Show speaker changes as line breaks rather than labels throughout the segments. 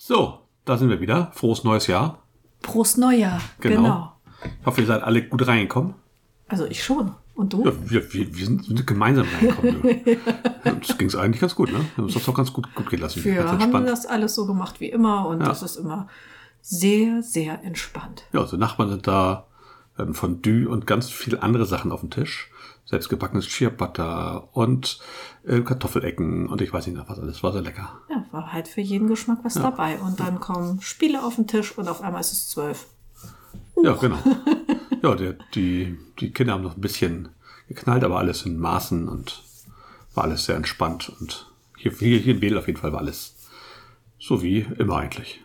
So, da sind wir wieder. Frohes neues Jahr.
Prost Neujahr.
Genau. Ich hoffe, ihr seid alle gut reingekommen.
Also ich schon. Und du?
Ja, wir, wir, wir sind, sind gemeinsam reingekommen. du. Ja, Uns ging es eigentlich ganz gut, ne? Wir haben uns das auch ganz gut, gut gehen lassen.
Wir
ganz
haben
entspannt.
das alles so gemacht wie immer und
Ja.
das ist immer sehr, sehr entspannt.
Ja, unsere Nachbarn sind da. Wir hatten Fondue und ganz viele andere Sachen auf dem Tisch. Selbstgebackenes Chia Butter und äh, Kartoffelecken und ich weiß nicht noch was alles. War sehr lecker.
Ja, war halt für jeden Geschmack was dabei. Und dann kommen Spiele auf den Tisch und auf einmal ist es zwölf.
Ja, genau. Ja, der, die, die Kinder haben noch ein bisschen geknallt, aber alles in Maßen und war alles sehr entspannt. Und hier, hier, hier in Wedel auf jeden Fall war alles so wie immer eigentlich.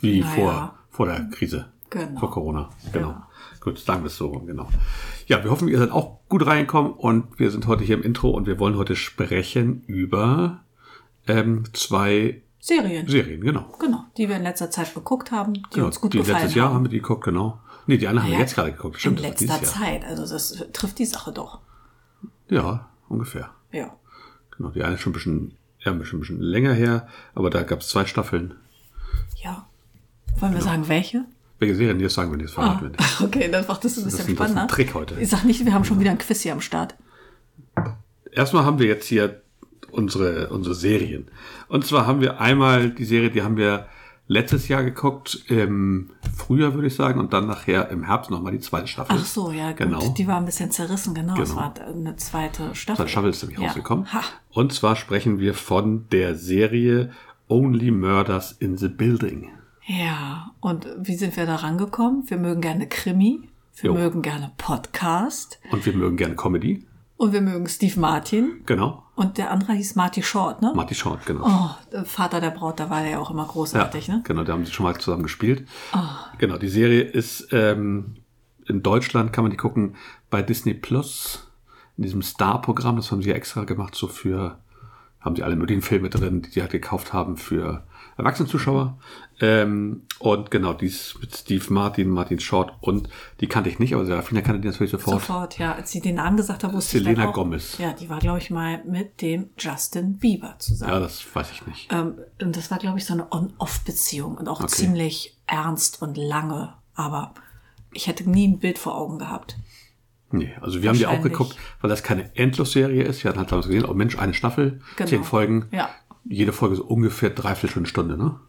Wie
Naja.
vor, vor der Krise.
Genau.
Vor Corona. Genau.
Ja.
Gut, sagen wir es so rum, genau. Ja, wir hoffen, ihr seid auch gut reingekommen und wir sind heute hier im Intro und wir wollen heute sprechen über ähm, zwei
Serien.
Serien, genau.
genau. Die wir in letzter Zeit geguckt haben, die
Genau,
uns gut
die
gefallen
letztes Jahr
haben.
haben wir die geguckt, genau. Nee, die eine haben wir
Ja,
jetzt gerade geguckt. Stimmt,
in
das war dieses
letzter
Jahr.
Zeit. Also das trifft die Sache doch.
Ja, ungefähr.
Ja.
Genau, die eine ist schon ein bisschen, ja, ein bisschen, ein bisschen länger her, aber da gab es zwei Staffeln.
Ja. Wollen wir sagen, welche?
Welche Serien jetzt sagen wir nicht, das verraten wir nicht.
Okay, das macht Ah, das ein bisschen
ist ein- das ist ein
spannender.
Trick heute.
Ich sag nicht, wir haben schon wieder ein Quiz hier am Start.
Erstmal haben wir jetzt hier unsere, unsere Serien. Und zwar haben wir einmal die Serie, die haben wir letztes Jahr geguckt, im Frühjahr würde ich sagen, und dann nachher im Herbst nochmal die zweite Staffel.
Ach so, ja, gut.
Genau.
Die war ein bisschen zerrissen, genau. Es
Genau.
war eine zweite Staffel.
Zweite Staffel ist nämlich rausgekommen.
Ha.
Und zwar sprechen wir von der Serie Only Murders in the Building.
Ja, und wie sind wir da rangekommen? Wir mögen gerne Krimi, wir
Jo.
mögen gerne Podcast
Und wir mögen gerne Comedy.
und wir mögen Steve Martin.
Genau.
Und der andere hieß Marty Short, ne?
Marty Short, genau.
oh, der Vater der Braut, da war der ja auch immer großartig, ne?
Genau, da haben sie schon mal zusammen gespielt. Genau, die Serie ist ähm, in Deutschland, kann man die gucken, bei Disney Plus, in diesem Star-Programm. Das haben sie ja extra gemacht, so für, haben sie alle möglichen Filme drin, die sie halt gekauft haben für Erwachsenenzuschauer. Ähm, und genau, die ist mit Steve Martin, Martin Short und die kannte ich nicht, aber Serafina kannte die natürlich sofort.
Sofort, ja. Als sie den Namen gesagt hat, wusste ich
Selena
dann auch,
Gomez.
Ja, die war, glaube ich, mal mit dem Justin Bieber zusammen.
Ja, das weiß ich nicht.
Ähm, und das war, glaube ich, so eine On-Off-Beziehung und auch ziemlich ernst und lange. Aber ich hätte nie ein Bild vor Augen gehabt.
Nee, also wir haben die auch
Wahrscheinlich.
geguckt, weil das keine Endlosserie ist. Wir hatten halt damals gesehen, oh Mensch, eine Staffel,
Genau.
zehn Folgen.
Ja.
Jede Folge ist ungefähr dreiviertel Stunde, Stunde, ne?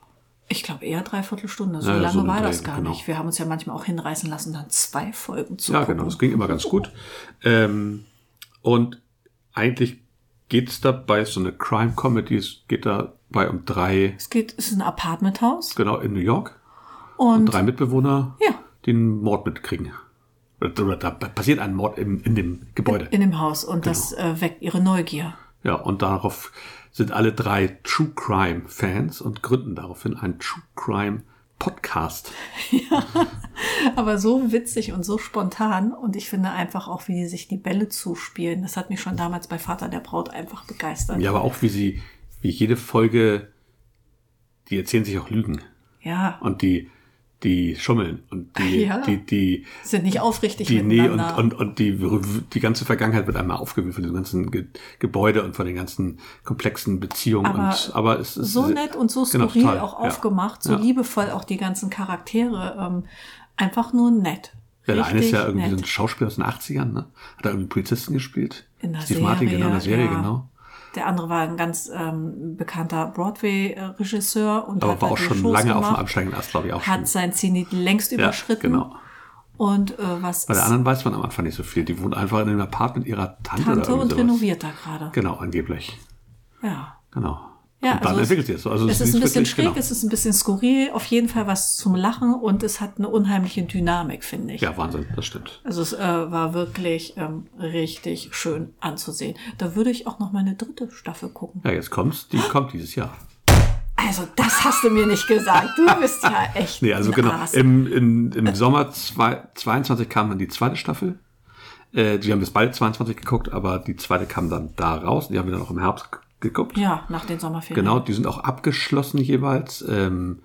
Ich glaube eher dreiviertel Stunde. So
Ja, ja,
lange
so einen
war
Dreh,
das gar
genau.
nicht. Wir haben uns ja manchmal auch hinreißen lassen, dann zwei Folgen zu
ja,
gucken.
genau, das ging immer ganz gut. Ähm, und eigentlich geht's dabei, so eine Crime-Comedy, es geht dabei um drei,
Es geht, es ist ein Apartmenthaus
genau, in New York,
und,
Genau. drei Mitbewohner,
Ja.
die einen Mord mitkriegen. Oder, oder da passiert ein Mord in, in dem Gebäude.
in dem Haus und das
Genau.
äh, weckt ihre Neugier.
Ja, und darauf sind alle drei True Crime Fans und gründen daraufhin einen True Crime Podcast.
Aber so witzig und so spontan und ich finde einfach auch, wie die sich die Bälle zuspielen. Das hat mich schon damals bei Vater der Braut einfach begeistert.
Ja, aber auch wie sie, wie jede Folge, die erzählen sich auch Lügen
ja.
und die, die schummeln und die,
Ja.
die, die,
sind nicht aufrichtig
die, nee, und,
miteinander.
und, und die, die ganze Vergangenheit wird einmal aufgewühlt von dem ganzen Ge Gebäude und von den ganzen komplexen Beziehungen.
Aber
und, aber es ist
so nett und so
genau,
skurril
total,
auch
ja.
aufgemacht, so
Ja.
liebevoll auch die ganzen Charaktere. Ähm, einfach nur nett.
Ja, der eine ist ja
Richtig
irgendwie so ein
nett.
Schauspieler aus den 80ern, ne? Hat er irgendwie Polizisten gespielt?
In der
Steve Martin,
Serie,
genau, in der Serie,
ja.
genau.
Der andere war ein ganz ähm, bekannter Broadway-Regisseur und
Aber
hat
war
halt
auch
die
schon
Shows
lange auf dem
gemacht,
absteigenden Ast, glaube ich, auch
Hat
schon.
sein Zenit längst überschritten.
genau.
Und äh, was
Bei der
ist
anderen weiß man am Anfang nicht so viel. Die wohnt einfach in einem Apartment ihrer Tante, oder
Tante
irgendwie
und
sowas.
renoviert da gerade.
Genau, angeblich.
Ja.
Genau.
Ja,
und dann
also es-
entwickelt sie es. Also
Es ist ein bisschen
wirklich-
schräg,
Genau.
es ist ein bisschen skurril, auf jeden Fall was zum Lachen und es hat eine unheimliche Dynamik, finde ich.
Ja, Wahnsinn, das stimmt.
Also es äh, war wirklich ähm, richtig schön anzusehen. Da würde ich auch noch meine dritte Staffel gucken.
Ja, jetzt kommt's. Die kommt dieses Jahr.
Also das hast du mir nicht gesagt. Du bist ja echt
Nee, also
ein
genau.
Aas.
Im, im, im Sommer zwei- 22 kam dann die zweite Staffel. Äh, die haben bis bald 22 geguckt, aber die zweite kam dann da raus. Die haben wir dann auch im Herbst ge- geguckt.
Ja, nach den Sommerferien.
Genau, die sind auch abgeschlossen jeweils. Ähm,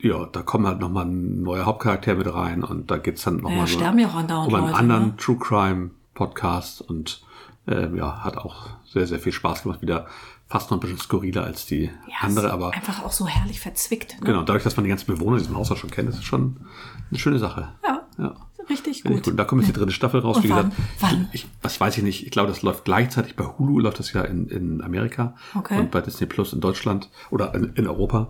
ja, da kommen halt nochmal ein neuer Hauptcharakter mit rein und da geht's dann nochmal
Ja, sterben ja auch andauernd
um einen
Leute,
anderen
ne?
True Crime Podcast und ähm, ja, hat auch sehr, sehr viel Spaß gemacht, wieder fast noch ein bisschen skurriler als die
Ja,
andere,
ist
aber
einfach auch so herrlich verzwickt. Ne?
genau, dadurch, dass man die ganzen Bewohner in diesem Haus auch schon kennt, ist es schon eine schöne Sache.
Ja,
Ja.
richtig
Finde ich
gut.
gut. Und da kommt jetzt die dritte Staffel raus.
Und
Wie
wann?
gesagt,
Wann?
Ich, das weiß ich nicht. Ich glaube, das läuft gleichzeitig bei Hulu, läuft das ja in, in Amerika
Okay.
und bei Disney Plus in Deutschland oder in, in Europa.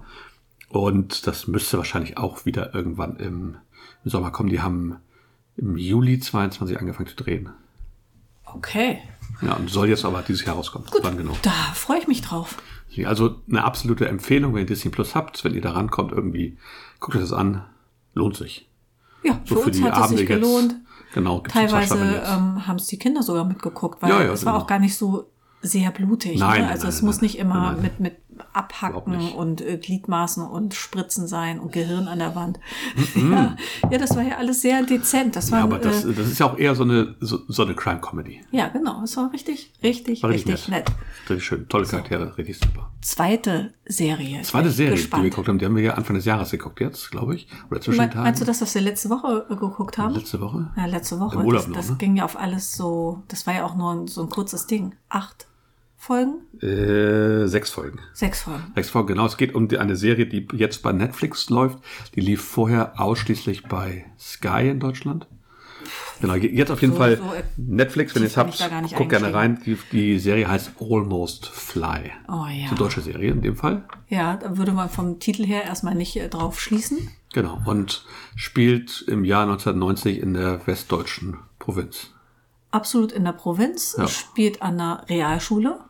Und das müsste wahrscheinlich auch wieder irgendwann im, im Sommer kommen. Die haben im Juli 22 angefangen zu drehen.
Okay,
Ja, und soll jetzt aber dieses Jahr rauskommen.
gut.
Wann genau?
Da freue ich mich drauf.
Also eine absolute Empfehlung, wenn ihr Disney Plus habt, wenn ihr da rankommt, irgendwie guckt euch das an. Lohnt sich.
Ja, für uns hat es sich gelohnt.
Genau, gibt's nur zwei
Teilweise
Staffeln jetzt.
ähm, haben es die Kinder sogar mitgeguckt, weil
Ja, ja,
es war
genau.
auch gar nicht so sehr blutig.
Nein,
ne? Also
nein,
es
nein,
muss nicht immer
nein.
mit mit
Überhaupt
Abhacken
nicht.
und äh, Gliedmaßen und Spritzen sein und Gehirn an der Wand. Ja, ja, das war ja alles sehr dezent. Das war
Mhm. Ja, aber das,
äh,
das ist ja auch eher so eine, so, so eine Crime-Comedy.
ja genau. Es war richtig, richtig,
War
richtig, nett.
Richtig schön. Tolle Charaktere, richtig super.
Zweite Serie.
Zweite
Bin
Serie, die
Gespannt.
wir geguckt haben, die haben wir ja Anfang des Jahres geguckt jetzt, glaube ich. Oder zwischen den
Me-
Tagen.
Meinst du das, was wir letzte Woche äh, geguckt haben?
Letzte Woche?
ja, letzte Woche.
Im Urlaub
das
noch,
das
ne?
ging ja auf alles so, das war ja auch nur ein, so ein kurzes Ding. Acht Folgen?
Äh, sechs Folgen.
Sechs Folgen.
Sechs Folgen, genau. Es geht um die, eine Serie, die jetzt bei Netflix läuft. Die lief vorher ausschließlich bei Sky in Deutschland. Genau, je- jetzt auf jeden
So-
Fall
so, äh,
Netflix, wenn ihr es
tief bin ich
habt,
da gar nicht
guckt gerne rein.
eingestiegen.
Die, die Serie heißt Almost Fly.
Oh ja.
Ist eine deutsche Serie in dem Fall.
Ja, da würde man vom Titel her erstmal nicht äh, drauf schließen.
Genau, und spielt im Jahr 1990 in der westdeutschen Provinz.
Absolut in der Provinz,
Ja.
spielt an der Realschule,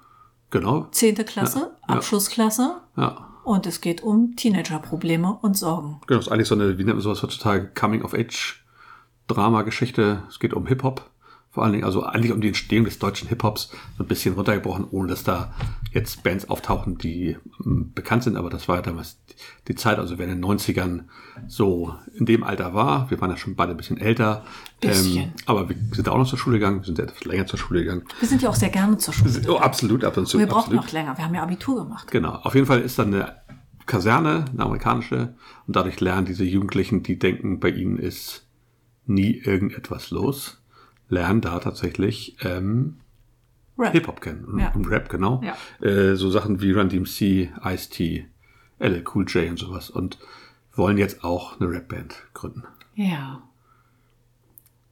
Genau,
zehnte Klasse,
Ja, ja.
Abschlussklasse
ja.
und es geht um Teenagerprobleme und Sorgen.
Genau, ist eigentlich so eine, wie nennt man sowas heutzutage, Coming-of-Age-Drama-Geschichte. Es geht um Hip-Hop, vor allen Dingen, also eigentlich um die Entstehung des deutschen Hip-Hops, so ein bisschen runtergebrochen, ohne dass da jetzt Bands auftauchen, die m, bekannt sind, aber das war ja damals die Zeit, also wer in den 90ern so in dem Alter war, wir waren ja schon beide ein bisschen älter, ähm,
Bisschen.
aber wir sind auch noch zur Schule gegangen, wir sind ja etwas länger zur Schule gegangen.
Wir sind ja auch sehr gerne zur Schule.
Oh, absolut, ab und zu.
Wir brauchen
absolut.
noch länger, wir haben ja Abitur gemacht.
Genau. Auf jeden Fall ist dann eine Kaserne, eine amerikanische, und dadurch lernen diese Jugendlichen, die denken, bei ihnen ist nie irgendetwas los, lernen da tatsächlich ähm,
Rap.
Hip-Hop kennen und,
Ja.
und Rap, genau.
Ja.
Äh, so Sachen wie Run DMC, Ice-T, LL Cool J und sowas und wollen jetzt auch eine Rap-Band gründen.
Ja.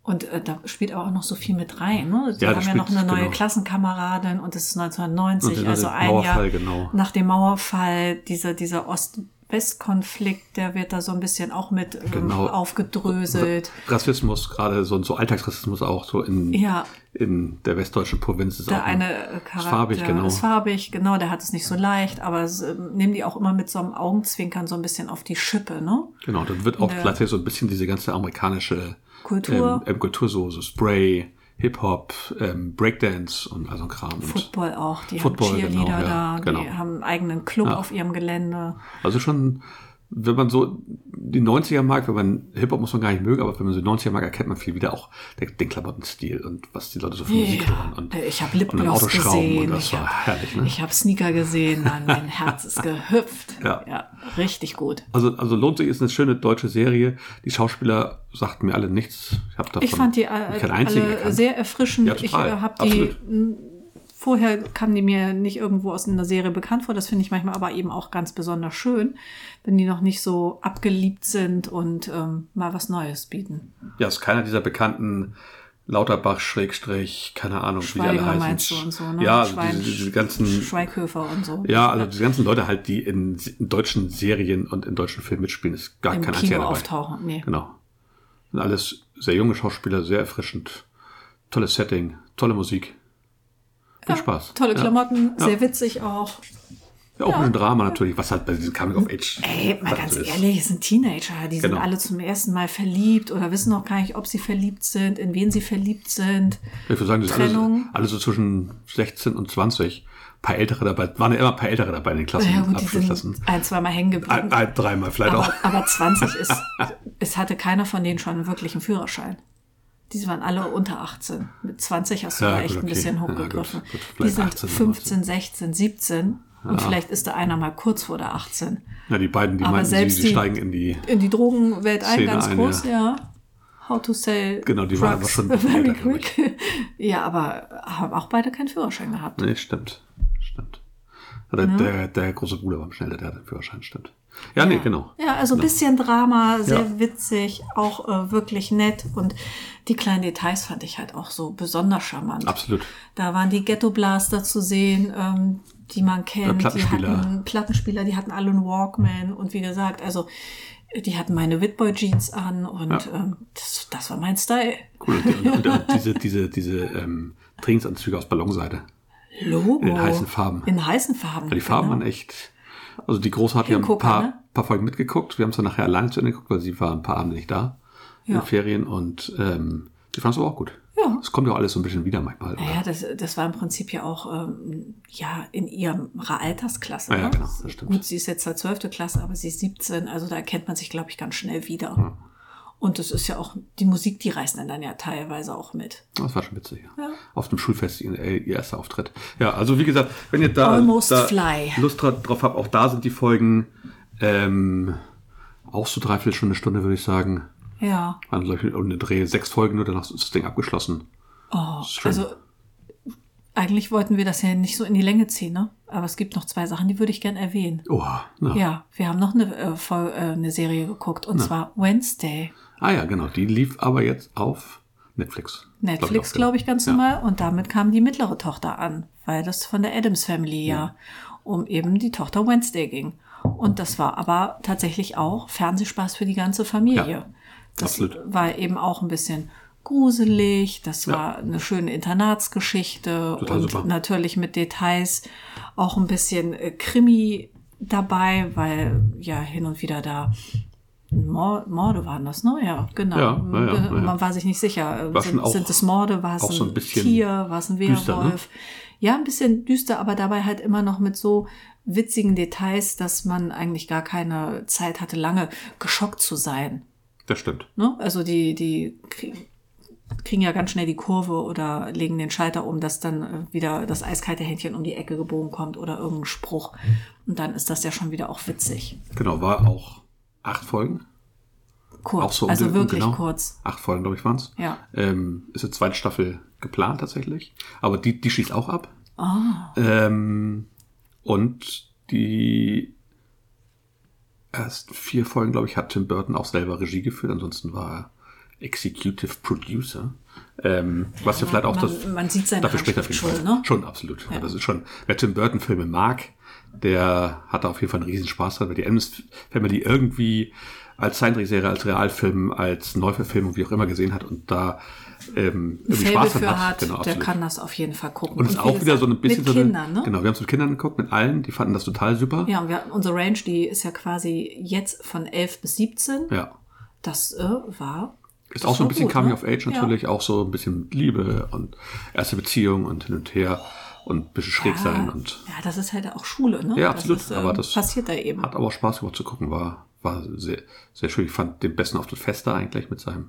Und äh, da spielt aber auch noch so viel mit rein. Ne? Die
Ja,
haben
das
ja noch
spielt-
eine neue
genau.
Klassenkameradin und das ist
Und
1990,
der
also ein
Mauerfall,
Jahr
genau.
nach dem Mauerfall, dieser, dieser Ost-West-Konflikt, der wird da so ein bisschen auch mit ähm,
Genau.
aufgedröselt.
Rassismus, gerade so, so Alltagsrassismus auch so in,
Ja.
in der westdeutschen Provinz ist
Der
auch
eine
ein-
äh, Charakter
ist farbig, genau.
ist farbig, genau, der hat es nicht so leicht, aber es, äh, nehmen die auch immer mit so einem Augenzwinkern so ein bisschen auf die Schippe, ne?
Genau, dann wird auch
Ja.
gleichzeitig so ein bisschen diese ganze amerikanische
Kultur.
ähm, ähm, Kultur so, so Spray, Hip-Hop, ähm, Breakdance und also ein Kram. Und
Football auch, die
Football,
haben
genau,
Cheerleader
ja,
da,
genau.
die haben einen eigenen Club auf ihrem Gelände.
also schon, wenn man so die 90er mag, wenn man Hip-Hop muss man gar nicht mögen, aber wenn man so die 90er mag, erkennt man viel wieder auch den, den Klamottenstil und was die Leute so für Musik hören. Und,
äh, ich habe
und im Auto
Lipgloss
schrauben
gesehen.
und das
ich
war
hab-
herrlich. Ne?
Ich habe Sneaker gesehen, Mann, mein Herz ist gehüpft.
Ja.
richtig gut.
Also, also lohnt sich, ist eine schöne deutsche Serie. Die Schauspieler sagten mir alle nichts. Ich habe davon
Ich fand die äh,
keinen einzigen
alle
erkannt.
sehr erfrischend.
Ja,
ich
total.
habe die
Absolut.
m, vorher kamen die mir nicht irgendwo aus einer Serie bekannt vor. Das finde ich manchmal aber eben auch ganz besonders schön, wenn die noch nicht so abgeliebt sind und ähm, mal was Neues bieten.
Ja, ist keiner dieser bekannten Lauterbach, Schrägstrich, keine Ahnung, wie die alle
Schweiger
heißen.
meinst du und so, ne?
Ja, also
Schwein-
diese, diese ganzen,
Schweighöfer und so.
ja, also diese ganzen Leute halt, die in, se- in deutschen Serien und in deutschen Filmen mitspielen, ist gar
im
kein
Kino
einziger dabei.
auftauchen. Nee.
Genau. Sind alles sehr junge Schauspieler, sehr erfrischend. Tolles Setting, tolle Musik. Viel Spaß.
Tolle
Ja.
Klamotten,
Ja.
sehr witzig auch.
Ja, auch ein bisschen Drama natürlich, was halt bei diesem Coming of Age.
Ey, mal
Sachen
ganz
so ist.
ehrlich, es sind Teenager, die
Genau.
sind alle zum ersten Mal verliebt oder wissen noch gar nicht, ob sie verliebt sind, in wen sie verliebt sind.
Ich würde sagen, das ist alles,
Trennung.
alles so zwischen 16 und 20. Ein paar ältere dabei, waren ja immer ein paar ältere dabei in den Klassen,
Ja gut, die
Abschlussklassen.
sind ein, zweimal hängen geblieben.
Ein, ein, dreimal vielleicht auch.
Aber, aber 20 ist, es hatte keiner von denen schon wirklich einen Führerschein. Die waren alle unter 18. Mit 20 hast du
Ja,
da
gut,
echt ein
okay.
bisschen
Ja,
hochgegriffen.
gut, gut, vielleicht
die sind
18,
15, 16, 17 und vielleicht ist da einer mal kurz vor der 18.
Ja, die beiden, die
Aber
meinten, sie,
selbst
sie
die-
steigen in die.
in die Drogenwelt ein,
Szene
ganz
ein,
groß, ja. How to sell
Genau, die
drugs
waren aber schon
very
älter, glaub ich.
quick. ja, aber haben auch beide keinen Führerschein gehabt.
Nee, stimmt. Stimmt. Oder der, der große Bruder war am schneller, der hat den Führerschein, stimmt. Ja, nee, genau.
Ja, also ein
Genau.
bisschen Drama, sehr
Ja.
witzig, auch äh, wirklich nett. Und die kleinen Details fand ich halt auch so besonders charmant.
Absolut.
Da waren die Ghetto Blaster zu sehen, ähm, die man kennt.
Plattenspieler.
Die hatten Plattenspieler, die hatten alle einen Walkman und wie gesagt, also die hatten meine Witboy Jeans an und ähm, das, das war mein Style.
Cool. Und, und, und diese, diese, diese ähm, Trainingsanzüge aus Ballonseite.
Logo.
In den heißen Farben.
In heißen Farben.
Weil die Farben
genau.
waren echt. Also die Große hat ja ein
Hingucker,
paar,
ne?
paar Folgen mitgeguckt. Wir haben es dann nachher allein zu Ende geguckt, weil sie war ein paar Abende nicht da in
Ja.
den Ferien und ähm, die fand es aber auch gut.
Ja.
Es kommt ja auch alles so ein bisschen wieder manchmal. oder?
Naja, das, das war im Prinzip ja auch ähm, ja, in ihrer Altersklasse.
Ja, ja,
ne?
genau, das stimmt.
Gut, sie ist jetzt der 12. Klasse, aber sie ist 17, also da erkennt man sich, glaube ich, ganz schnell wieder. Und das ist ja auch, die Musik, die reißt einen dann ja teilweise auch mit.
Das war schon witzig. Ja.
Ja.
Auf dem Schulfest ihr, ihr erster Auftritt. Ja, also wie gesagt, wenn ihr da,
Almost
da
Fly.
Lust dra- drauf habt, auch da sind die Folgen ähm, auch so dreiviertel Stunde, Stunde würde ich sagen.
Ja.
Waren solche um eine Dreh, sechs Folgen nur, danach ist das Ding abgeschlossen.
Oh,
Schön.
also eigentlich wollten wir das ja nicht so in die Länge ziehen, ne? Aber es gibt noch zwei Sachen, die würde ich gern erwähnen.
Oha. Na.
Ja, wir haben noch eine, äh, Fol- äh, eine Serie geguckt und zwar Wednesday.
Ah ja, genau. Die lief aber jetzt auf Netflix.
Netflix,
Glaub genau.
glaube ich, ganz
Ja.
normal. Und damit kam die mittlere Tochter an, weil das von der Adams Family ja, um eben die Tochter Wednesday ging. Und das war aber tatsächlich auch Fernsehspaß für die ganze Familie.
Ja,
Das
absolut.
war eben auch ein bisschen gruselig, das
Ja.
war eine schöne Internatsgeschichte
Total
und
super.
natürlich mit Details auch ein bisschen äh, Krimi dabei, weil ja hin und wieder da Mor- Morde waren das, ne? Ja, genau.
Ja, ja, ja,
Äh,
ja.
Man war sich nicht sicher. äh,
War schon
sind,
auch-
sind es Morde, war es
auch
ein,
so ein bisschen
Tier, war es ein Werwolf?
düster, ne?
Ja, ein bisschen düster, aber dabei halt immer noch mit so witzigen Details, dass man eigentlich gar keine Zeit hatte, lange geschockt zu sein.
Das stimmt.
Ne? Also die, die krie- kriegen ja ganz schnell die Kurve oder legen den Schalter um, dass dann äh, wieder das eiskalte Händchen um die Ecke gebogen kommt oder irgendein Spruch.
Hm.
Und dann ist das ja schon wieder auch witzig.
Genau, war auch acht Folgen.
Kurz.
Auch so um
also
den-
wirklich
genau.
kurz.
Acht Folgen, glaube ich, waren es.
Ja.
Ähm, ist eine zweite Staffel geplant tatsächlich. Aber die, die schießt auch ab.
Ah.
Ähm, und die ersten vier Folgen, glaube ich, hat Tim Burton auch selber Regie geführt. Ansonsten war er Executive Producer. Ähm, was ja vielleicht auch
man,
das.
man sieht seine
Dafür spricht auf jeden
Handschrift
Fall.
schon, ne?
Schon, absolut. Ja. Das ist schon, wer Tim Burton Filme mag, der hat da auf jeden Fall einen riesen Spaß dran, weil die Adams Family irgendwie als Zeichentrickserie, als Realfilm, als Neuverfilmung, wie auch immer gesehen hat und da ähm,
Ein
irgendwie
Faible
Spaß dran
für
hat. Genau,
hat, der
absolut.
kann das auf jeden Fall gucken.
und es ist
viele
auch wieder so ein
Sachen-
bisschen
mit
so eine,
Kindern, ne?
Genau, wir haben es mit Kindern geguckt, mit allen, die fanden das total super.
Ja, und wir, unsere Range, die ist ja quasi jetzt von 11 bis 17.
Ja.
Das äh, war
Ist
das
auch so ein
war
bisschen
gut,
Coming
ne?
of Age
Ja.
natürlich, auch so ein bisschen Liebe und erste Beziehung und hin und her und ein bisschen schräg sein
Ja,
und
ja, das ist halt auch Schule, ne?
Ja, absolut,
Das ist, ähm,
aber das-
passiert da eben.
Hat aber auch Spaß gemacht zu gucken, war, war sehr, sehr schön. Ich fand den besten Auftritt Fester eigentlich mit seinem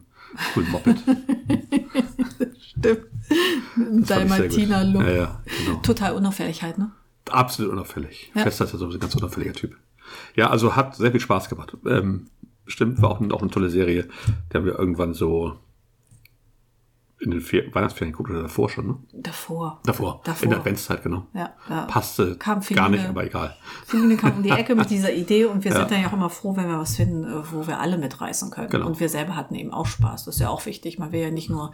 coolen Moped.
Stimmt.
Fand ich sehr gut.
Dalmatiner-Look.
Ja, ja, genau.
Total unauffällig halt, ne?
Absolut unauffällig.
Ja.
Fester ist ja so ein ganz unauffälliger Typ. Ja, also hat sehr viel Spaß gemacht. Ähm, stimmt, war auch, ein- auch eine tolle Serie. Die haben wir irgendwann so in den Fer Weihnachtsferien geguckt oder davor schon, ne?
Davor.
Davor.
Davor.
In der Adventszeit, genau.
Ja, da
Passte
kam
gar
Feline-
nicht, aber egal.
Feline kam um die Ecke mit dieser Idee und wir sind dann ja auch immer froh, wenn wir was finden, äh, wo wir alle mitreißen können.
Genau.
Und wir selber hatten eben auch Spaß. Das ist ja auch wichtig. Man will ja nicht nur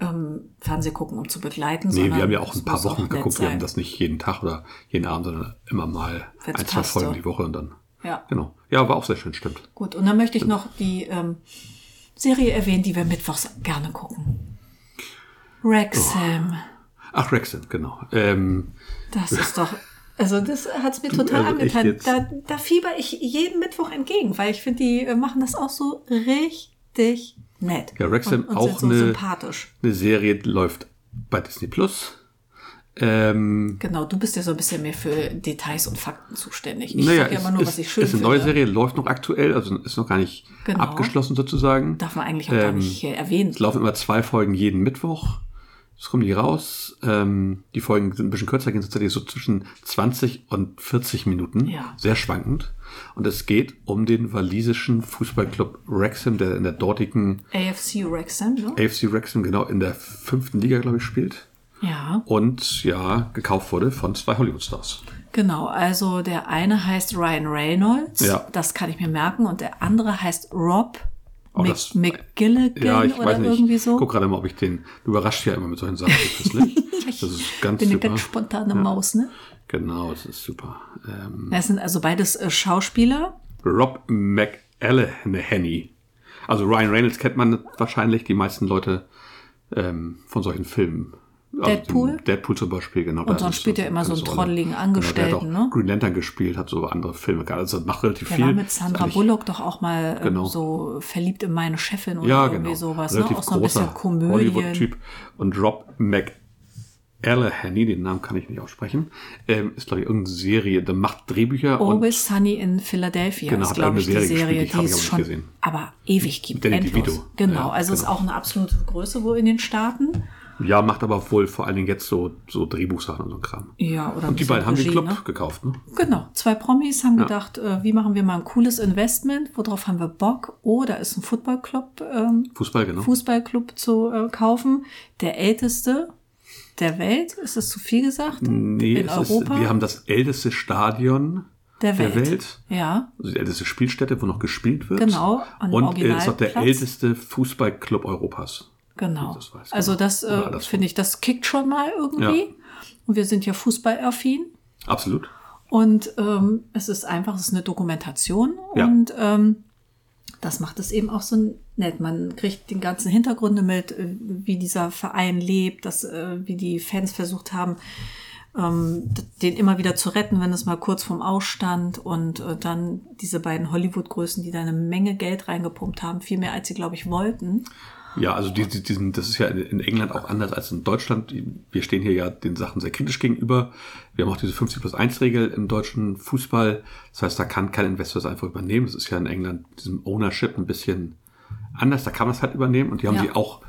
ähm, Fernsehen gucken, um zu begleiten,
Nee,
sondern
wir haben ja auch
es
ein paar
muss
Wochen
nett
geguckt. Wir
sein.
haben das nicht jeden Tag oder jeden Abend, sondern immer mal
Wenn's
ein, zwei
passte.
Folgen die Woche und dann.
Ja.
Genau. Ja, war auch sehr schön, stimmt.
Gut, und dann möchte ich noch die ähm, Serie erwähnen, die wir mittwochs gerne gucken. Wrexham.
Ach, Rexon, genau. Ähm,
Das ist doch. Also das hat es mir
Du,
total
also echt
angetan.
jetzt?
Da, da fieber ich jeden Mittwoch entgegen, weil ich finde, die äh, machen das auch so richtig nett.
Ja, Wrexham
und, und
auch
sind so
eine-
sympathisch.
eine Serie läuft bei Disney Plus. Ähm,
Genau, du bist ja so ein bisschen mehr für Details und Fakten zuständig. Ich
naja,
sag ja
ist-
immer nur,
ist,
was ich schön
ist eine
finde.
neue Serie, läuft noch aktuell, also ist noch gar nicht
Genau.
abgeschlossen sozusagen.
Darf man eigentlich auch
Ähm,
gar nicht hier erwähnen.
Es laufen immer zwei Folgen jeden Mittwoch. Es kommen die raus. Ähm, die Folgen sind ein bisschen kürzer, gehen tatsächlich so zwischen 20 und 40 Minuten.
Ja.
Sehr schwankend. Und es geht um den walisischen Fußballclub Wrexham, der in der dortigen
AFC Wrexham, ne?
AFC Wrexham genau in der fünften Liga, glaube ich, spielt.
Ja,
Und ja, gekauft wurde von zwei Hollywood-Stars.
Genau, also der eine heißt Ryan Reynolds,
Ja.
das kann ich mir merken, und der andere heißt Rob
Oh,
Mc-
das-
McGilligan
Ja, ich
oder
weiß nicht.
irgendwie so.
Ich guck gerade mal, ob ich den. Du überrascht ja immer mit solchen Sachen. Christlich. das ist ganz
bin eine
super.
ganz spontane Maus, ne?
genau, das ist super. Ähm,
Das sind also beides äh, Schauspieler.
Rob McElhenney. Also Ryan Reynolds kennt man wahrscheinlich die meisten Leute ähm, von solchen Filmen. Also
Deadpool?
dem Deadpool zum Beispiel, genau.
Und sonst spielt er immer so einen trotteligen
genau,
Angestellten,
der hat auch
ne?
Green Lantern gespielt, hat so andere Filme. gehabt. Also macht relativ
Der
viel.
war mit Sandra
Eigentlich-
Bullock doch auch mal ähm,
Genau.
so verliebt in meine Chefin oder
Ja,
irgendwie
genau.
sowas, ne?
Relativ
Auch so ein
großer
bisschen Komödien.
Hollywood-Typ. Und Rob McElhenney, den Namen kann ich nicht aussprechen, ähm, ist, glaube ich, irgendeine Serie. Der macht Drehbücher und
Always Oh, Sunny in Philadelphia
Genau,
ist,
hat
glaube
eine
ich, die
Serie
Serie,
gespielt, die
die
hab ich
es
aber nicht
schon
gesehen.
aber ewig gibt.
Danny
endlos.
DeVito.
Genau,
Ja,
also ist
genau.
auch eine absolute Größe wohl in den Staaten.
ja, macht aber wohl vor allen Dingen jetzt so, so Drehbuchsachen und so ein Kram.
Ja, oder
Und die beiden haben den Club gekauft, ne?
Genau, zwei Promis haben gedacht, äh, wie machen wir mal ein cooles Investment, worauf haben wir Bock? Oh, da ist ein Footballclub, ähm,
Fußball, genau.
Fußballclub zu äh, kaufen. Der älteste der Welt, ist das zu viel gesagt?
nee,
in
es
Europa?
Ist, wir haben das älteste Stadion
der Welt.
der Welt.
Ja,
Also die älteste Spielstätte, wo noch gespielt wird.
Genau, an dem
Und es ist auch der
Originalplatz.
älteste Fußballclub Europas.
genau.
Das weiß ich
also
noch.
das
Oder
äh,
andersrum.
finde ich, das kickt schon mal irgendwie.
Ja.
Und wir sind ja fußballaffin.
Absolut.
Und ähm, es ist einfach, es ist eine Dokumentation
Ja.
und ähm, das macht es eben auch so nett. Man kriegt den ganzen Hintergründe mit, äh, wie dieser Verein lebt, dass, äh, wie die Fans versucht haben, ähm, d- den immer wieder zu retten, wenn es mal kurz vorm Ausstand und äh, dann diese beiden Hollywood-Größen, die da eine Menge Geld reingepumpt haben, viel mehr als sie, glaube ich, wollten.
Ja, also die, die, diesen, das ist ja in- in England auch anders als in Deutschland. Wir stehen hier ja den Sachen sehr kritisch gegenüber. Wir haben auch diese 50 plus 1 Regel im deutschen Fußball. Das heißt, da kann kein Investor es einfach übernehmen. Das ist ja in England mit diesem Ownership ein bisschen anders. Da kann man es halt übernehmen und die haben
Ja.
sie auch,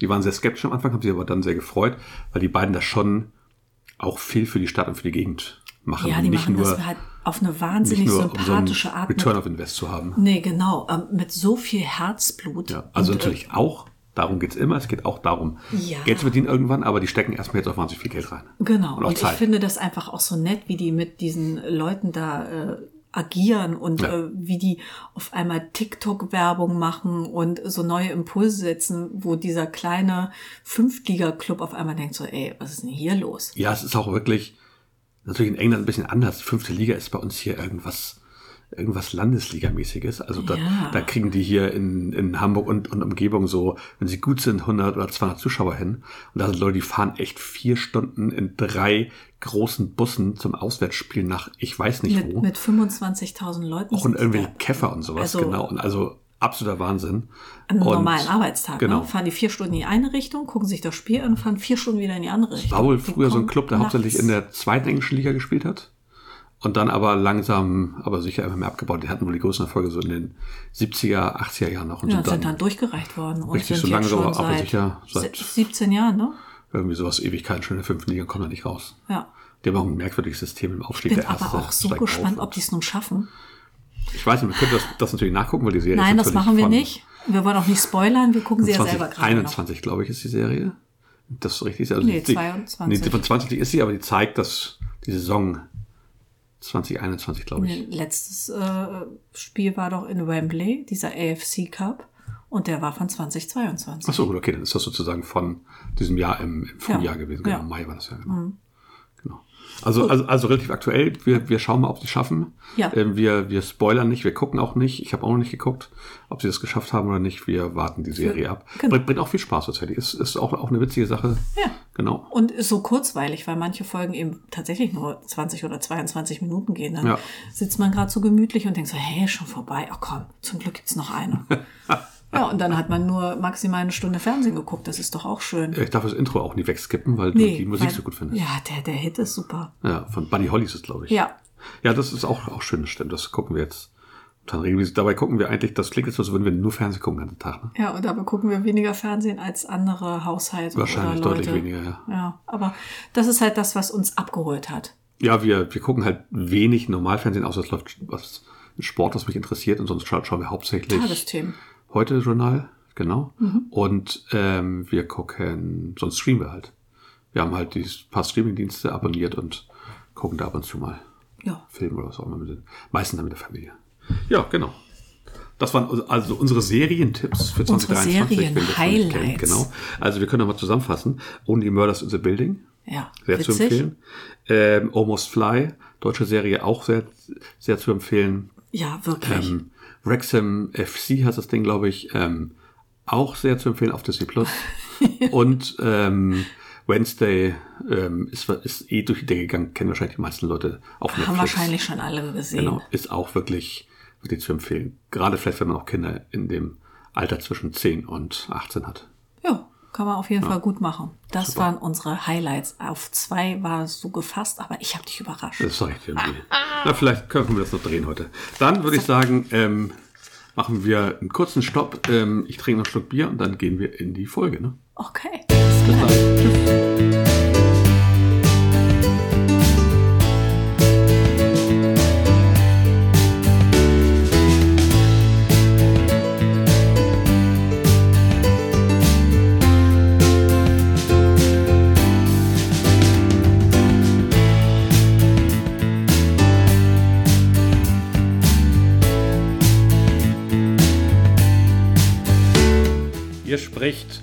die waren sehr skeptisch am Anfang, haben sich aber dann sehr gefreut, weil die beiden das schon auch viel für die Stadt und für die Gegend machen.
Ja,
Und
die
nicht
machen
nur,
das halt auf eine
nicht
wahnsinnig
nur
sympathische
um so einen
Art. mit-
Return of Invest zu haben.
Nee, genau, ähm, mit so viel Herzblut.
Ja, also
und, äh,
natürlich auch, darum geht's immer, es geht auch darum,
Ja.
Geld zu verdienen irgendwann, aber die stecken erstmal jetzt auch wahnsinnig viel Geld rein.
Genau,
Und
und,
auch
ich
Zeit.
finde das einfach auch so nett, wie die mit diesen Leuten da äh, agieren und
Ja.
äh, wie die auf einmal TikTok-Werbung machen und so neue Impulse setzen, wo dieser kleine Fünftliga-Club auf einmal denkt so, ey, was ist denn hier los?
Ja, es ist auch wirklich natürlich in England ein bisschen anders. Fünfte Liga ist bei uns hier irgendwas, irgendwas Landesligamäßiges. Also da,
Ja.
da kriegen die hier in, in Hamburg und, und Umgebung so, wenn sie gut sind, 100 oder 200 Zuschauer hin. Und da sind Leute, die fahren echt vier Stunden in drei großen Bussen zum Auswärtsspiel nach, ich weiß nicht
Mit,
wo.
mit 25.000 Leuten.
auch in
sind die
irgendwelche
da.
Käfer und sowas,
Also-
genau. Und also absoluter Wahnsinn.
An einem
Und-
normalen Arbeitstag.
Genau.
Ne? Fahren die vier Stunden in die eine Richtung, gucken sich das Spiel an, fahren vier Stunden wieder in die andere Richtung.
war wohl
Die
früher so ein
kommen
Club, der hauptsächlich
nachts.
in der zweiten englischen Liga gespielt hat. Und dann aber langsam, aber sicher immer mehr abgebaut. Die hatten wohl die größten Erfolge so in den 70er, 80er Jahren noch. Und
ja,
sind dann,
sind dann durchgereicht worden und
Richtig, so
sind jetzt
langsam,
schon
aber
seit,
sicher seit-
17 Jahren, ne?
irgendwie sowas Ewigkeiten schon in der fünften Liga und kommen da nicht raus.
Ja.
Die haben auch ein merkwürdiges System im Aufstieg
bin
der ersten.
aber auch so gespannt, ob die es nun schaffen.
Ich weiß nicht, man könnte das, das natürlich nachgucken, weil die Serie
Nein,
ist
das
natürlich
machen wir
von
nicht. Wir wollen auch nicht spoilern, wir gucken sie ja selber gerade. noch.
2021, glaube ich, ist die Serie. Das ist richtig. Also
Nee,
die-
22.
Nee, von 20 ist sie, aber die zeigt, dass die Saison 2021, glaube ich.
Nee, Letztes äh, Spiel war doch in Wembley, dieser AFC Cup, und der war von 2022.
Ach so, gut, okay, dann ist das sozusagen von diesem Jahr im, im Frühjahr gewesen. Genau,
ja. Mhm.
Mai war das ja, genau. genau. Also, also, also relativ aktuell. Wir, wir schauen mal, ob sie es schaffen.
Ja.
Ähm, wir, wir spoilern nicht, wir gucken auch nicht. Ich habe auch noch nicht geguckt, ob sie das geschafft haben oder nicht. Wir warten die Serie ab.
genau.
Bringt, bringt auch viel Spaß tatsächlich. Ist, ist auch, auch eine witzige Sache.
Ja.
Genau.
Und ist so kurzweilig, weil manche Folgen eben tatsächlich nur 20 oder 22 Minuten gehen. Dann
Ja.
sitzt man gerade so gemütlich und denkt so, hey, schon vorbei. Ach komm, zum Glück gibt's noch eine. ja, und dann hat man nur maximal eine Stunde Fernsehen geguckt. Das ist doch auch schön.
Ich darf das Intro auch nie wegskippen, weil du die Musik
weil-
so gut findest.
Ja, der, der Hit ist super.
Ja. von Buddy Holly ist es, glaube ich.
Ja,
Ja, das ist auch, auch schön, das stimmt. Das gucken wir jetzt. Dann regelmäßig. Dabei gucken wir eigentlich, das klingt jetzt so, als würden wir nur Fernsehen gucken den ganzen Tag. Ne?
ja, und dabei gucken wir weniger Fernsehen als andere Haushalte
Wahrscheinlich
oder Leute.
deutlich weniger, ja.
Ja, aber das ist halt das, was uns abgeholt hat.
Ja, wir, wir gucken halt wenig Normalfernsehen, außer es läuft was Sport, was mich interessiert. Und sonst scha- schauen wir hauptsächlich
Ah, Tagesthemen.
heute Journal, genau.
Mhm.
Und ähm, wir gucken, sonst streamen wir halt. Wir haben halt die paar Streamingdienste abonniert und gucken da ab und zu mal
Ja.
Film oder was auch immer mit den, meistens dann mit der Familie. Ja, genau. Das waren also- also unsere Serientipps für
Unsere
2023. wenn ihr das noch nicht kennt,
Serien-Highlights.
Genau. Also wir können nochmal zusammenfassen. Only Murders in the Building,
Ja.
sehr zu empfehlen. Ähm, Almost Fly, deutsche Serie, auch sehr, sehr zu empfehlen.
Ja, wirklich.
Ähm, Wrexham FC heißt das Ding, glaube ich, ähm, auch sehr zu empfehlen auf Disney Plus. Und ähm, Wednesday ähm, ist, ist eh durch die Decke gegangen, kennen wahrscheinlich die meisten Leute auf Netflix.
Haben wahrscheinlich eh. schon alle gesehen.
Genau, ist auch wirklich, wirklich zu empfehlen. Gerade vielleicht, wenn man auch Kinder in dem Alter zwischen 10 und 18 hat.
Ja, kann man auf jeden Fall gut machen. Das waren unsere Highlights. Auf zwei war es so gefasst, aber ich habe dich überrascht.
Das sage ich dir irgendwie. Na, vielleicht können wir das noch drehen heute. Dann würde ich sagen, ähm, machen wir einen kurzen Stopp. Ähm, ich trinke noch einen Schluck Bier und dann gehen wir in die Folge. Ne?
Okay, bis gleich.
Ihr spricht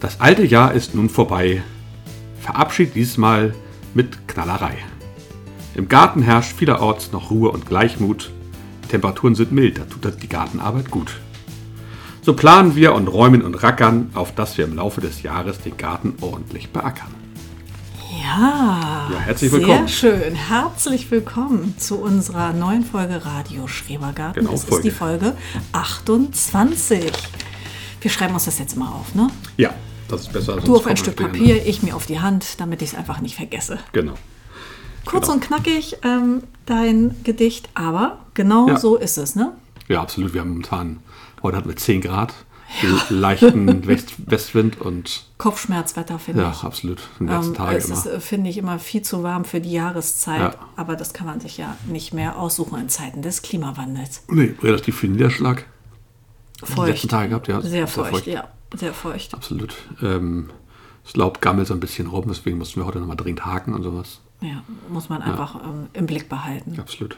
Das alte Jahr ist nun vorbei. Verabschied diesmal mit Knallerei. Im Garten herrscht vielerorts noch Ruhe und Gleichmut. Die Temperaturen sind mild, da tut das die Gartenarbeit gut. So planen wir und räumen und rackern, auf dass wir im Laufe des Jahres den Garten ordentlich beackern.
Ja,
Ja, herzlich willkommen.
Sehr schön. Herzlich willkommen zu unserer neuen Folge Radio Schrebergarten.
Genau,
das ist
Folge.
die Folge 28. Wir schreiben uns das jetzt mal auf, ne?
Ja, das ist besser als
Du
uns
auf ein Stück
vorbereitet.
Papier, ich mir auf die Hand, damit ich es einfach nicht vergesse.
Genau.
Kurz
Genau.
und knackig ähm, dein Gedicht, aber genau
Ja.
so ist es, ne?
Ja, absolut. Wir haben momentan, heute hatten wir 10 Grad, leichten West Westwind und
Kopfschmerzwetter finde
ja,
ich.
absolut. Den letzten
Ähm,
Tage
es
immer.
ist, äh, finde ich, immer viel zu warm für die
Ja.
Jahreszeit. Aber das kann man sich ja nicht mehr aussuchen in Zeiten des Klimawandels.
Nee, relativ viel Niederschlag.
Feucht.
Die letzten Tage gehabt, ja.
Sehr feucht, ja. Sehr feucht.
Absolut. Ähm, das Laub gammelt so ein bisschen rum, deswegen mussten wir heute nochmal dringend haken und sowas.
Ja, muss man einfach ähm, im Blick behalten.
Absolut.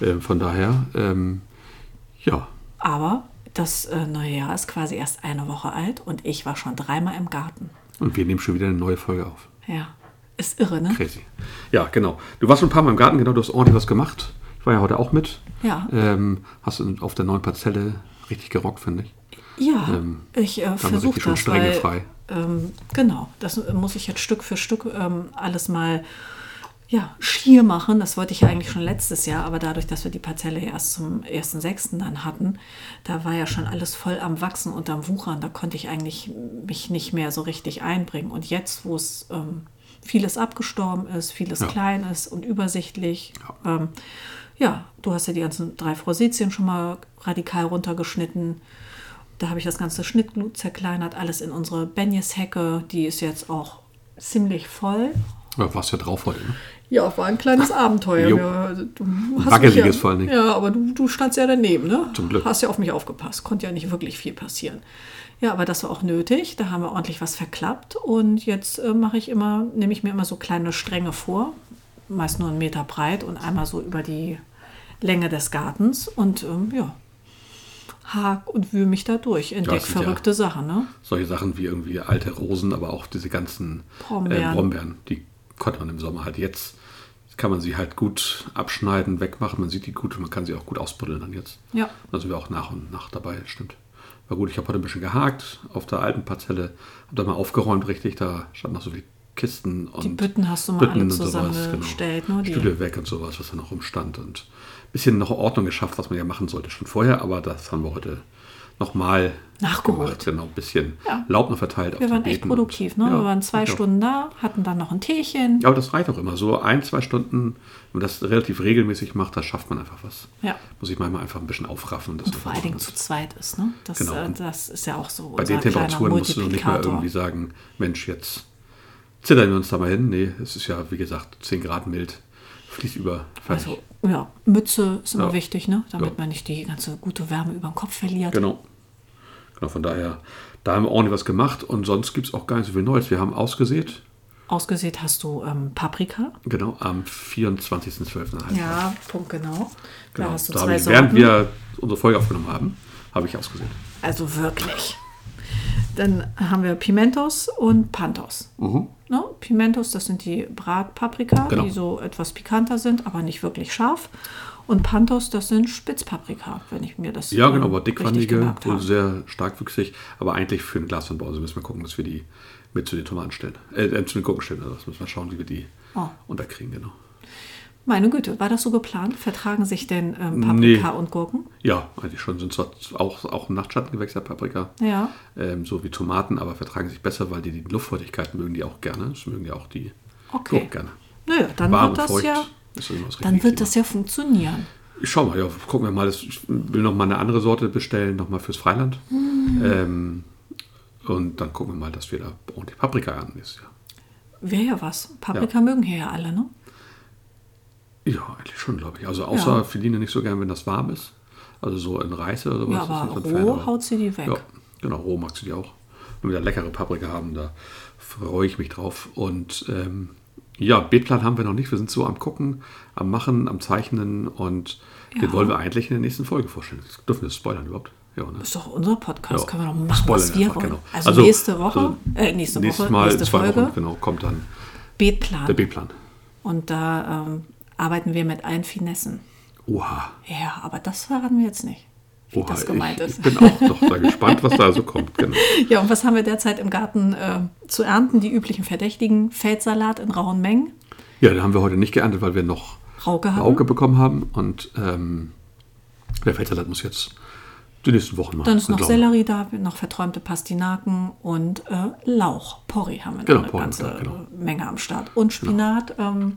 Ähm, von daher, ähm, ja,
Aber das äh, neue Jahr ist quasi erst eine Woche alt und ich war schon dreimal im Garten.
und wir nehmen schon wieder eine neue Folge auf.
Ja, ist irre, ne?
Crazy. Ja, genau. Du warst schon ein paar Mal im Garten, genau, du hast ordentlich was gemacht. Ich war ja heute auch mit.
Ja.
Ähm, hast du auf der neuen Parzelle richtig gerockt, finde ich.
Ja,
Ähm,
ich äh,
man
versuche
richtig schön
das,
Stränge
weil,
frei.
Ähm, genau, das muss ich jetzt Stück für Stück ähm, alles mal ja, schier machen. Das wollte ich ja eigentlich schon letztes Jahr, aber dadurch, dass wir die Parzelle ja erst zum 1.6. dann hatten, da war ja schon alles voll am Wachsen und am Wuchern. Da konnte ich eigentlich mich nicht mehr so richtig einbringen. Und jetzt, wo es ähm, vieles abgestorben ist, vieles
Ja.
klein ist und übersichtlich, ja. Ähm, ja, du hast ja die ganzen drei Frositien schon mal radikal runtergeschnitten. Da habe ich das ganze Schnittglut zerkleinert, alles in unsere Benjes-Hecke. Die ist jetzt auch ziemlich voll.
Ja, warst ja drauf heute. Ne?
Ja, war ein kleines Abenteuer.
Ah, Jo.
Ja, also du hast
Wackeliges
mich ja,
vor allen Dingen.
Ja, aber du, du standst ja daneben, ne?
Zum Glück.
Hast ja auf mich aufgepasst. Konnte ja nicht wirklich viel passieren. Ja, aber das war auch nötig. Da haben wir ordentlich was verklappt. Und jetzt äh, mache ich immer, nehme ich mir immer so kleine Stränge vor. Meist nur einen Meter breit und einmal so über die Länge des Gartens. Und ähm, ja, hak und wühl mich da durch. Entdeck
sind ja-
verrückte Sachen, ne?
Solche Sachen wie irgendwie alte Rosen, aber auch diese ganzen
Brombeeren.
Äh, Brombeeren, die konnte man im Sommer halt jetzt. Kann man sie halt gut abschneiden, wegmachen. Man sieht die gut und man kann sie auch gut ausbuddeln dann jetzt.
Ja.
Da sind wir auch nach und nach dabei, stimmt. War gut, ich habe heute ein bisschen gehakt auf der alten Parzelle, habe da mal aufgeräumt richtig, da standen noch so viele Kisten und. genau.
Bütten hast du mal alle zusammengestellt, ne, die-
Stühle weg und sowas, was da noch rumstand und ein bisschen noch Ordnung geschafft, was man ja machen sollte schon vorher, aber das haben wir heute nochmal
Nachgeholt.
gemacht, Genau, ein bisschen
Ja.
Laub noch verteilt. auf
Wir
den
waren echt
Beeten.
produktiv, ne?
Ja,
wir waren zwei
ich auch.
Stunden da, hatten dann noch ein Teechen.
Ja, aber das reicht auch immer. So ein, zwei Stunden, wenn man das relativ regelmäßig macht, da schafft man einfach was.
Ja.
Muss ich manchmal einfach ein bisschen aufraffen. Das
Und vor allen Dingen zu zweit ist, ne? Das,
Genau.
äh, das ist ja auch so.
Bei den Temperaturen musst du doch nicht mal irgendwie sagen, Mensch, jetzt zittern wir uns da mal hin. Nee, es ist ja, wie gesagt, 10 Grad mild, fließt über. Fertig.
Also, ja, Mütze ist immer
Ja.
wichtig, ne? Damit
Ja.
man nicht die ganze gute Wärme über den Kopf verliert.
genau. Genau, von daher, da haben wir ordentlich was gemacht und sonst gibt es auch gar nicht so viel Neues. Wir haben ausgesät,
Ausgesät hast du ähm, Paprika.
genau, am 24.12. halt.
Ja, Punkt genau.
genau.
Da hast du
da
zwei
habe ich,
Sorten.
während wir unsere Folge aufgenommen haben, habe ich ausgesät.
Also wirklich. Dann haben wir Pimentos und Pantos. Ne? Pimentos, das sind die Bratpaprika,
Genau.
die so etwas pikanter sind, aber nicht wirklich scharf. Und Pantos, das sind Spitzpaprika, wenn ich mir das
Ja,
ähm,
genau, aber
richtig
dickwandige,
gemerkt
wohl
habe.
sehr starkwüchsig, aber eigentlich für ein Glas von Brause müssen wir gucken, dass wir die mit zu den Tomaten stellen. Äh, äh, zu den Gurken stellen, also das müssen wir schauen, wie wir die
Oh.
unterkriegen, genau.
Meine Güte, war das so geplant? Vertragen sich denn ähm, Paprika und Gurken?
Ja, eigentlich schon sind zwar auch, auch ein Nachtschattengewächs der Paprika,
Ja.
ähm, so wie Tomaten, aber vertragen sich besser, weil die die Luftfeuchtigkeit mögen die auch gerne. Das mögen ja auch die
Okay.
Gurken gerne.
Naja, dann
Warm
wird
und
das
feucht.
ja.
ist immer das richtige
Dann wird
Klima.
das ja funktionieren.
Ich schau mal, ja, gucken wir mal. Das- Ich will noch mal eine andere Sorte bestellen, noch mal fürs Freiland. Ähm, und dann gucken wir mal, dass wir da ordentlich Paprika ernten nächstes Jahr.
Wäre ja was. Paprika mögen hier ja alle, ne?
Ja, eigentlich schon, glaube ich. Also außer
Ja.
Feline nicht so gern, wenn das warm ist. Also so in Reis oder sowas.
Ja,
ist nicht
aber
so ein Fan,
roh haut sie die weg.
Ja, genau, roh magst du die auch. Wenn wir da leckere Paprika haben, da freue ich mich drauf. Und ähm, ja, B-Plan haben wir noch nicht. Wir sind so am Gucken, am Machen, am Zeichnen und den
Ja.
wollen wir eigentlich in der nächsten Folge vorstellen. Das dürfen wir das spoilern überhaupt? Ja, ne?
Ist doch unser Podcast,
Ja.
können wir doch machen, was
Spoilern
wir
einfach,
wollen.
genau.
Also,
Also,
nächste Woche,
also
äh, nächste
Nächstes
Woche,
Mal in
nächste
zwei
Folge,
Wochen, genau, kommt dann der
Beetplan.
B-Plan.
Und da ähm, arbeiten wir mit allen Finessen.
Oha.
Ja, aber das verraten wir jetzt nicht, wie
Oha,
das gemeint
ich,
ist.
ich bin auch noch da gespannt, was da so kommt. Genau.
Ja, und was haben wir derzeit im Garten äh, zu ernten? Die üblichen Verdächtigen, Feldsalat in rauen Mengen,
Ja, den haben wir heute nicht geerntet, weil wir noch
Rauke haben.
Auge bekommen haben. Und ähm, der Feldsalat muss jetzt die nächsten Wochen machen. ne,
Dann ist noch
glauben.
Sellerie da, noch verträumte Pastinaken und äh, Lauch. Porree haben wir
Genau,
noch eine
Porree,
ganze
ja, genau.
Menge am Start. Und Spinat ähm,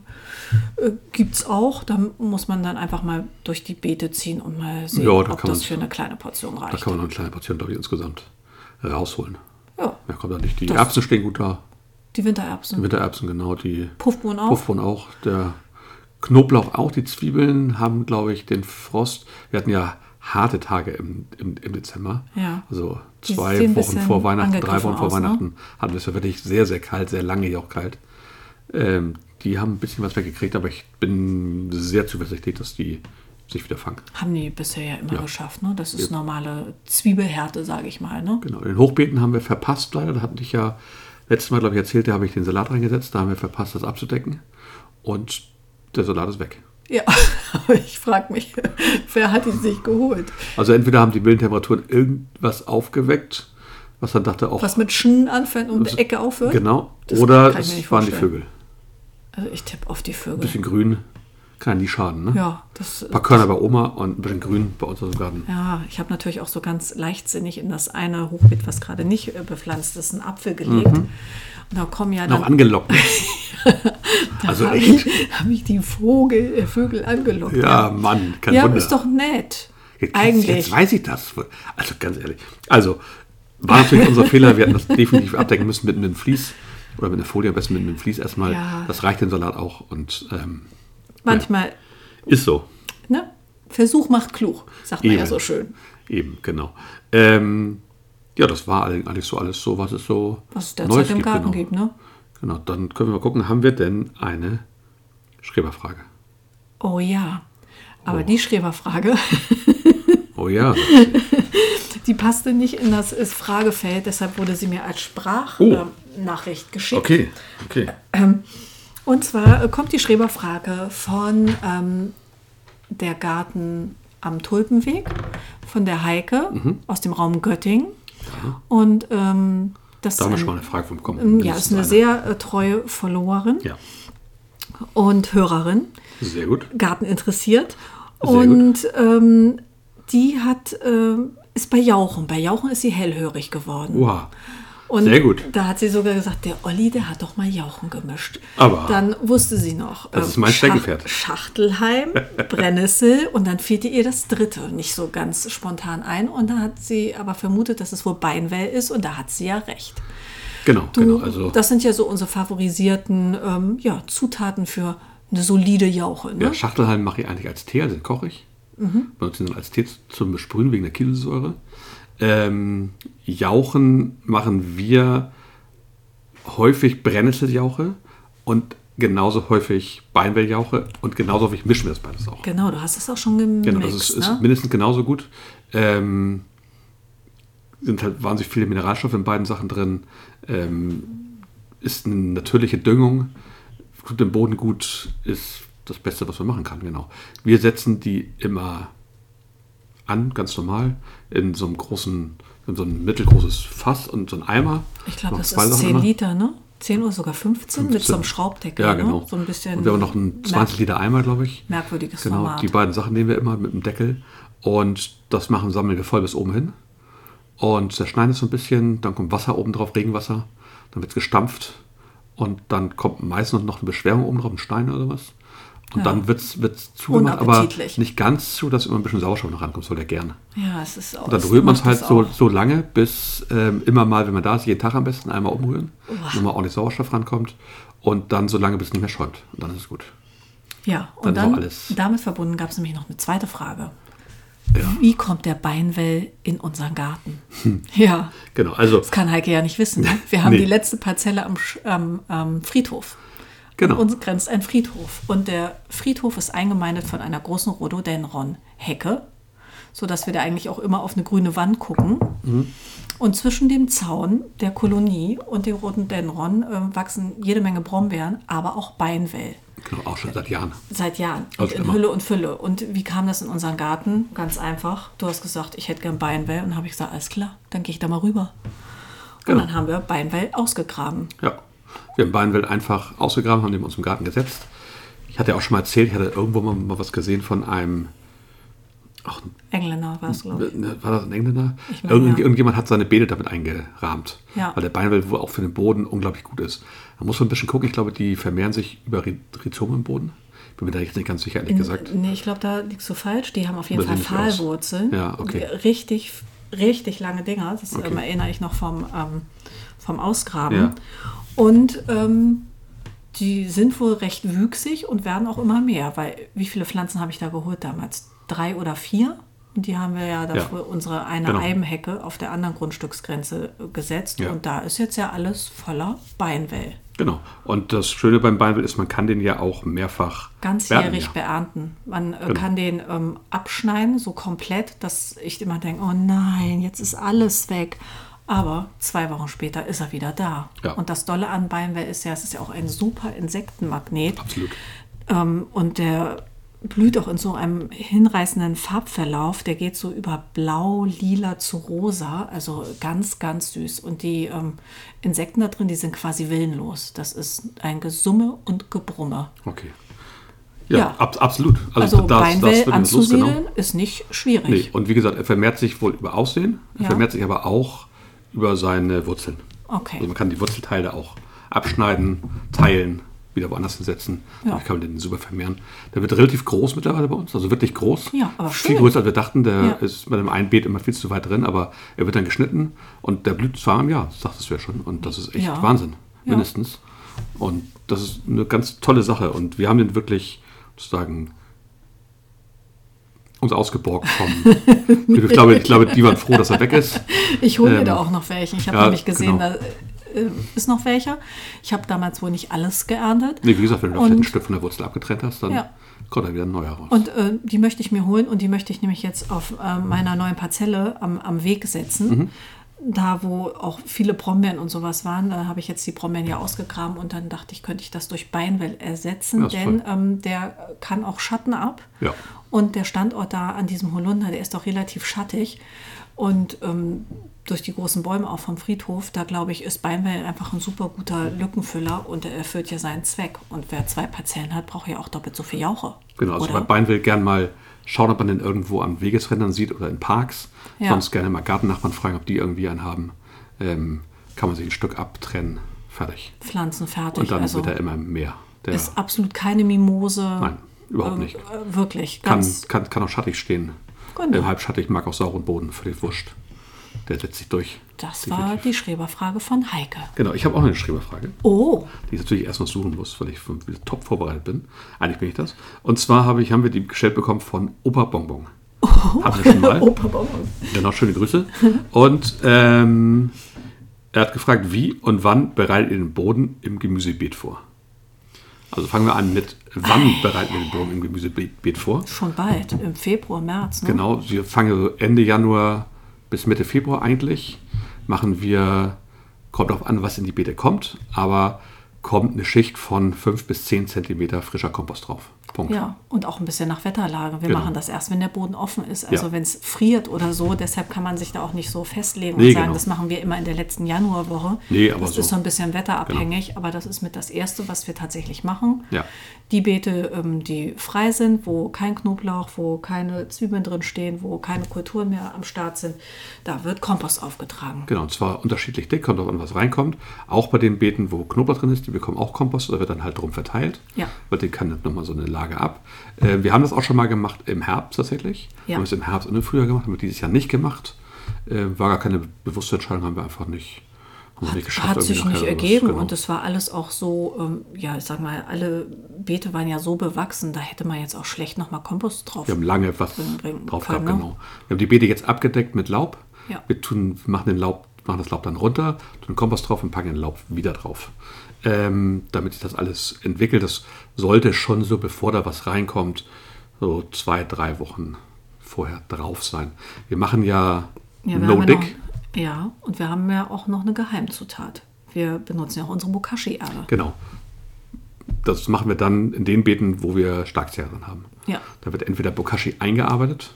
äh, gibt es auch. Da muss man dann einfach mal durch die Beete ziehen und mal sehen,
Ja, da
ob
kann
das
man-
für eine kleine Portion
Da
reicht.
kann man noch eine kleine Portion, glaube ich, insgesamt äh, rausholen.
Ja,
Da kommt dann nicht die
Das-
Erbsen stehen gut da.
die Wintererbsen.
Die Wintererbsen, genau. Die
Puffbohnen auch.
Puffbohnen auch. Der Knoblauch auch. Die Zwiebeln haben, glaube ich, den Frost. Wir hatten ja harte Tage im, im, im Dezember.
Ja.
Also
Die
zwei
sehen ein
Wochen
bisschen
vor Weihnachten, drei
angegriffen
Wochen vor
aus, ne?
Weihnachten hatten wir es ja wirklich sehr, sehr kalt, sehr lange hier auch kalt. Ähm, die haben ein bisschen was weggekriegt, aber ich bin sehr zuversichtlich, dass die sich wieder fangen.
Haben die bisher ja immer
Ja.
geschafft. Ne? Das ist normale Zwiebelhärte, sage ich mal. Ne?
Genau, den Hochbeeten haben wir verpasst leider. Da hatte ich ja letztes Mal, glaube ich, erzählt, da habe ich den Salat reingesetzt. Da haben wir verpasst, das abzudecken. Und der Salat ist weg.
Ja, aber ich frage mich, wer hat die sich geholt?
Also entweder haben die milden Temperaturen irgendwas aufgeweckt, was dann dachte auch
Was mit Schn anfängt und der Ecke aufhört?
genau,
Das
oder
kann ich mir
es
nicht
waren die
vorstellen.
Vögel.
Also ich tippe auf die
Ein
Vögel.
bisschen grün kann ja nie schaden, ne?
Ja, das
Ein paar Körner bei Oma und ein bisschen grün bei uns aus dem Garten.
Ja, ich habe natürlich auch so ganz leichtsinnig in das eine Hochbeet, was gerade nicht äh, bepflanzt ist, einen Apfel gelegt. Und da kommen ja
Mhm. Noch
dann
angelockt. also
habe
echt.
ich, hab ich die Vogel, äh, Vögel angelockt.
Ja, Mann, kein
ja
Wunder.
ist doch nett.
Jetzt,
Eigentlich.
Jetzt weiß ich das. Also ganz ehrlich. Also war natürlich unser Fehler. Wir hätten das definitiv abdecken müssen mit einem Vlies oder mit einer Folie, am besten mit einem Vlies erstmal.
Ja.
Das reicht den Salat auch und ähm,
Manchmal,
ist so.
ne? Versuch macht klug, sagt man ja
Eben.
so schön.
Eben, genau. Ähm, ja, das war all- eigentlich so alles so, was es so
Was es derzeit im Garten
genau.
gibt, ne?
Genau, dann können wir mal gucken, haben wir denn eine Schreberfrage?
Oh ja. Aber die Schreberfrage,
Oh ja,
die passte nicht in das äh, Fragefeld, deshalb wurde sie mir als
Oh.
Sprachnachricht geschickt.
okay, okay.
Und zwar äh, kommt die Schreberfrage von ähm, der Garten am Tulpenweg, von der Heike
Mhm.
aus dem Raum Göttingen. Und ähm, das
Da haben wir
ist,
schon mal
ein,
eine Frage vom Kommen.
ähm, ja, ist eine sehr äh, treue Followerin
Ja,
und Hörerin,
sehr gut.
Garten interessiert.
Sehr gut.
Und ähm, die hat ähm, ist bei Jauchen. Bei Jauchen ist sie hellhörig geworden.
Oha.
Und
Sehr gut.
Da hat sie sogar gesagt, der Olli, der hat doch mal Jauchen gemischt.
Aber-
Dann wusste sie noch.
Das
ähm,
ist mein
Schacht-
Steckenpferd.
Schachtelheim, Brennnessel und dann fehlte ihr das dritte nicht so ganz spontan ein. Und dann hat sie aber vermutet, dass es wohl Beinwell ist und da hat sie ja recht.
Genau,
Du,
genau. Also
das sind ja so unsere favorisierten ähm, ja, Zutaten für eine solide Jauche. Ne?
ja, Schachtelhalm mache ich eigentlich als Tee, also den koche ich. Benutze ihn dann als Tee z- zum Besprühen wegen der Kieselsäure. Ähm, Jauchen machen wir häufig Brennnesseljauche und genauso häufig Beinwelljauche und genauso häufig mischen wir das beides auch.
Genau, du hast das auch schon gemixt.
Genau, das ist, ist
ne?
mindestens genauso gut. Ähm, sind halt wahnsinnig viele Mineralstoffe in beiden Sachen drin. Ähm, ist eine natürliche Düngung. Tut dem Boden gut, ist das Beste, was man machen kann, genau. Wir setzen die immer an, ganz normal, in so einem großen, in so einem mittelgroßes Fass und so einem Eimer.
Ich glaube,
Noch
das
zwei
ist
Sachen
10
immer.
Liter, ne? 10 oder sogar 15, mit so einem
15.
Schraubdeckel.
Ja, genau.
Ne? So ein bisschen
und wir haben noch einen 20 Liter Eimer, glaube ich.
merkwürdiges
Genau,
Format.
die beiden Sachen nehmen wir immer mit dem Deckel und das machen, sammeln wir voll bis oben hin und zerschneiden es so ein bisschen, dann kommt Wasser oben drauf, Regenwasser, dann wird es gestampft und dann kommt meistens noch eine Beschwerung oben drauf, ein Stein oder was. Und dann wird es zugemacht, aber
Unappetitlich.
nicht ganz zu, dass immer ein bisschen Sauerstoff noch rankommt, soll der gerne.
ja, es ist auch.
Und dann
es
rührt man es
macht
halt
das
so,
auch.
so lange, bis ähm, immer mal, wenn man da ist, jeden Tag am besten einmal umrühren,
Uah.
nochmal ordentlich Sauerstoff rankommt und dann so lange, bis es nicht mehr schäumt. Und dann ist es gut.
Ja,
dann
und
ist auch
dann,
alles-
damit verbunden gab es nämlich noch eine zweite Frage.
Ja.
Wie kommt der Beinwell in unseren Garten? Ja,
Genau, also
das kann Heike ja nicht wissen. Ne? Wir haben
Nee.
die letzte Parzelle am, Sch- am, am Friedhof.
Genau.
An uns grenzt ein Friedhof. Und der Friedhof ist eingemeindet von einer großen Rhododendron-Hecke, sodass wir da eigentlich auch immer auf eine grüne Wand gucken.
Mhm.
Und zwischen dem Zaun der Kolonie und dem Rhododendron äh, wachsen jede Menge Brombeeren, aber auch Beinwell.
Genau, auch schon seit Jahren.
Seit Jahren. Und
Also
in
immer.
Hülle und Fülle. Und wie kam das in unseren Garten? Ganz einfach. Du hast gesagt, ich hätte gern Beinwell. Und habe ich gesagt, alles klar, dann gehe ich da mal rüber.
Genau.
Und dann haben wir Beinwell ausgegraben.
Ja. Wir haben Beinwelt einfach ausgegraben, haben den bei uns im Garten gesetzt. Ich hatte ja auch schon mal erzählt, ich hatte irgendwo mal, mal was gesehen von einem, ach,
Engländer war es, glaube ich.
ne, war das ein Engländer?
Ich meine,
Irgend,
ja.
Irgendjemand hat seine Beete damit eingerahmt.
Ja.
Weil der Beinwelt wohl auch für den Boden unglaublich gut ist. Da muss man ein bisschen gucken, ich glaube, die vermehren sich über Rhi- Rhizome im Boden. Bin mir da jetzt nicht ganz sicher, ehrlich gesagt.
Nee, ich glaube, da liegst du falsch. Die haben auf jeden
Oder
Fall
sehen die aus?
Pfahlwurzeln.
Ja, okay.
Richtig, richtig lange Dinger. Das
Okay.
ähm, erinnere ich noch vom, ähm, vom Ausgraben.
Ja.
Und ähm, die sind wohl recht wüchsig und werden auch immer mehr. Weil wie viele Pflanzen habe ich da geholt damals? Drei oder vier? Und die haben wir ja dafür unsere eine
Genau.
Eibenhecke auf der anderen Grundstücksgrenze äh, gesetzt.
Ja.
Und da ist jetzt ja alles voller Beinwell.
Genau. Und das Schöne beim Beinwelt ist, man kann den ja auch mehrfach
ganzjährig
ja. Genau.
beernten. Man äh, kann den ähm, abschneiden, so komplett, dass ich immer denke, oh nein, jetzt ist alles weg. Aber zwei Wochen später ist er wieder da.
Ja.
Und das Dolle an Beinwell ist ja, es ist ja auch ein super Insektenmagnet.
Absolut.
Ähm, und der blüht auch in so einem hinreißenden Farbverlauf. Der geht so über blau, lila zu rosa. Also ganz, ganz süß. Und die ähm, Insekten da drin, die sind quasi willenlos. Das ist ein Gesumme und Gebrumme.
Okay. Ja,
Ja.
Ab, absolut.
Also
wird
Beinwell
mir bewusst,
anzusiedeln ist nicht
Nee,
schwierig.
und wie gesagt, er vermehrt sich wohl über Aussehen, er
Ja.
vermehrt sich aber auch über seine Wurzeln.
Okay.
Also man kann die Wurzelteile auch abschneiden, teilen, wieder woanders hinsetzen.
Ja.
Dadurch kann man den super vermehren. Der wird relativ groß mittlerweile bei uns, also wirklich groß.
Ja, aber
Viel
schön.
größer als wir dachten. Der
Ja.
ist bei dem einen Beet immer viel zu weit drin, aber er wird dann geschnitten und der blüht zweimal im Jahr, sagtest du ja schon. Und das ist echt
Ja.
Wahnsinn,
Ja.
mindestens. Und das ist eine ganz tolle Sache. Und wir haben den wirklich sozusagen uns ausgeborgt vom. ich, glaube, ich glaube, die waren froh, dass er weg ist.
Ich hole mir
Ähm,
da auch noch welche. Ich habe
ja,
nämlich
genau.
gesehen, da äh, ist noch welcher. Ich habe damals wohl nicht alles geerntet.
Nee, wie gesagt, wenn du da
Und-
vielleicht ein Stück von der Wurzel abgetrennt hast, dann
Ja.
kommt da wieder ein neuer raus.
Und äh, die möchte ich mir holen und die möchte ich nämlich jetzt auf äh,
Mhm.
meiner neuen Parzelle am, am Weg setzen. Da, wo auch viele Brombeeren und sowas waren, da habe ich jetzt die Brombeeren ja ausgegraben und dann dachte ich, könnte ich das durch Beinwell ersetzen,
Ja, ist
denn
toll.
ähm, der kann auch Schatten ab.
Ja.
Und der Standort da an diesem Holunder, der ist doch relativ schattig. Und ähm, durch die großen Bäume auch vom Friedhof, da glaube ich, ist Beinwell einfach ein super guter Lückenfüller und er erfüllt ja seinen Zweck. Und wer zwei Parzellen hat, braucht ja auch doppelt so viel Jauche.
Genau, also bei
oder?
Beinwild gern mal schauen, ob man den irgendwo am Wegesrändern sieht oder in Parks.
Ja.
Sonst gerne mal Gartennachbarn fragen, ob die irgendwie einen haben. Ähm, kann man sich ein Stück abtrennen. Fertig.
Pflanzen fertig.
Und dann
also
wird er immer mehr. Der
ist absolut keine Mimose.
Nein, überhaupt nicht.
Äh, wirklich.
kann,
Ganz
kann, kann auch schattig stehen.
Genau.
Äh, halb schattig mag auch sauren Boden, völlig wurscht. Der setzt sich durch.
Das
Definitiv.
war die Schreberfrage von Heike.
Genau, ich habe auch eine Schreberfrage.
Oh,
die ich natürlich erst noch suchen muss, weil ich von- top vorbereitet bin. Eigentlich bin ich das. Und zwar habe ich, haben wir die gestellt bekommen von Opa Bonbon. Oh. Hatten wir schon mal.
Opa Bonbon.
Genau, schöne Grüße. Und ähm, er hat gefragt, wie und wann bereitet ihr den Boden im Gemüsebeet vor? Also fangen wir an mit, wann bereiten wir den Boden im Gemüsebeet vor?
Schon bald, im Februar, März. Ne?
Genau, wir fangen so Ende Januar bis Mitte Februar eigentlich. Machen wir, kommt darauf an, was in die Beete kommt, aber kommt eine Schicht von 5 bis 10 Zentimeter frischer Kompost drauf. Punkt.
Ja, und auch ein bisschen nach Wetterlage. Wir
Genau.
machen das erst, wenn der Boden offen ist. Also
Ja.
wenn es friert oder so. Deshalb kann man sich da auch nicht so festlegen
Nee,
und sagen,
genau.
das machen wir immer in der letzten Januarwoche.
Nee, aber
das
so. Genau.
ist so ein bisschen wetterabhängig, aber das ist mit das Erste, was wir tatsächlich machen.
Ja.
Die Beete, ähm, die frei sind, wo kein Knoblauch, wo keine Zwiebeln drin stehen, wo keine Kulturen mehr am Start sind, da wird Kompost aufgetragen.
Genau, und zwar unterschiedlich dick, kommt darauf an, was reinkommt. Auch bei den Beeten, wo Knoblauch drin ist, die bekommen auch Kompost, da wird dann halt drum verteilt.
Ja.
Weil den kann dann nochmal so eine Lage ab. Äh, wir haben das auch schon mal gemacht im Herbst tatsächlich.
Ja.
Haben wir es im Herbst und im Frühjahr gemacht, haben wir dieses Jahr nicht gemacht. Äh, war gar keine bewusste Entscheidung, haben wir einfach nicht, haben wir nicht geschafft.
Hat
irgendwie
sich
nachher
nicht
oder was,
ergeben
genau.
und es war alles auch so, ähm, ja, ich sag mal, alle Beete waren ja so bewachsen, da hätte man jetzt auch schlecht nochmal Kompost drauf.
Wir haben lange was
Bringen- bringen
drauf
können,
gehabt,
ne?
genau. Wir haben die Beete jetzt abgedeckt mit Laub.
Ja.
Wir tun, machen, den Laub, machen das Laub dann runter, tun Kompost drauf und packen den Laub wieder drauf. Ähm, damit sich das alles entwickelt. Das sollte schon so, bevor da was reinkommt, so zwei, drei Wochen vorher drauf sein. Wir machen ja,
ja, wir
No
haben ja
Dick.
Noch, ja, und wir haben ja auch noch eine Geheimzutat. Wir benutzen ja auch unsere Bokashi-Erde.
Genau. Das machen wir dann in den Beeten, wo wir Starkzehrer drin haben.
Ja.
Da wird entweder Bokashi eingearbeitet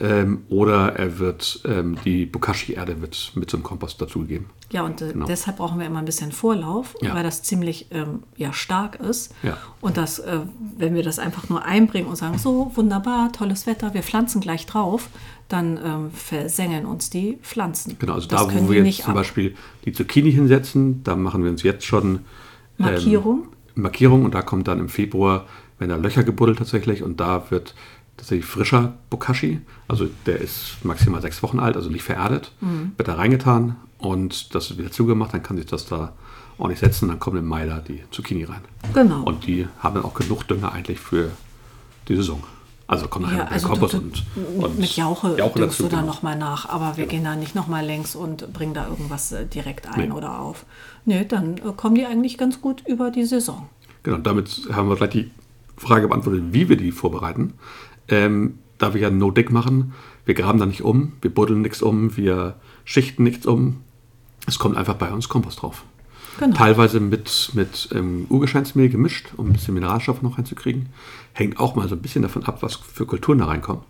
ähm, oder er wird ähm, die Bokashi-Erde wird mit zum Kompost dazugegeben.
Ja, und äh,
Genau.
deshalb brauchen wir immer ein bisschen Vorlauf,
Ja.
weil das ziemlich ähm, ja, stark ist.
Ja.
Und das, äh, wenn wir das einfach nur einbringen und sagen, so wunderbar, tolles Wetter, wir pflanzen gleich drauf, dann ähm, versengen uns die Pflanzen.
Genau, also
das
da,
können
wo
die
wir
nicht
jetzt zum
ab.
Beispiel die Zucchini hinsetzen, da machen wir uns jetzt schon ähm,
Markierung?
Markierung und da kommt dann im Februar, wenn da Löcher gebuddelt tatsächlich und da wird tatsächlich frischer Bokashi, also der ist maximal sechs Wochen alt, also nicht vererdet,
Mhm.
wird da reingetan und das wird wieder zugemacht, dann kann sich das da ordentlich setzen und dann kommen im Mai da die Zucchini rein.
Genau.
Und die haben dann auch genug Dünger eigentlich für die Saison. Also kommt nachher
Ja,
noch der
also
Kompost
du-
und,
mit,
und
mit Jauche, denkst du da
genau.
nochmal nach, aber wir gehen da nicht nochmal längs und bringen da irgendwas äh, direkt ein
Nee.
oder auf. Nee, dann äh, kommen die eigentlich ganz gut über die Saison.
Genau, damit haben wir gleich die Frage beantwortet, wie wir die vorbereiten. Ähm, da wir ja No-Deck machen, wir graben da nicht um, wir buddeln nichts um, wir schichten nichts um. Es kommt einfach bei uns Kompost drauf.
Genau.
Teilweise mit, mit ähm, Urgesteinsmehl gemischt, um ein bisschen Mineralstoffe noch reinzukriegen. Hängt auch mal so ein bisschen davon ab, was für Kulturen da reinkommen.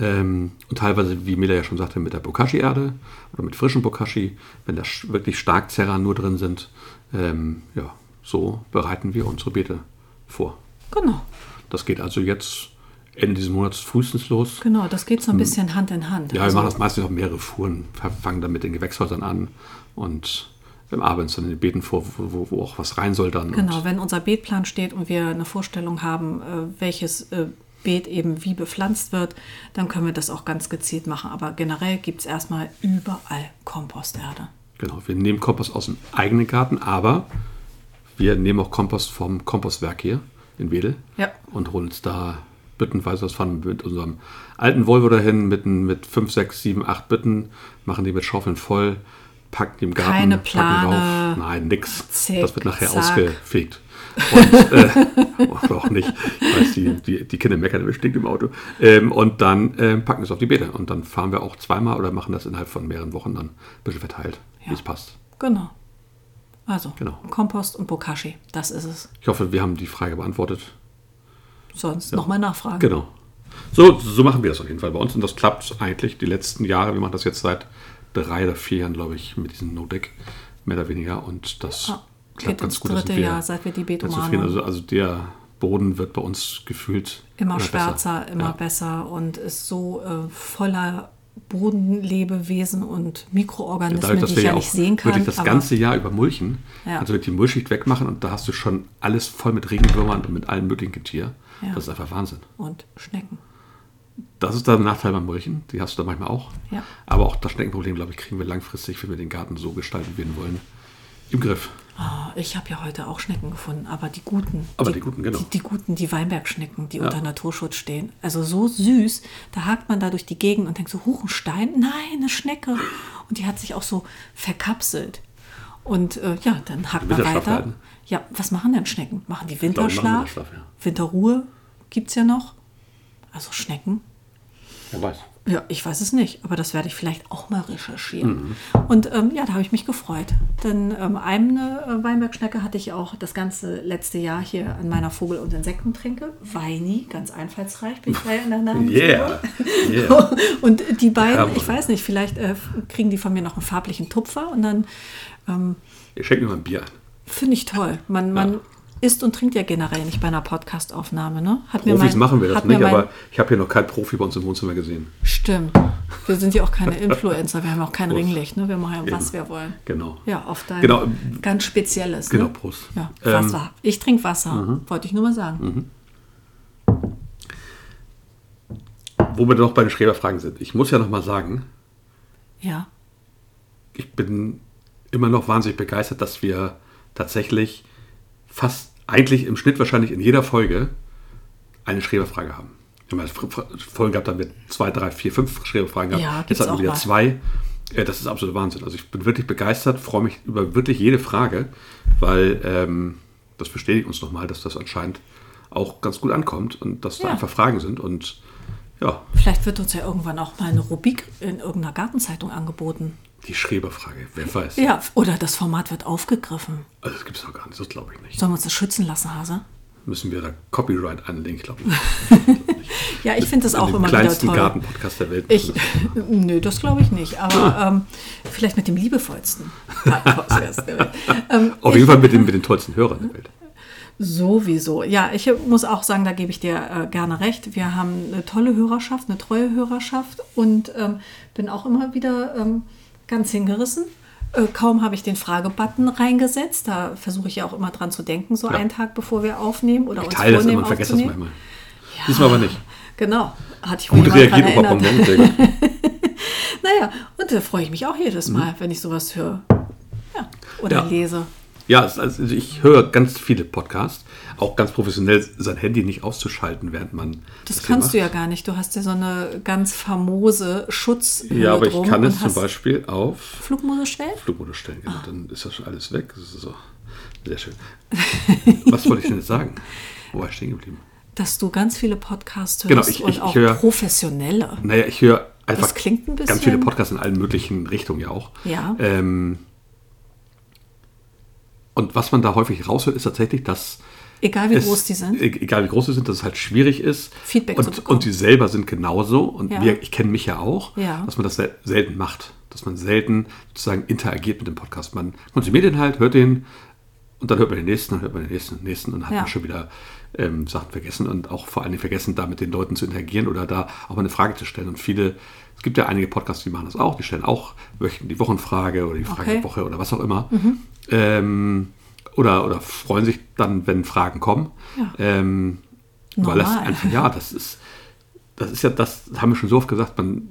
Ähm, und teilweise, wie Mila ja schon sagte, mit der Bokashi-Erde oder mit frischem Bokashi, wenn da sch- wirklich stark Zerra nur drin sind. Ähm, ja, so bereiten wir unsere Beete vor.
Genau.
Das geht also jetzt Ende dieses Monats frühestens los.
Genau, das geht so ein bisschen Hand in Hand.
Hm. Ja, wir
Also-
machen das meistens auf mehrere Fuhren, f- fangen dann mit den Gewächshäusern an und ähm, arbeiten dann in den Beeten vor, wo, wo, wo auch was rein soll dann.
Genau,
Und,
wenn unser Beetplan steht und wir eine Vorstellung haben, äh, welches äh, Beet eben wie bepflanzt wird, dann können wir das auch ganz gezielt machen. Aber generell gibt es erstmal überall Komposterde.
genau, wir nehmen Kompost aus dem eigenen Garten, aber wir nehmen auch Kompost vom Kompostwerk hier in Wedel
Ja.
und holen uns da büttenweise was fahren mit unserem alten Volvo dahin, mit, ein- mit 5, 6, 7, 8 Bütten, machen die mit Schaufeln voll, packen die im Garten,
Keine
packen
Plane.
rauf. Nein, nix.
Zick,
das wird nachher
zack.
ausgefegt. Und, äh, oder auch nicht. Ich weiß, die, die, die Kinder meckern, es stinkt im Auto. Ähm, und dann ähm, packen wir es auf die Beete. Und dann fahren wir auch zweimal oder machen das innerhalb von mehreren Wochen dann ein bisschen verteilt, wie
Ja.
es passt.
Genau. Also
Genau.
Kompost und Bokashi, das ist es.
Ich hoffe, wir haben die Frage beantwortet.
Sonst nochmal nachfragen.
Genau. So, so machen wir das auf jeden Fall bei uns und das klappt eigentlich die letzten Jahre. Wir machen das jetzt seit drei oder vier Jahren, glaube ich, mit diesem No-Deck, mehr oder weniger. Und das
Ah,
klappt
geht
ganz
ins
gut. Da
dritte
sind wir
Jahr, seit wir die
ganz zufrieden.
Betomane
Also, also der Boden wird bei uns gefühlt
immer
besser.
schwärzer, immer
ja.
besser und ist so äh, voller Bodenlebewesen und Mikroorganismen,
Dadurch, dass
die
wir
ich
ja
ja
auch
nicht sehen kann.
wirklich das ganze Jahr über mulchen,
Ja.
also die Mulchschicht wegmachen und da hast du schon alles voll mit Regenwürmern und mit allem möglichen Getier.
Ja.
Das ist einfach Wahnsinn.
und Schnecken.
Das ist der Nachteil beim Mulchen, die hast du da manchmal auch.
Ja.
Aber auch das Schneckenproblem, glaube ich, kriegen wir langfristig, wenn wir den Garten so gestalten, wie wir ihn wollen, im Griff.
Ah, ich habe ja heute auch Schnecken gefunden, aber die guten.
Aber die guten, genau.
Die, die guten, die Weinbergschnecken, die unter Naturschutz stehen. Also so süß. Da hakt man da durch die Gegend und denkt so, Huchenstein? Nein, eine Schnecke. Und die hat sich auch so verkapselt. Und äh, ja, dann hakt man
Winterschlaf
weiter.
halten.
Ja, was machen denn Schnecken? Machen die
glaube, die
Winterschlaf?
machen Winterschlaf, ja.
Winterruhe gibt es ja noch. Also Schnecken.
Wer weiß.
Ja, ich weiß es nicht, aber das werde ich vielleicht auch mal recherchieren.
Mhm.
Und ähm, ja, da habe ich mich gefreut. Denn ähm, eine äh, Weinbergschnecke hatte ich auch das ganze letzte Jahr hier an meiner Vogel- und Insektentränke. Weini, ganz einfallsreich, bin ich gleich in der Name.
Yeah. yeah.
Und die beiden,
Ja.
ich weiß nicht, vielleicht äh, kriegen die von mir noch einen farblichen Tupfer und dann ähm,
Ich schenke mir mal ein Bier ein.
finde ich toll. Man, man isst und trinkt ja generell nicht bei einer Podcastaufnahme, ne? Hat mir
Profis
mein-
machen wir das
hat mir
nicht,
mein-
aber ich habe hier noch keinen Profi bei uns im Wohnzimmer gesehen.
Stimmt. Wir sind ja auch keine Influencer, wir haben auch kein
Prost.
Ringlicht, ne? Wir machen ja, was
Eben.
wir wollen.
Genau.
Ja, auf dein
Genau.
ganz spezielles.
Genau,
ne?
Prost.
Ja,
Ähm, mhm.
Wasser. ich trinke Wasser, wollte ich nur mal sagen.
Wo wir noch bei den Schreberfragen sind. Ich muss ja noch mal sagen,
Ja,
ich bin immer noch wahnsinnig begeistert, dass wir tatsächlich fast eigentlich im Schnitt wahrscheinlich in jeder Folge eine Schreberfrage haben. Wir haben ja Fr- Fr- Folgen gehabt, da haben wir zwei, drei, vier, fünf Schreberfragen gehabt.
Ja, gibt's
Jetzt hatten
auch
wir wieder
mal.
zwei. Äh, Das ist absoluter Wahnsinn. Also ich bin wirklich begeistert, freue mich über wirklich jede Frage, weil ähm, das bestätigt uns nochmal, dass das anscheinend auch ganz gut ankommt und dass da
Ja.
einfach Fragen sind. Und ja,
vielleicht wird uns ja irgendwann auch mal eine Rubrik in irgendeiner Gartenzeitung angeboten.
die Schreberfrage, wer weiß.
Ja, oder das Format wird aufgegriffen.
Also das gibt es noch gar nicht, das glaube ich nicht.
Sollen wir uns das schützen lassen, Hase?
müssen wir da Copyright anlegen, ich glaube nicht.
Ja, ich finde das
In
auch
dem
immer wieder
kleinsten
toll.
Gartenpodcast der Welt.
Ich, nö, das glaube ich nicht, aber
Ah.
ähm, vielleicht mit dem liebevollsten. Podcast der Welt. ähm,
Auf jeden Fall mit den, mit den tollsten Hörern der Welt.
Sowieso. Ja, ich muss auch sagen, da gebe ich dir äh, gerne recht. Wir haben eine tolle Hörerschaft, eine treue Hörerschaft und ähm, bin auch immer wieder ähm, ganz hingerissen. Äh, kaum habe ich den Fragebutton reingesetzt. Da versuche ich ja auch immer dran zu denken, so
Ja.
einen Tag bevor wir aufnehmen oder
Ich
uns
teile das immer
vornehmen
und vergesse das
aufzunehmen.
manchmal. Diesmal aber nicht.
Genau. Hatte ich
Gut
mich mal dran
reagiert, Opa
erinnert.
Bonbon. Sehr gut.
Naja, und da freue ich mich auch jedes Mal, wenn ich sowas höre. Ja. Oder
Mhm. Ja.
lese.
Ja, es- also ich höre ganz viele Podcasts. Auch ganz professionell sein Handy nicht auszuschalten, während man.
Das,
hier
kannst
macht.
du ja gar nicht. Du hast ja so eine ganz famose Schutz.
Ja, aber ich kann es zum
Beispiel.
Beispiel auf
Flugmodus stellen?
Flugmodus stellen.
Ah.
Genau. Dann ist das schon alles weg. Das ist so. Sehr schön. Was wollte ich denn jetzt sagen? Wo war ich stehen geblieben?
Dass du ganz viele Podcasts hörst
Genau, ich-
und
ich
auch
höre-
professionelle.
Naja, ich höre einfach
Das klingt ein
ganz viele
bisschen-
Podcasts in allen möglichen Richtungen ja auch.
Ja.
Ähm, und was man da häufig raushört, ist tatsächlich, dass
Egal wie
es-
groß die sind.
e- egal wie groß sie sind, dass es halt schwierig ist.
Feedback
und,
zu bekommen.
Und sie selber sind genauso. Und
Ja.
wir, ich kenne mich ja auch,
Ja.
dass man das sel- selten macht. Dass man selten sozusagen interagiert mit dem Podcast. Man konsumiert den halt, hört den und dann hört man den nächsten, dann hört man den nächsten und den nächsten und hat
Ja.
man schon wieder ähm, Sachen vergessen und auch vor allen Dingen vergessen, da mit den Leuten zu interagieren oder da auch mal eine Frage zu stellen. Und viele, es gibt ja einige Podcasts, die machen das auch, die stellen auch wöchentlich die Wochenfrage oder die Frage
Okay. Mhm.
der Woche oder was auch immer. Ähm, oder, oder freuen sich dann, wenn Fragen kommen.
Ja.
Ähm, weil das
Normal.
einfach, ja, das ist, das ist ja, das haben wir schon so oft gesagt, man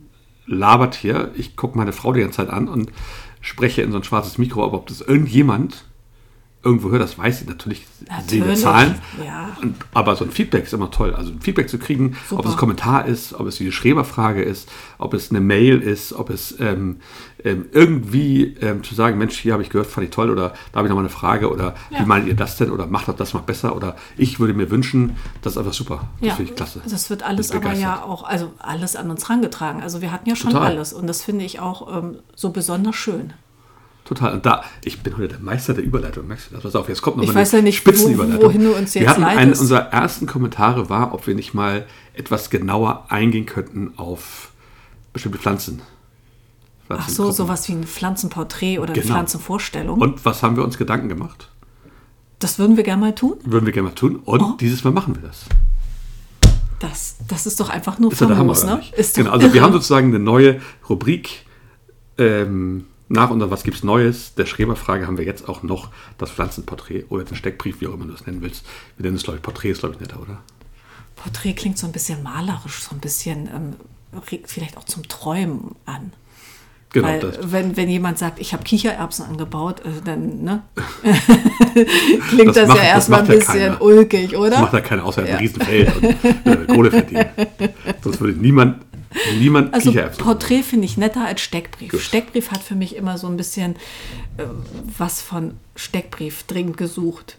labert hier, ich gucke meine Frau die ganze Zeit an und spreche in so ein schwarzes Mikro, aber ob das irgendjemand irgendwo hört, das weiß ich natürlich, sehen wir
Natürlich,
Zahlen.
ja.
Und, aber so ein Feedback ist immer toll. Also ein Feedback zu kriegen, ob
Super.
es ein Kommentar ist, ob es diese Schreberfrage ist, ob es eine Mail ist, ob es ähm, ähm, irgendwie ähm, zu sagen, Mensch, hier habe ich gehört, fand ich toll oder da habe ich noch mal eine Frage oder
Ja.
wie meint ihr das denn oder macht doch das mal besser oder ich würde mir wünschen, das ist einfach super. Das finde ich klasse.
Das wird alles
Bin
aber
begeistert.
ja auch, also alles an uns rangetragen. Also wir hatten ja schon
Total.
alles und das finde ich auch ähm, so besonders schön.
Total. Und da, ich bin heute der Meister der Überleitung. Merkst du das? Pass auf, jetzt kommt noch
Ich
mal
weiß ja nicht, wo-
Spitzenüberleitung.
wohin du uns jetzt
wir hatten einen
leitest.
unserer ersten Kommentare war, ob wir nicht mal etwas genauer eingehen könnten auf bestimmte Pflanzen.
Ach so,
Pflanzengruppen.
sowas wie ein Pflanzenporträt oder eine
Genau.
Pflanzenvorstellung.
Und was haben wir uns Gedanken gemacht?
das würden wir gerne mal tun.
Würden wir gerne mal tun. Und
Oh.
dieses Mal machen wir das.
Das, das ist doch einfach nur
Ist ja der Hammer,
famos,
oder
ne?
nicht?
Ist doch
genau, also wir
irre.
haben sozusagen eine neue Rubrik ähm, nach unserem Was gibt's Neues? Der Schreberfrage haben wir jetzt auch noch das Pflanzenporträt oder den Steckbrief, wie auch immer du das nennen willst. Wir nennen es, glaube ich, Porträt ist, glaube ich, netter, oder?
Porträt klingt so ein bisschen malerisch, so ein bisschen ähm, regt vielleicht auch zum Träumen an.
Genau,
Weil
das,
wenn, wenn jemand sagt, ich habe Kichererbsen angebaut, äh, dann ne? klingt
Das
das,
macht- das
ja erstmal ein
macht ja
bisschen
keiner.
ulkig,
das macht
oder?
ja keiner außer ein Riesenfeld und äh, Kohle verdienen. Sonst würde niemand, niemand
Also
Kichererbsen-
Porträt finde ich netter als Steckbrief.
Gut.
Steckbrief hat für mich immer so ein bisschen äh, was von Steckbrief dringend gesucht.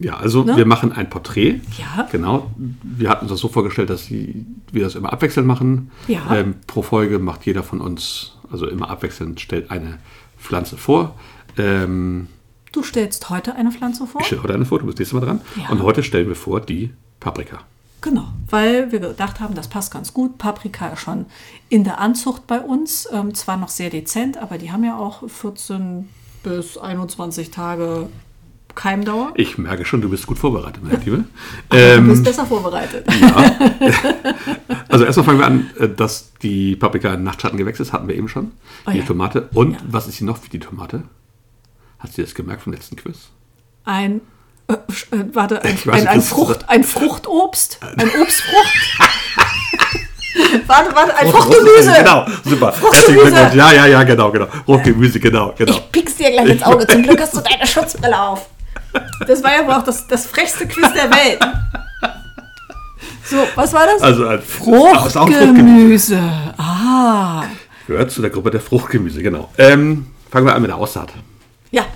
Ja, also
Ne?
wir machen ein Porträt.
Ja.
Genau. Wir hatten uns das so vorgestellt, dass sie- wir das immer abwechselnd machen.
Ja.
Ähm, pro Folge macht jeder von uns, also immer abwechselnd, stellt eine Pflanze vor. Ähm,
Du stellst heute eine Pflanze vor?
ich stelle heute eine vor, du bist nächstes Mal dran.
Ja.
Und heute stellen wir vor die Paprika.
Genau, weil wir gedacht haben, das passt ganz gut. Paprika ist schon in der Anzucht bei uns, ähm, zwar noch sehr dezent, aber die haben ja auch 14 bis 21 Tage Keimdauer.
Ich merke schon, du bist gut vorbereitet, meine Liebe.
Du
Ähm,
bist besser vorbereitet.
also erstmal fangen wir an, äh, dass die Paprika in Nachtschatten gewechselt ist, hatten wir eben schon.
Oh
die
ja.
Tomate. Und
Ja.
was ist sie noch für die Tomate? Hast du das gemerkt vom letzten Quiz?
Ein, äh, sch- äh, warte, ein,
Ich weiß
ein,
nicht,
ein,
das ist-
Frucht, ein Fruchtobst, ein Obstfrucht. warte, warte, ein
Rotes Gemüse,
Fruchtgemüse.
Genau, super.
Fruchtgemüse.
Herzlichen Glückwunsch. Ja, ja, ja, genau, genau. Rotgemüse, genau, genau.
Ich piekst dir gleich ins Auge. Zum Glück hast du deine Schutzbrille auf. Das war ja wohl auch das, das frechste Quiz der Welt. So, was war das?
Also ein Ah, ist auch ein Fruchtgemüse.
Fruchtgemüse. Ah.
Gehört zu der Gruppe der Fruchtgemüse, genau. Ähm, fangen wir an mit der Aussaat.
Ja,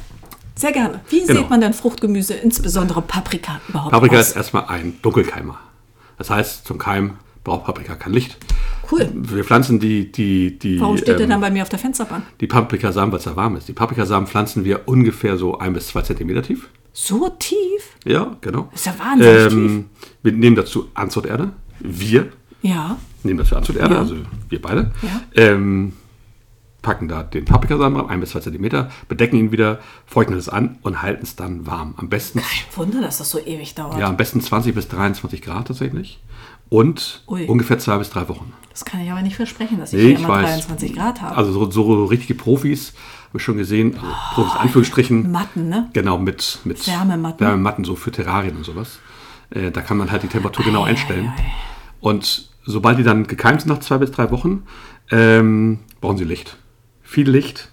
sehr gerne. Wie
Genau.
sieht man denn Fruchtgemüse, insbesondere Paprika, überhaupt
Paprika
aus?
ist erstmal ein Dunkelkeimer. Das heißt, zum Keim braucht Paprika kein Licht.
Cool.
Wir pflanzen die, die, die,
Warum steht der
ähm,
dann bei mir auf der Fensterbank?
die Paprikasamen, weil es ja warm ist. Die Paprikasamen pflanzen wir ungefähr so ein bis zwei Zentimeter tief.
So tief?
Ja, genau.
Ist ja wahnsinnig
ähm, Wir nehmen dazu Anzuterde. Wir
Ja.
nehmen das für Anzugerde,
Ja.
also wir beide.
Ja.
Ähm, packen da den Paprikasamen rein, ein bis zwei Zentimeter, bedecken ihn wieder, feuchten es an und halten es dann warm. Am besten,
Kein Wunder, dass das so ewig dauert.
ja, am besten 20 bis 23 Grad tatsächlich. Und
Ui.
ungefähr zwei bis drei Wochen.
Das kann ich aber nicht versprechen, dass ich
Nee,
hier
ich
immer
weiß.
23 Grad habe.
Also so, so richtige Profis, habe ich schon gesehen, also Profis in Anführungsstrichen.
Matten, ne?
Genau, mit, mit
Wärmematten.
Wärmematten, so für Terrarien und sowas. Äh, da kann man halt die Temperatur genau
Ei, ei,
einstellen.
ei.
Und sobald die dann gekeimt sind nach zwei bis drei Wochen, ähm, brauchen sie Licht. Viel Licht,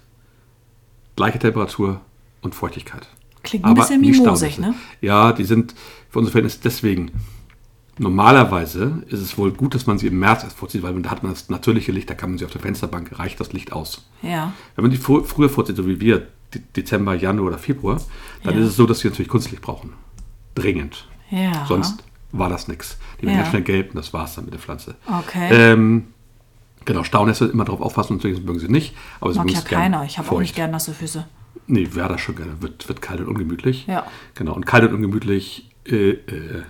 gleiche Temperatur und Feuchtigkeit.
Klingt ein bisschen
nicht
mimosig,
staubig.
ne?
Ja, die sind für unser Verhältnis deswegen. Normalerweise ist es wohl gut, dass man sie im März erst vorzieht, weil da hat man das natürliche Licht, da kann man sie auf der Fensterbank, reicht das Licht aus.
Ja.
Wenn man die fr früher vorzieht, so wie wir, De Dezember, Januar oder Februar, dann
Ja.
ist es so, dass wir natürlich Kunstlicht brauchen. Dringend.
Ja.
Sonst war das nichts. Die werden
Ja.
ganz schnell gelb und das war es dann mit der Pflanze.
Okay.
Ähm, genau, Staunässe immer drauf aufpassen, natürlich mögen sie nicht. Aber sie
Mag
mögen
ja
es gern
keiner. Ich habe auch nicht
feucht.
gern nasse Füße.
Nee, wäre das schon gerne. Wird, wird kalt und ungemütlich.
Ja.
Genau, und kalt und ungemütlich. Äh, äh.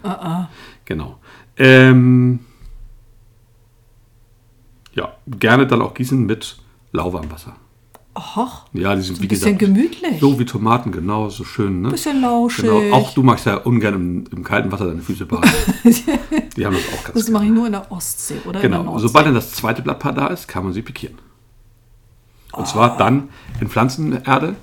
Genau. Ähm, ja, gerne dann auch gießen mit lauwarmem Wasser.
Och,
Ja, die sind wie
ein bisschen
gesagt.
gemütlich.
So wie Tomaten, genau, so schön. Ne?
Bisschen lauschig.
Genau. Auch du magst ja ungern im, im kalten Wasser deine Füße baden. die haben das auch ganz
das
gerne.
mache ich nur in der Ostsee oder in der
Genau.
Nordsee.
Sobald dann das zweite Blattpaar da ist, kann man sie pikieren. Und zwar dann in Pflanzenerde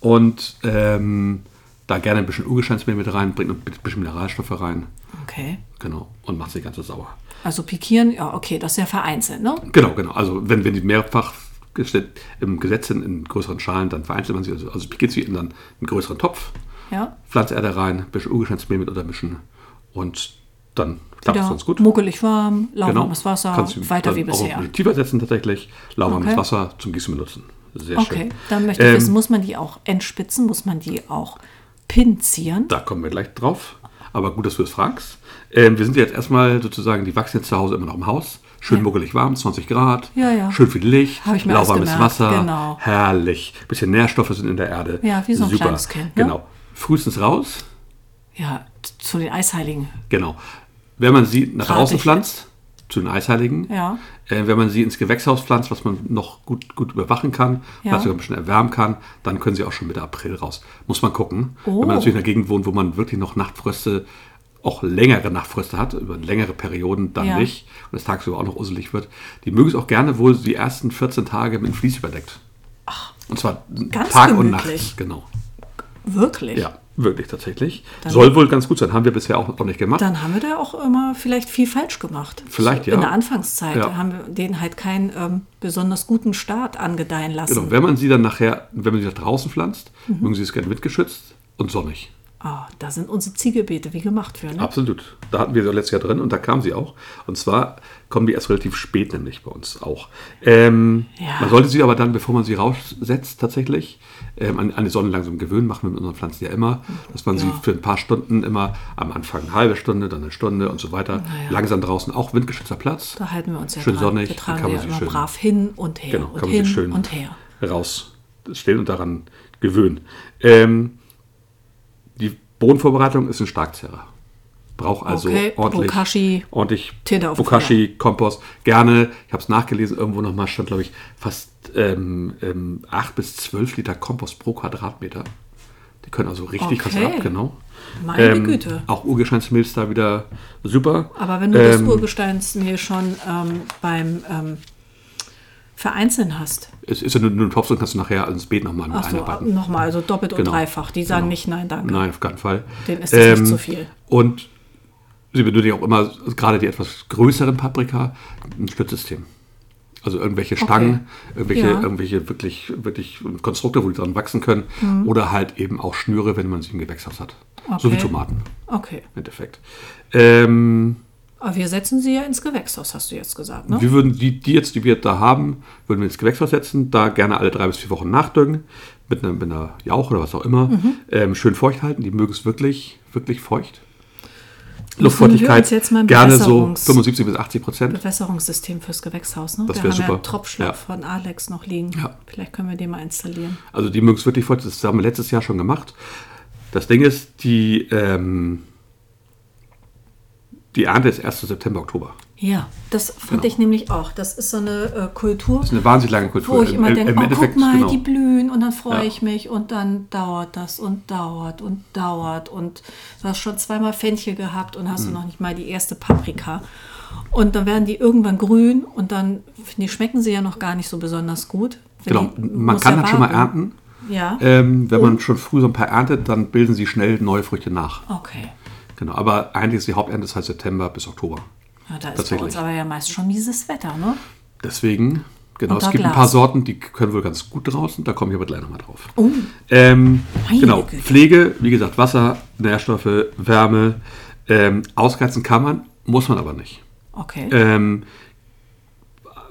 und ähm, da gerne ein bisschen Urgesteinsmehl mit rein, bringt ein bisschen Mineralstoffe rein.
okay.
Genau. Und macht sie ganz so sauer.
Also pikieren, ja, okay, das ist ja vereinzelt, ne?
Genau, genau. Also wenn, wenn die mehrfach geste- im Gesetz sind, in größeren Schalen, dann vereinzelt man sie, also, also pikiert sie in dann einen größeren Topf,
Ja.
Pflanzerde rein, ein bisschen Urgesteinsmehl mit untermischen und dann klappt es
Wieder
ganz gut. Genau.
muckelig warm, lauwarmes Genau. Wasser,
Kannst du
weiter
dann
wie
Auch ein
bisher.
bisschen tiefer setzen tatsächlich, lauwarmes
Okay.
Wasser zum Gießen benutzen. Sehr schön.
Okay, dann möchte ich
Ähm,
wissen, muss man die auch entspitzen, muss man die auch pinzieren?
Da kommen wir gleich drauf. Aber gut, dass du es fragst. Ähm, wir sind jetzt erstmal sozusagen, die wachsen jetzt zu Hause immer noch im Haus. Schön muggelig warm, 20 Grad.
Ja, ja.
Schön viel Licht,
Hab ich mir alles
lauwarmes
gemerkt,
Wasser.
genau.
Herrlich. bisschen Nährstoffe sind in der Erde.
Ja, wie so ein
Super.
kleines Kind, ne?
Genau. Frühestens raus.
Ja, t- zu den Eisheiligen.
Genau. Wenn man sie nach
Rate
draußen
ich.
pflanzt, zu den Eisheiligen,
Ja.
äh, wenn man sie ins Gewächshaus pflanzt, was man noch gut, gut überwachen kann,
Ja.
was sogar ein bisschen erwärmen kann, dann können sie auch schon Mitte April raus. Muss man gucken.
Oh.
Wenn man natürlich in einer Gegend wohnt, wo man wirklich noch Nachtfröste, auch längere Nachtfröste hat, über längere Perioden dann
Ja.
nicht und es tagsüber auch noch uselig wird, die mögen es auch gerne wohl die ersten 14 Tage mit Vlies überdeckt. und zwar
ganz
Tag und
gemütlich.
Nacht, genau.
Wirklich?
Ja, wirklich tatsächlich.
Dann-
Soll wohl ganz gut sein, haben wir bisher auch, auch nicht gemacht.
Dann haben wir da auch immer vielleicht viel falsch gemacht.
Vielleicht, ja.
In der Anfangszeit
Ja.
haben wir denen halt keinen ähm, besonders guten Start angedeihen lassen.
Genau, wenn man sie dann nachher, wenn man sie nach draußen pflanzt,
Mhm.
mögen sie es gerne windgeschützt und sonnig.
Ah, da sind unsere Ziegelbeete wie gemacht für. Ne?
Absolut. Da hatten wir sie letztes Jahr drin und da kam sie auch. Und zwar kommen die erst relativ spät, nämlich bei uns auch. Ähm,
Ja.
Man sollte sie aber dann, bevor man sie raussetzt, tatsächlich ähm, an, an die Sonne langsam gewöhnen, machen wir mit unseren Pflanzen ja immer, dass man sie
Ja.
für ein paar Stunden immer am Anfang eine halbe Stunde, dann eine Stunde und so weiter,
Na ja.
langsam draußen, auch windgeschützter Platz.
Da halten wir uns ja
Schön
dran.
sonnig,
wir
dann
tragen
kann
die
man
ja
sie
immer
schön-
brav hin und her
Genau,
und
kann man
hin
sich schön
und her.
rausstellen und daran gewöhnen. Ähm, die Bodenvorbereitung ist ein Starkzerrer. Braucht also
Okay,
ordentlich,
Bokashi,
ordentlich
Tinte auf dem
Bokashi, Kompost. Gerne, ich habe es nachgelesen, irgendwo nochmal stand, glaube ich, fast ähm, ähm, 8 bis 12 Liter Kompost pro Quadratmeter. Die können also richtig
Okay.
was ab, genau.
Meine Güte.
Auch Urgesteinsmilch ist da wieder super.
Aber wenn du das
Ähm,
Urgesteinsmehl schon ähm, beim ähm, Vereinzeln hast,
Es ist ja nur, nur ein Topf, dann kannst du nachher ins Beet nochmal mit
achso,
einarbeiten.
nochmal, also doppelt
Genau,
und dreifach, die sagen
genau.
nicht nein, danke.
Nein, auf keinen Fall. Ähm,
Denen ist das nicht zu viel.
Und sie benötigen auch immer, gerade die etwas größeren Paprika, ein Stützsystem. Also irgendwelche Stangen, irgendwelche,
Ja.
irgendwelche wirklich, wirklich Konstrukte, wo die dran wachsen können. Oder halt eben auch Schnüre, wenn man sie im Gewächshaus hat. So wie
Mhm. Okay.
Tomaten
Okay,
im Endeffekt. Ähm,
aber wir setzen sie ja ins Gewächshaus, hast du jetzt gesagt, ne?
wir würden die, die jetzt, die wir da haben, würden wir ins Gewächshaus setzen, da gerne alle drei bis vier Wochen nachdüngen, mit einer, mit einer Jauch oder was auch immer.
Mhm.
Ähm, schön feucht halten, die mögen es wirklich, wirklich feucht.
wir
Luftfeuchtigkeit
uns jetzt mal ein
gerne so
Bewässerungs-
75 bis 80 Prozent.
Bewässerungssystem fürs Gewächshaus, ne?
Das
wir
wär
haben ja
super.
Tropfschlauch
Ja.
von Alex noch liegen.
Ja.
Vielleicht können wir den mal installieren.
Also die mögen es wirklich feucht, das haben wir letztes Jahr schon gemacht. Das Ding ist, die, ähm, die Ernte ist 1. September, Oktober.
Ja, das fand
Genau.
ich nämlich auch. Das ist so eine äh, Kultur,
Das ist eine wahnsinnig lange Kultur.
wo ich
Im-
immer
im-
denke,
im
oh,
Endeffekt,
guck mal,
genau.
die blühen und dann freue
Ja.
ich mich und dann dauert das und dauert und dauert und du hast schon zweimal Fenchel gehabt und
Hm.
hast du noch nicht mal die erste Paprika. Und dann werden die irgendwann grün und dann die schmecken sie ja noch gar nicht so besonders gut. Wenn
Genau,
die-
man
muss
kann
ja
dann schon mal
warten.
ernten.
Ja,
Ähm, wenn
Oh.
man schon früh so ein paar erntet, dann bilden sie schnell neue Früchte nach.
okay.
Genau, aber eigentlich ist die Haupternte ist halt September bis Oktober.
Ja, da ist bei
tatsächlich.
uns aber ja meist schon dieses Wetter, ne?
Deswegen, genau,
Unter
es gibt ein
Glas.
paar Sorten, die können wohl ganz gut draußen, da komme ich aber gleich nochmal drauf.
Oh.
Ähm,
Meine
genau,
Güte.
Pflege, wie gesagt, Wasser, Nährstoffe, Wärme, ähm, ausgeizen kann man, muss man aber nicht.
Okay.
Ähm,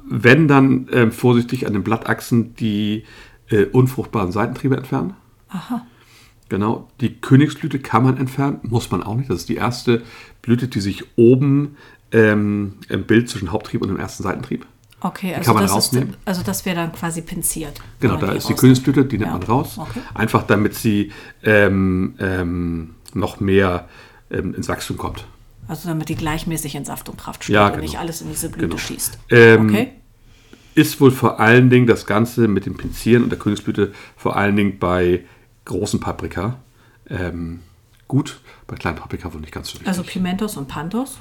wenn, dann ähm, vorsichtig an den Blattachsen die äh, unfruchtbaren Seitentriebe entfernen.
Aha.
Genau, die Königsblüte kann man entfernen, muss man auch nicht. Das ist die erste Blüte, die sich oben ähm, im Bild zwischen Haupttrieb und dem ersten Seitentrieb.
Okay, also
kann man
das, ist,
rausnehmen.
also das wäre dann quasi pinziert. wenn
Genau,
man
da
Ah, die
ist die
rausnimmt.
Königsblüte, die nimmt
Ja.
man raus.
Okay.
Einfach damit sie ähm, ähm, noch mehr ähm, ins Wachstum kommt.
Also damit die gleichmäßig in Saft und Kraft steht
Ja,
und
genau.
nicht alles in diese Blüte
Genau.
schießt.
Ähm,
okay?
Ist wohl vor allen Dingen das Ganze mit dem Pinzieren und der Königsblüte vor allen Dingen bei großen Paprika ähm, gut. Bei kleinen Paprika wohl nicht ganz so wichtig.
Also Pimentos und Pantos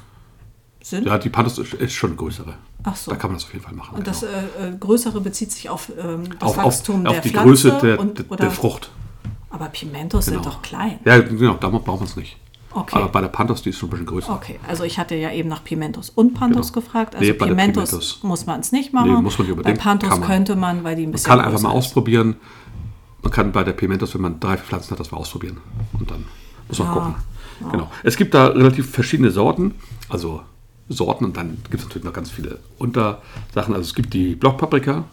sind.
ja, die Pantos ist, ist schon eine größere.
Ach so.
Da kann man das auf jeden Fall machen.
und
genau.
das äh, äh, Größere bezieht sich auf ähm, das
auf, auf,
Wachstum
auf
der
die
Pflanze
Größe der,
und,
der,
oder,
der Frucht.
Aber Pimentos sind
Genau.
doch klein.
Ja, genau, da brauchen wir es nicht.
Okay.
Aber bei der Panthers, die ist schon ein bisschen größer.
Okay, also ich hatte ja eben nach Pimentos und Pantos
Genau.
gefragt. Also
Nee, bei der
Pimentos,
Pimentos.
muss man es nicht machen.
Nee, muss man nicht unbedingt.
Bei Pantos
Kann man.
könnte man, weil die ein
Man
bisschen
kann einfach mal
größer ist.
ausprobieren. Man kann bei der Pimentos, wenn man drei vier Pflanzen hat, das mal ausprobieren. Und dann muss man
Ja.
gucken. Genau. Es gibt da relativ verschiedene Sorten. Also Sorten und dann gibt es natürlich noch ganz viele Untersachen. Also es gibt die Blockpaprika, kennen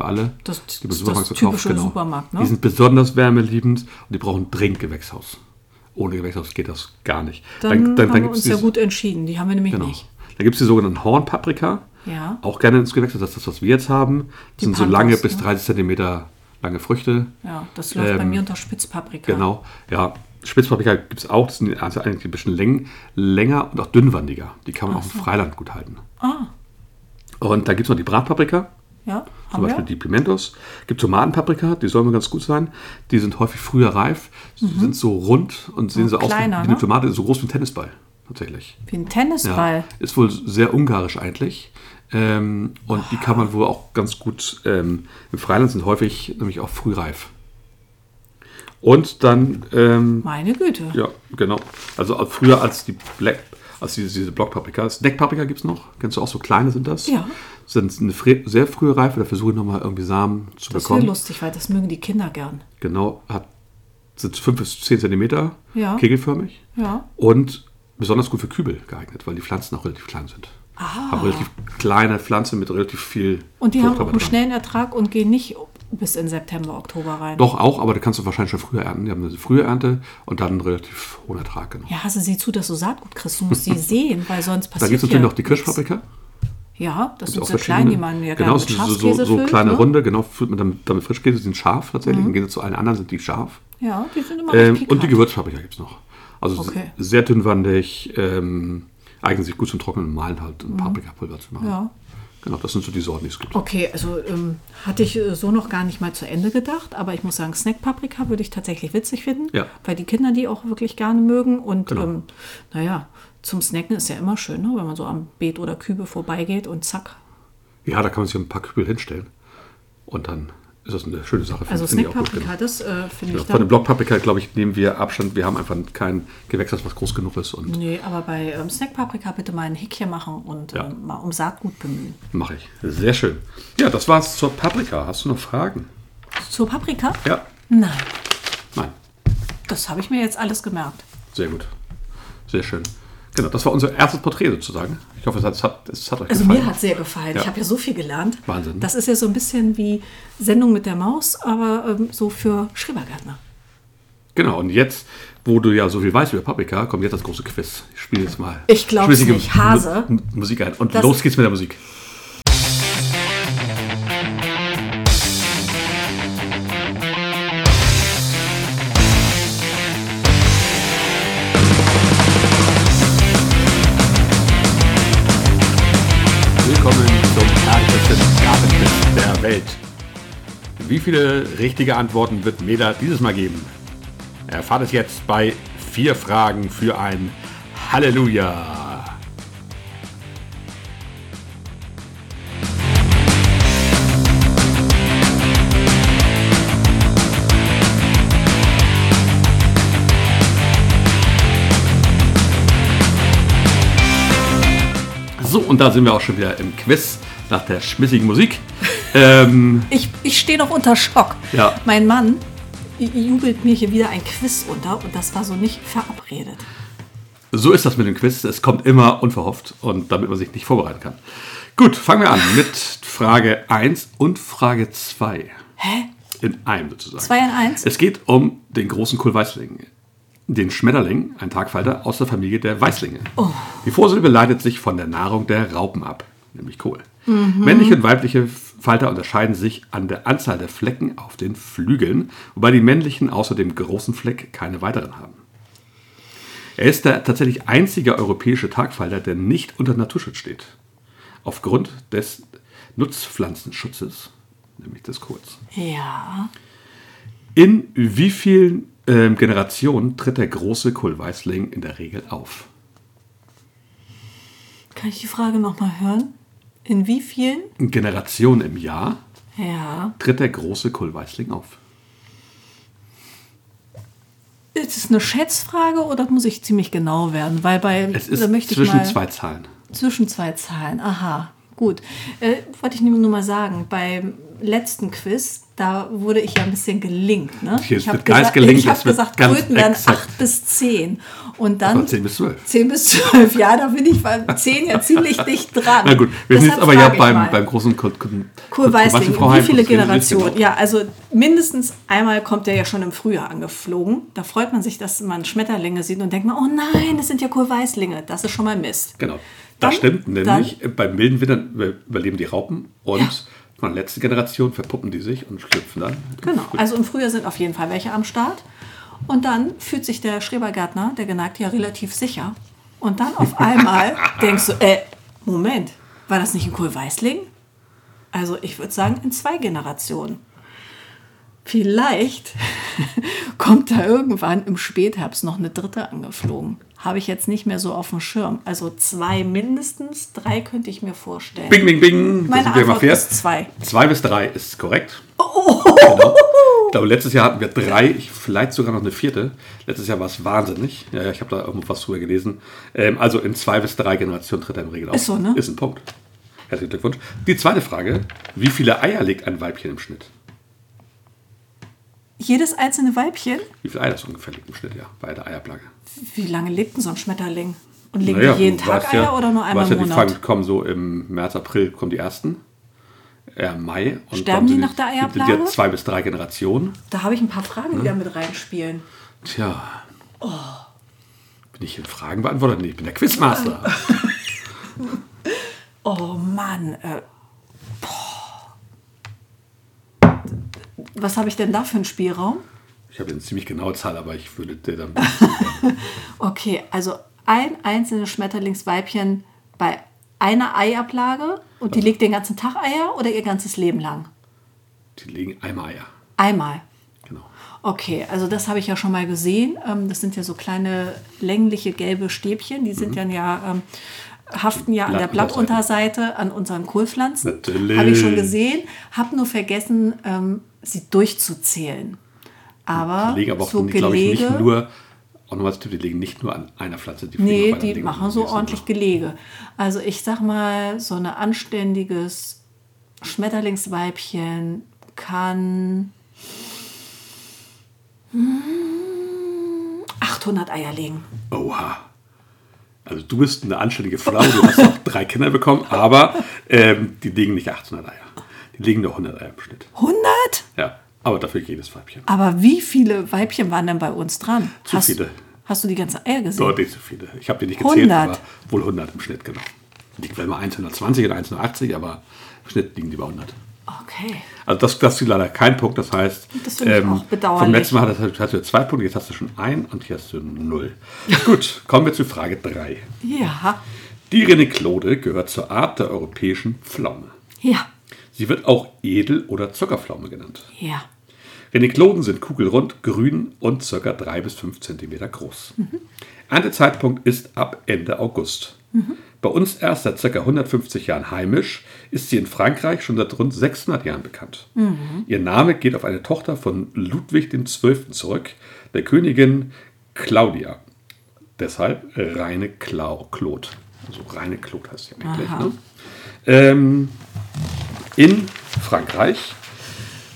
wir alle.
Das-
die genau. im
das
Supermarkt
typische
verkauft,
Supermarkt, ne?
Die sind besonders wärmeliebend und die brauchen dringend Gewächshaus. Ohne Gewächshaus geht das gar nicht.
Dann, haben wir
gibt's
uns ja
dieses-
gut entschieden. Die haben wir nämlich
Genau.
nicht.
Da gibt es die sogenannten Hornpaprika.
Ja.
Auch gerne ins Gewächshaus. Das ist das, was wir jetzt haben. Das
Die
sind so
Pampas,
lange
ne?
bis 30 Zentimeter lange Früchte.
Ja, das läuft bei
Ähm,
mir unter Spitzpaprika.
Genau. Ja, Spitzpaprika gibt es auch. Das sind also eigentlich ein bisschen läng, länger und auch dünnwandiger. Die kann man auch im Freiland gut halten.
Ah,
Und da gibt es noch die Bratpaprika.
Ah, ja,
Zum
haben wir.
Beispiel die Pimentos. Gibt Tomatenpaprika, die sollen ganz gut sein. Die sind häufig früher reif, sind so rund und sehen so aus wie-
Mhm. kleiner,
wie
ne?
eine Tomate, so groß wie ein Tennisball tatsächlich.
Wie ein
Ja.
Tennisball.
Ist wohl sehr ungarisch eigentlich. Ähm, und die kann man wohl auch ganz gut ähm, im Freiland sind häufig nämlich auch frühreif. Und dann, ähm,
Meine Güte.
ja, genau. Also auch früher als die Black, als diese, diese Blockpaprika. Snackpaprika gibt es noch. Kennst du auch so kleine sind das?
Ja.
Sind eine fre- sehr frühe Reife, da versuche ich nochmal irgendwie Samen zu
Das wäre
bekommen.
lustig, weil das mögen die Kinder gern.
Genau, hat, sind 5 bis 10 Zentimeter,
Ja.
kegelförmig
Ja.
und besonders gut für Kübel geeignet, weil die Pflanzen auch relativ klein sind. Ah. Haben relativ kleine Pflanzen mit relativ viel
Und die
Frucht
haben auch
dabei
einen
dran.
schnellen Ertrag und gehen nicht bis in September, Oktober rein.
Doch auch, aber da kannst du wahrscheinlich schon früher ernten. Die haben eine frühe Ernte und dann einen relativ hohen Ertrag genau.
Ja, hasse sie zu, dass du Saatgut kriegst. Du musst sie sehen, weil sonst
Da
passiert
gibt es
hier
natürlich noch die
nichts.
Kirschpaprika.
Ja, das sind
auch
so klein,
verschiedene.
die man ja
genau,
gerne mit
so, so, so,
Schafskäse
so
füllt,
kleine
ne? Mhm.
Runde, genau, füllt man dann, damit Frischkäse, die sind scharf tatsächlich, im Gegensatz zu allen anderen sind die scharf.
Ja, die sind immer
Ähm, und
recht
die
pikant.
Gewürzpaprika gibt es noch. Also
halt. Okay.
s- sehr dünnwandig, ähm, eignen sich gut zum Trocknen und Malen halt, um Paprikapulver zu machen.
Mhm. Ja.
Genau, das sind so die Sorten, die es gibt.
Okay, also ähm, hatte ich äh, so noch gar nicht mal zu Ende gedacht, aber ich muss sagen, Snackpaprika würde ich tatsächlich witzig finden,
Ja.
weil die Kinder die auch wirklich gerne mögen. Und
Genau.
ähm, naja, zum Snacken ist ja immer schön, ne? wenn man so am Beet oder Kübe vorbeigeht und zack.
Ja, da kann man sich ein paar Kübel hinstellen. Und dann ist das eine schöne Sache.
Also
finde ich auch gut,
Snackpaprika,
genau.
das äh, finde
Ja,
ich
von
dann.
dem Blockpaprika, glaube ich, nehmen wir Abstand. Wir haben einfach kein Gewächshaus, was groß genug ist. Und
Nee, aber bei ähm, Snackpaprika bitte mal ein Häkchen machen und
Ja.
ähm, mal um Saatgut bemühen.
mache ich. Sehr schön. Ja, das war's zur Paprika. Hast du noch Fragen?
Zur Paprika?
Ja.
Nein,
Nein.
das habe ich mir jetzt alles gemerkt.
Sehr gut. Sehr schön. Genau, das war unser erstes Porträt sozusagen. Ich hoffe, es hat, es hat, es hat euch
Also
gefallen.
mir hat sehr gefallen. Ich
Ja.
habe ja so viel gelernt.
Wahnsinn.
Das ist ja so ein bisschen wie Sendung mit der Maus, aber ähm, so für Schrebergärtner.
Genau, und jetzt, wo du ja so viel weißt über Paprika, kommt jetzt das große Quiz. Ich spiele jetzt mal.
Ich glaub's
schlüssige
nicht, Hase.
Mu- Musik ein. Und
Das-
los geht's mit der Musik. Willkommen zum härtesten Gartenquiz der Welt. Wie viele richtige Antworten wird Meda dieses Mal geben? Erfahrt es jetzt bei vier Fragen für ein Halleluja. So, und da sind wir auch schon wieder im Quiz nach der schmissigen Musik. ähm,
Ich, ich stehe noch unter Schock.
Ja.
Mein Mann j- jubelt mir hier wieder ein Quiz unter und das war so nicht verabredet.
So ist das mit dem Quiz. Es kommt immer unverhofft und damit man sich nicht vorbereiten kann. Gut, fangen wir an mit Frage 1 und Frage 2.
Hä?
In einem sozusagen.
Zwei in eins?
Es geht um den großen Kohlweißling. Den Schmetterling, ein Tagfalter aus der Familie der Weißlinge.
Oh.
Die Vorsilbe leitet sich von der Nahrung der Raupen ab, nämlich Kohl.
Mhm.
Männliche und weibliche Falter unterscheiden sich an der Anzahl der Flecken auf den Flügeln, wobei die männlichen außer dem großen Fleck keine weiteren haben. Er ist der tatsächlich einzige europäische Tagfalter, der nicht unter Naturschutz steht. Aufgrund des Nutzpflanzenschutzes, nämlich des Kohls.
Ja.
In wie vielen ähm, Generationen tritt der große Kohlweißling in der Regel auf?
Kann ich die Frage nochmal hören? In wie vielen?
In Generationen im Jahr
Ja.
tritt der große Kohlweißling auf.
Ist es eine Schätzfrage oder muss ich ziemlich genau werden? Weil bei
Es ist
da möchte ich
zwischen
mal-
zwei Zahlen.
Zwischen zwei Zahlen, aha, gut. Äh, wollte ich nur nur mal sagen, bei letzten Quiz, da wurde ich ja ein bisschen gelingt. Ne?
Hier, es
ich habe
wird gar nicht
gesagt,
gelingt,
ich hab
es wird
gesagt
ganz
Kröten werden
exakt.
8 bis 10. Und dann
Von 10 bis 12.
10 bis 12. Ja, da bin ich bei 10 ja ziemlich dicht dran.
Na gut, wir sind
Ah, Deshalb
jetzt aber ja
frage ich
beim,
mal.
beim großen Kurt, Kurt,
Kur Weißling,
Weißling, Frau
wie
Heim,
viele
Kurt Friedrich,
Generationen?
genau.
Ja, also mindestens einmal kommt der ja schon im Frühjahr angeflogen. Da freut man sich, dass man Schmetterlinge sieht und denkt man, oh nein, das sind ja Kurweißlinge. Das ist schon mal Mist.
Genau.
Dann-
Das stimmt
dann-
nämlich. äh, Beim milden Winter über- überleben die Raupen und von der letzten Generation verpuppen die sich und schlüpfen dann.
Genau. Also im Frühjahr sind auf jeden Fall welche am Start. Und dann fühlt sich der Schrebergärtner, der Genagte, ja relativ sicher. Und dann auf einmal denkst du, äh, Moment, war das nicht ein Kohlweißling? Also ich würde sagen, in zwei Generationen. Vielleicht kommt da irgendwann im Spätherbst noch eine dritte angeflogen. Habe ich jetzt nicht mehr so auf dem Schirm. Also zwei mindestens, drei könnte ich mir vorstellen.
Bing, bing, bing. Da
Meine
sind wir mal
Antwort
fair.
ist zwei.
Zwei bis drei ist korrekt.
Oh.
Genau. Ich glaube, letztes Jahr hatten wir drei, ich, vielleicht sogar noch eine vierte. Letztes Jahr war es wahnsinnig. Ja, ja, ich habe da irgendwo was drüber gelesen. Ähm, also in zwei bis drei Generationen tritt er im Regel auf.
Ist so, ne?
Ist ein Punkt. Herzlichen Glückwunsch. Die zweite Frage: Wie viele Eier legt ein Weibchen im Schnitt?
Jedes einzelne Weibchen
Wie viele Eier das ungefähr liegt im Schnitt, ja, bei der Eierplage?
Wie lange lebt denn so ein Schmetterling? Und legen
Naja,
die jeden
du
Tag
weißt
Eier
ja-
oder nur
du
einmal
weißt ja,
im Monat?
Die fangen, kommen so im März, April kommen die ersten. Äh, Mai. Und
Sterben
dann
die
sind
nach der
sind
Eierplage?
ja zwei bis drei Generationen.
Da habe ich ein paar Fragen
Hm?
wieder mit reinspielen.
Tja. Bin ich in Fragen beantwortet? Nee, ich bin der Quizmaster.
Oh Mann. Äh, boah. Was habe ich denn da für einen Spielraum?
Ich habe eine ziemlich genaue Zahl, aber ich würde dir dann.
Okay, also ein einzelnes Schmetterlingsweibchen bei einer Eiablage und die legt den ganzen Tag Eier oder ihr ganzes Leben lang?
Die legen einmal Eier.
Einmal.
Genau.
Okay, also das habe ich ja schon mal gesehen. Ähm, Das sind ja so kleine längliche gelbe Stäbchen, die sind
Mhm.
dann ja ähm, haften ja an der Blattunterseite an unseren Kohlpflanzen.
Natürlich.
Habe ich schon gesehen, habe nur vergessen, ähm, sie durchzuzählen. Aber
Die legen aber auch,
so
glaube ich,
Gelege,
nicht nur. Auch nochmal als Tipp, die legen nicht nur an einer Pflanze. Die fliegen auf
nee,
anderen
die
Dingen
machen
rum.
so
Die sind
ordentlich Gelege. Also ich sag mal, so ein anständiges Schmetterlingsweibchen kann hm, 800 Eier legen.
Oha. Also du bist eine anständige Frau, du hast noch drei Kinder bekommen, aber ähm, die legen nicht 800 Eier. Die legen nur 100 Eier im Schnitt.
100?
Ja, aber dafür jedes Weibchen.
Aber wie viele Weibchen waren denn bei uns dran?
Zu
hast,
viele.
Hast du die ganzen Eier gesehen?
Deutlich zu viele. Ich habe die nicht gezählt,
100.
aber wohl 100 im Schnitt, genau. Liegt vielleicht mal 120 oder 180, aber im Schnitt liegen die bei 100.
Okay.
Also das, das ist leider kein Punkt, das heißt, ähm,
Das finde ich auch bedauerlich.
vom letzten Mal hattest, hattest du zwei Punkte, jetzt hast du schon einen und hier hast du null. Gut, kommen wir zu Frage 3.
Ja.
Die Reniklode gehört zur Art der europäischen Pflaume.
Ja.
Sie wird auch Edel- oder Zuckerpflaume genannt.
Ja.
Renikloden sind kugelrund, grün und ca. 3 bis 5 cm groß. Erntezeitpunkt ist ab Ende August. Bei uns erst seit ca. 150 Jahren heimisch, ist sie in Frankreich schon seit rund 600 Jahren bekannt. Ihr Name geht auf eine Tochter von Ludwig XII. zurück, der Königin Claudia. Deshalb reine Klau Claude. Also reine Claude heißt sie eigentlich.
Aha.
Ne? Ähm, in Frankreich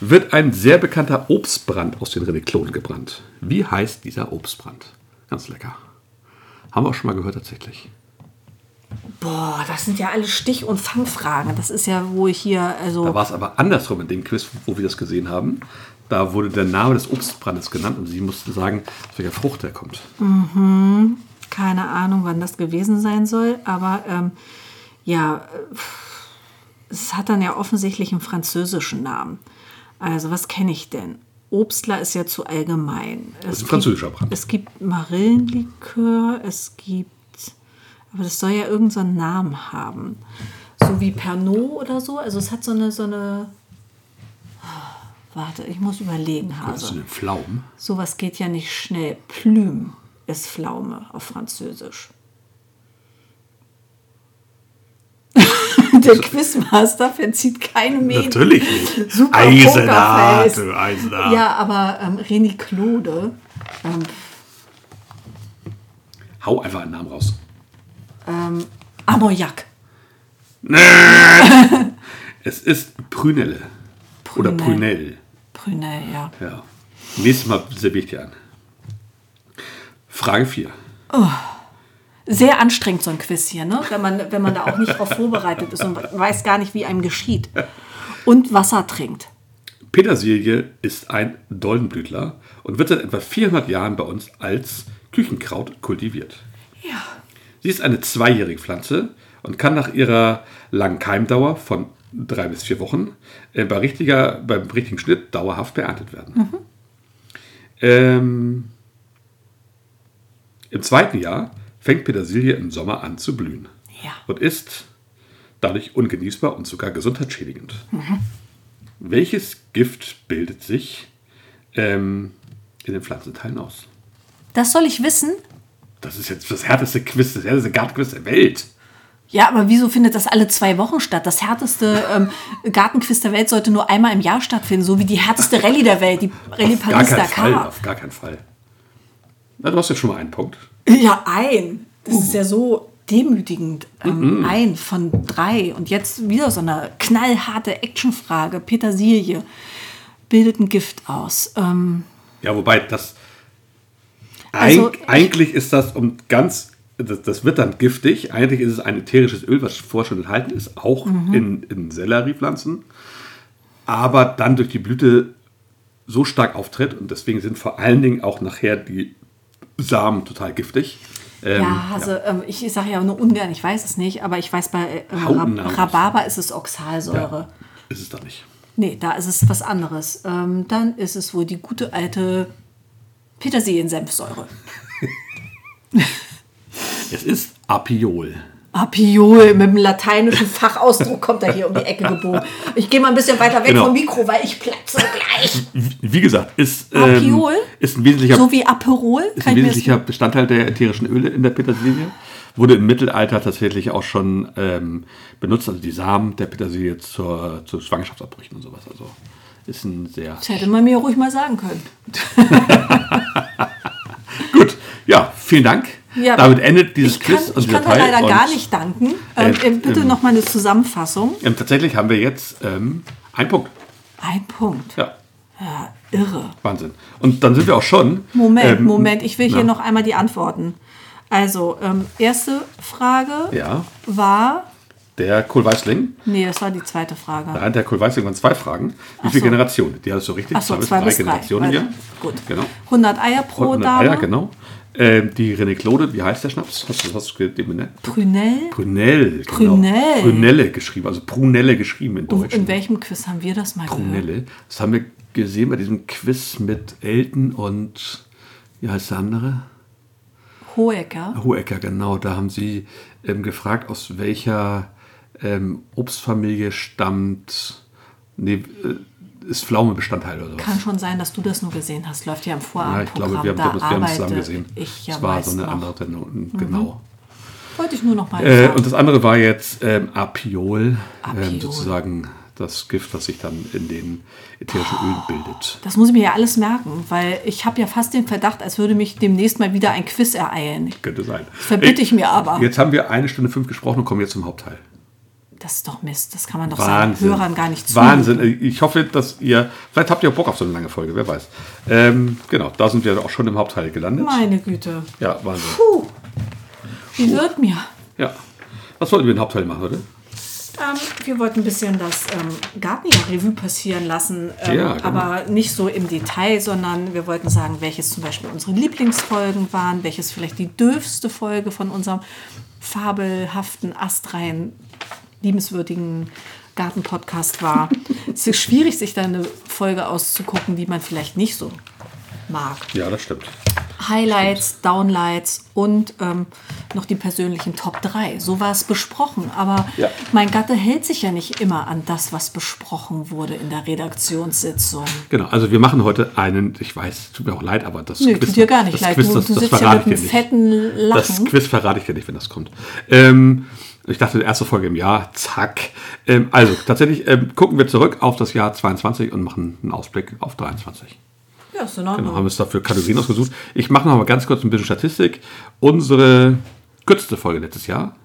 wird ein sehr bekannter Obstbrand aus den Reniklonen gebrannt. Wie heißt dieser Obstbrand? Ganz lecker. Haben wir auch schon mal gehört tatsächlich.
Boah, das sind ja alle Stich- und Fangfragen. Das ist ja, wo ich hier,
Da
also.
war es aber andersrum in dem Quiz, wo wir das gesehen haben. Da wurde der Name des Obstbrandes genannt und sie mussten sagen, aus welcher Frucht er kommt.
keine Ahnung, wann das gewesen sein soll, aber ähm, ja, äh, es hat dann ja offensichtlich einen französischen Namen. Also, was kenne ich denn? Obstler ist ja zu allgemein. Es
ist ein französischer
gibt,
Brand.
Es gibt Marillenlikör, es gibt. Aber das soll ja irgendeinen so einen Namen haben. So wie Pernod oder so. Also, es hat so eine. So eine Warte, ich muss überlegen, Hase.
Also den Pflaumen.
Sowas geht ja nicht schnell. Plüm ist Pflaume auf Französisch. Der Quizmaster verzieht keine Mähne.
Natürlich nicht.
Super
Eisenart,
Pokerface.
du Eisenart.
Ja, aber ähm, René Claude, ähm,
Hau einfach einen Namen raus.
ähm, Amoyak,
Es ist Prünelle. Oder Prünell.
Prünell, ja.
Ja. Nächstes Mal serviere ich dir an. Frage 4.
Sehr anstrengend, so ein Quiz hier, ne? Wenn man, wenn man da auch nicht drauf vorbereitet ist und weiß gar nicht, wie einem geschieht. Und Wasser trinkt.
Petersilie ist ein Doldenblütler und wird seit etwa 400 Jahren bei uns als Küchenkraut kultiviert.
Ja.
Sie ist eine zweijährige Pflanze und kann nach ihrer langen Keimdauer von drei bis vier Wochen äh, bei richtiger, beim richtigen Schnitt dauerhaft beerntet werden. Ähm, Im zweiten Jahr fängt Petersilie im Sommer an zu blühen
Ja.
und ist dadurch ungenießbar und sogar gesundheitsschädigend. Welches Gift bildet sich ähm, in den Pflanzenteilen aus?
Das soll ich wissen?
Das ist jetzt das härteste Quiz, das härteste Gartquiz der Welt.
Ja, aber wieso findet das alle zwei Wochen statt? Das härteste ähm, Gartenquiz der Welt sollte nur einmal im Jahr stattfinden, so wie die härteste Rallye der Welt, die
Gar
Rallye
keinen Fall,
Paris-Dakar.
auf gar keinen Fall. Na, du hast ja schon mal einen Punkt.
Ja, ein. Das ist ja so demütigend. Ähm, Ein von drei. Und jetzt wieder so eine knallharte Actionfrage. Petersilie bildet ein Gift aus. Ähm,
Ja, wobei das.
Also-
eig- eigentlich ist das um ganz. Das, das wird dann giftig. Eigentlich ist es ein ätherisches Öl, was vorher schon enthalten ist, auch
Mhm.
in, in Selleriepflanzen. Aber dann durch die Blüte so stark auftritt und deswegen sind vor allen Dingen auch nachher die Samen total giftig. Ähm,
ja, Hase, Ähm, ich sage ja nur ungern, ich weiß es nicht, aber ich weiß, bei ähm,
Hautennahrung.
Rhab- Rhabarber ist es Oxalsäure.
Ist es doch nicht.
Nee, da ist es was anderes. Ähm, dann ist es wohl die gute alte Petersiliensenfsäure.
Es ist Apiol.
Apiol mit dem lateinischen Fachausdruck kommt er hier um die Ecke gebogen. Ich gehe mal ein bisschen weiter weg
Genau.
vom Mikro, weil ich platze gleich.
Wie gesagt, ist, ähm,
Apiol?
ist ein wesentlicher
So wie Aperol?
ist
Kann
ein
ich mir das
wesentlicher Bestandteil der ätherischen Öle in der Petersilie. Wurde im Mittelalter tatsächlich auch schon ähm, benutzt, also die Samen der Petersilie zur, zu Schwangerschaftsabbrüchen und sowas. Also ist ein sehr.
das hätte man mir ruhig mal sagen können.
Gut, ja, vielen Dank.
Ja,
Damit endet dieses
Ich kann,
Quiz. und
ich
dieser
kann da
Teil.
leider
Und,
gar nicht danken. Ähm,
äh,
bitte
ähm,
noch mal eine Zusammenfassung.
Ähm, tatsächlich haben wir jetzt ähm, einen Punkt.
Ein Punkt.
Ja,
Ja, irre.
Wahnsinn. Und dann sind wir auch schon.
Moment,
ähm,
Moment, ich will
na.
hier noch einmal die Antworten. Also, ähm, erste Frage
Ja,
war.
der Kohlweißling.
Nee, das war die zweite Frage.
Nein, der Kohlweißling waren zwei Fragen. Wie
Ach
viele
so.
Generationen? Die hattest du richtig.
Achso, zwei bis drei.
Generationen
Warte.
hier.
Gut.
Genau.
100 Eier pro
Und
Dame.
Eier, genau. Ähm, die René Claude, wie heißt der Schnaps? Hast du hast du den benannt?
Prunell.
Brunel. Genau.
Brunel.
Brunelle geschrieben, also Brunelle geschrieben in
Und
Deutsch.
In welchem Quiz haben wir das mal gehört?
Brunelle. Das haben wir gesehen bei diesem Quiz mit Elton und, wie heißt der andere?
Hohecker.
Hohecker, genau. Da haben sie ähm, gefragt, aus welcher ähm, Obstfamilie stammt, nee, äh, ist Pflaume Bestandteil oder sowas.
Kann schon sein, dass du das nur gesehen hast. Läuft ja im
ja, ich
Vorabendprogramm.
glaube, wir haben,
da
glaub, wir haben es
arbeite
zusammen gesehen.
Ich ja
es war
weiß
so eine
noch. Mhm.
andere Sendung, genau.
Wollte ich nur noch mal
Äh,
sagen.
und das andere war jetzt ähm, Apiol, Ähm,
Apiol.
sozusagen das Gift, was sich dann in den ätherischen
Ah.
Ölen bildet.
Das muss ich mir ja alles merken, weil ich habe ja fast den Verdacht, als würde mich demnächst mal wieder ein Quiz ereilen.
Könnte sein.
Verbitte
Ey,
ich mir aber.
Jetzt haben wir eine Stunde fünf gesprochen und kommen jetzt zum Hauptteil.
Das ist doch Mist. Das kann man doch
Wahnsinn.
seinen Hörern gar nicht zumuten.
Wahnsinn. Ey, Ich hoffe, dass ihr, vielleicht habt ihr auch Bock auf so eine lange Folge, wer weiß. Ähm, genau, da sind wir auch schon im Hauptteil gelandet.
Meine Güte.
Ja, Wahnsinn.
Puh. Wie wird mir?
Ja. Was wollten wir im Hauptteil machen heute?
Ähm, wir wollten ein bisschen das ähm, Gartenjahr-Revue passieren lassen, ähm,
Ja, genau.
aber nicht so im Detail, sondern wir wollten sagen, welches zum Beispiel unsere Lieblingsfolgen waren, welches vielleicht die dürfste Folge von unserem fabelhaften, astreinen, liebenswürdigen Gartenpodcast war. es ist schwierig, sich da eine Folge auszugucken, die man vielleicht nicht so mag.
Ja, das stimmt.
Highlights, Downlights und ähm, noch die persönlichen Top 3. So war es besprochen. Aber
Ja.
mein Gatte hält sich ja nicht immer an das, was besprochen wurde in der Redaktionssitzung.
Genau, also wir machen heute einen, ich weiß, tut mir auch leid, aber das
Nö, tut dir gar nicht
das
leid.
Quiz,
Du-
das,
du
das
sitzt hier
verrate
mit
ich dir
einem
nicht.
fetten
Das
Lachen.
Quiz verrate ich dir nicht, wenn das kommt. Ähm, ich dachte, erste Folge im Jahr, zack. Ähm, also tatsächlich ähm, gucken wir zurück auf das Jahr 22 und machen einen Ausblick auf 23.
Ja, ist in
Genau,
Ordnung.
haben uns dafür Kategorien ausgesucht. Ich mache noch mal ganz kurz ein bisschen Statistik. Unsere kürzeste Folge letztes Jahr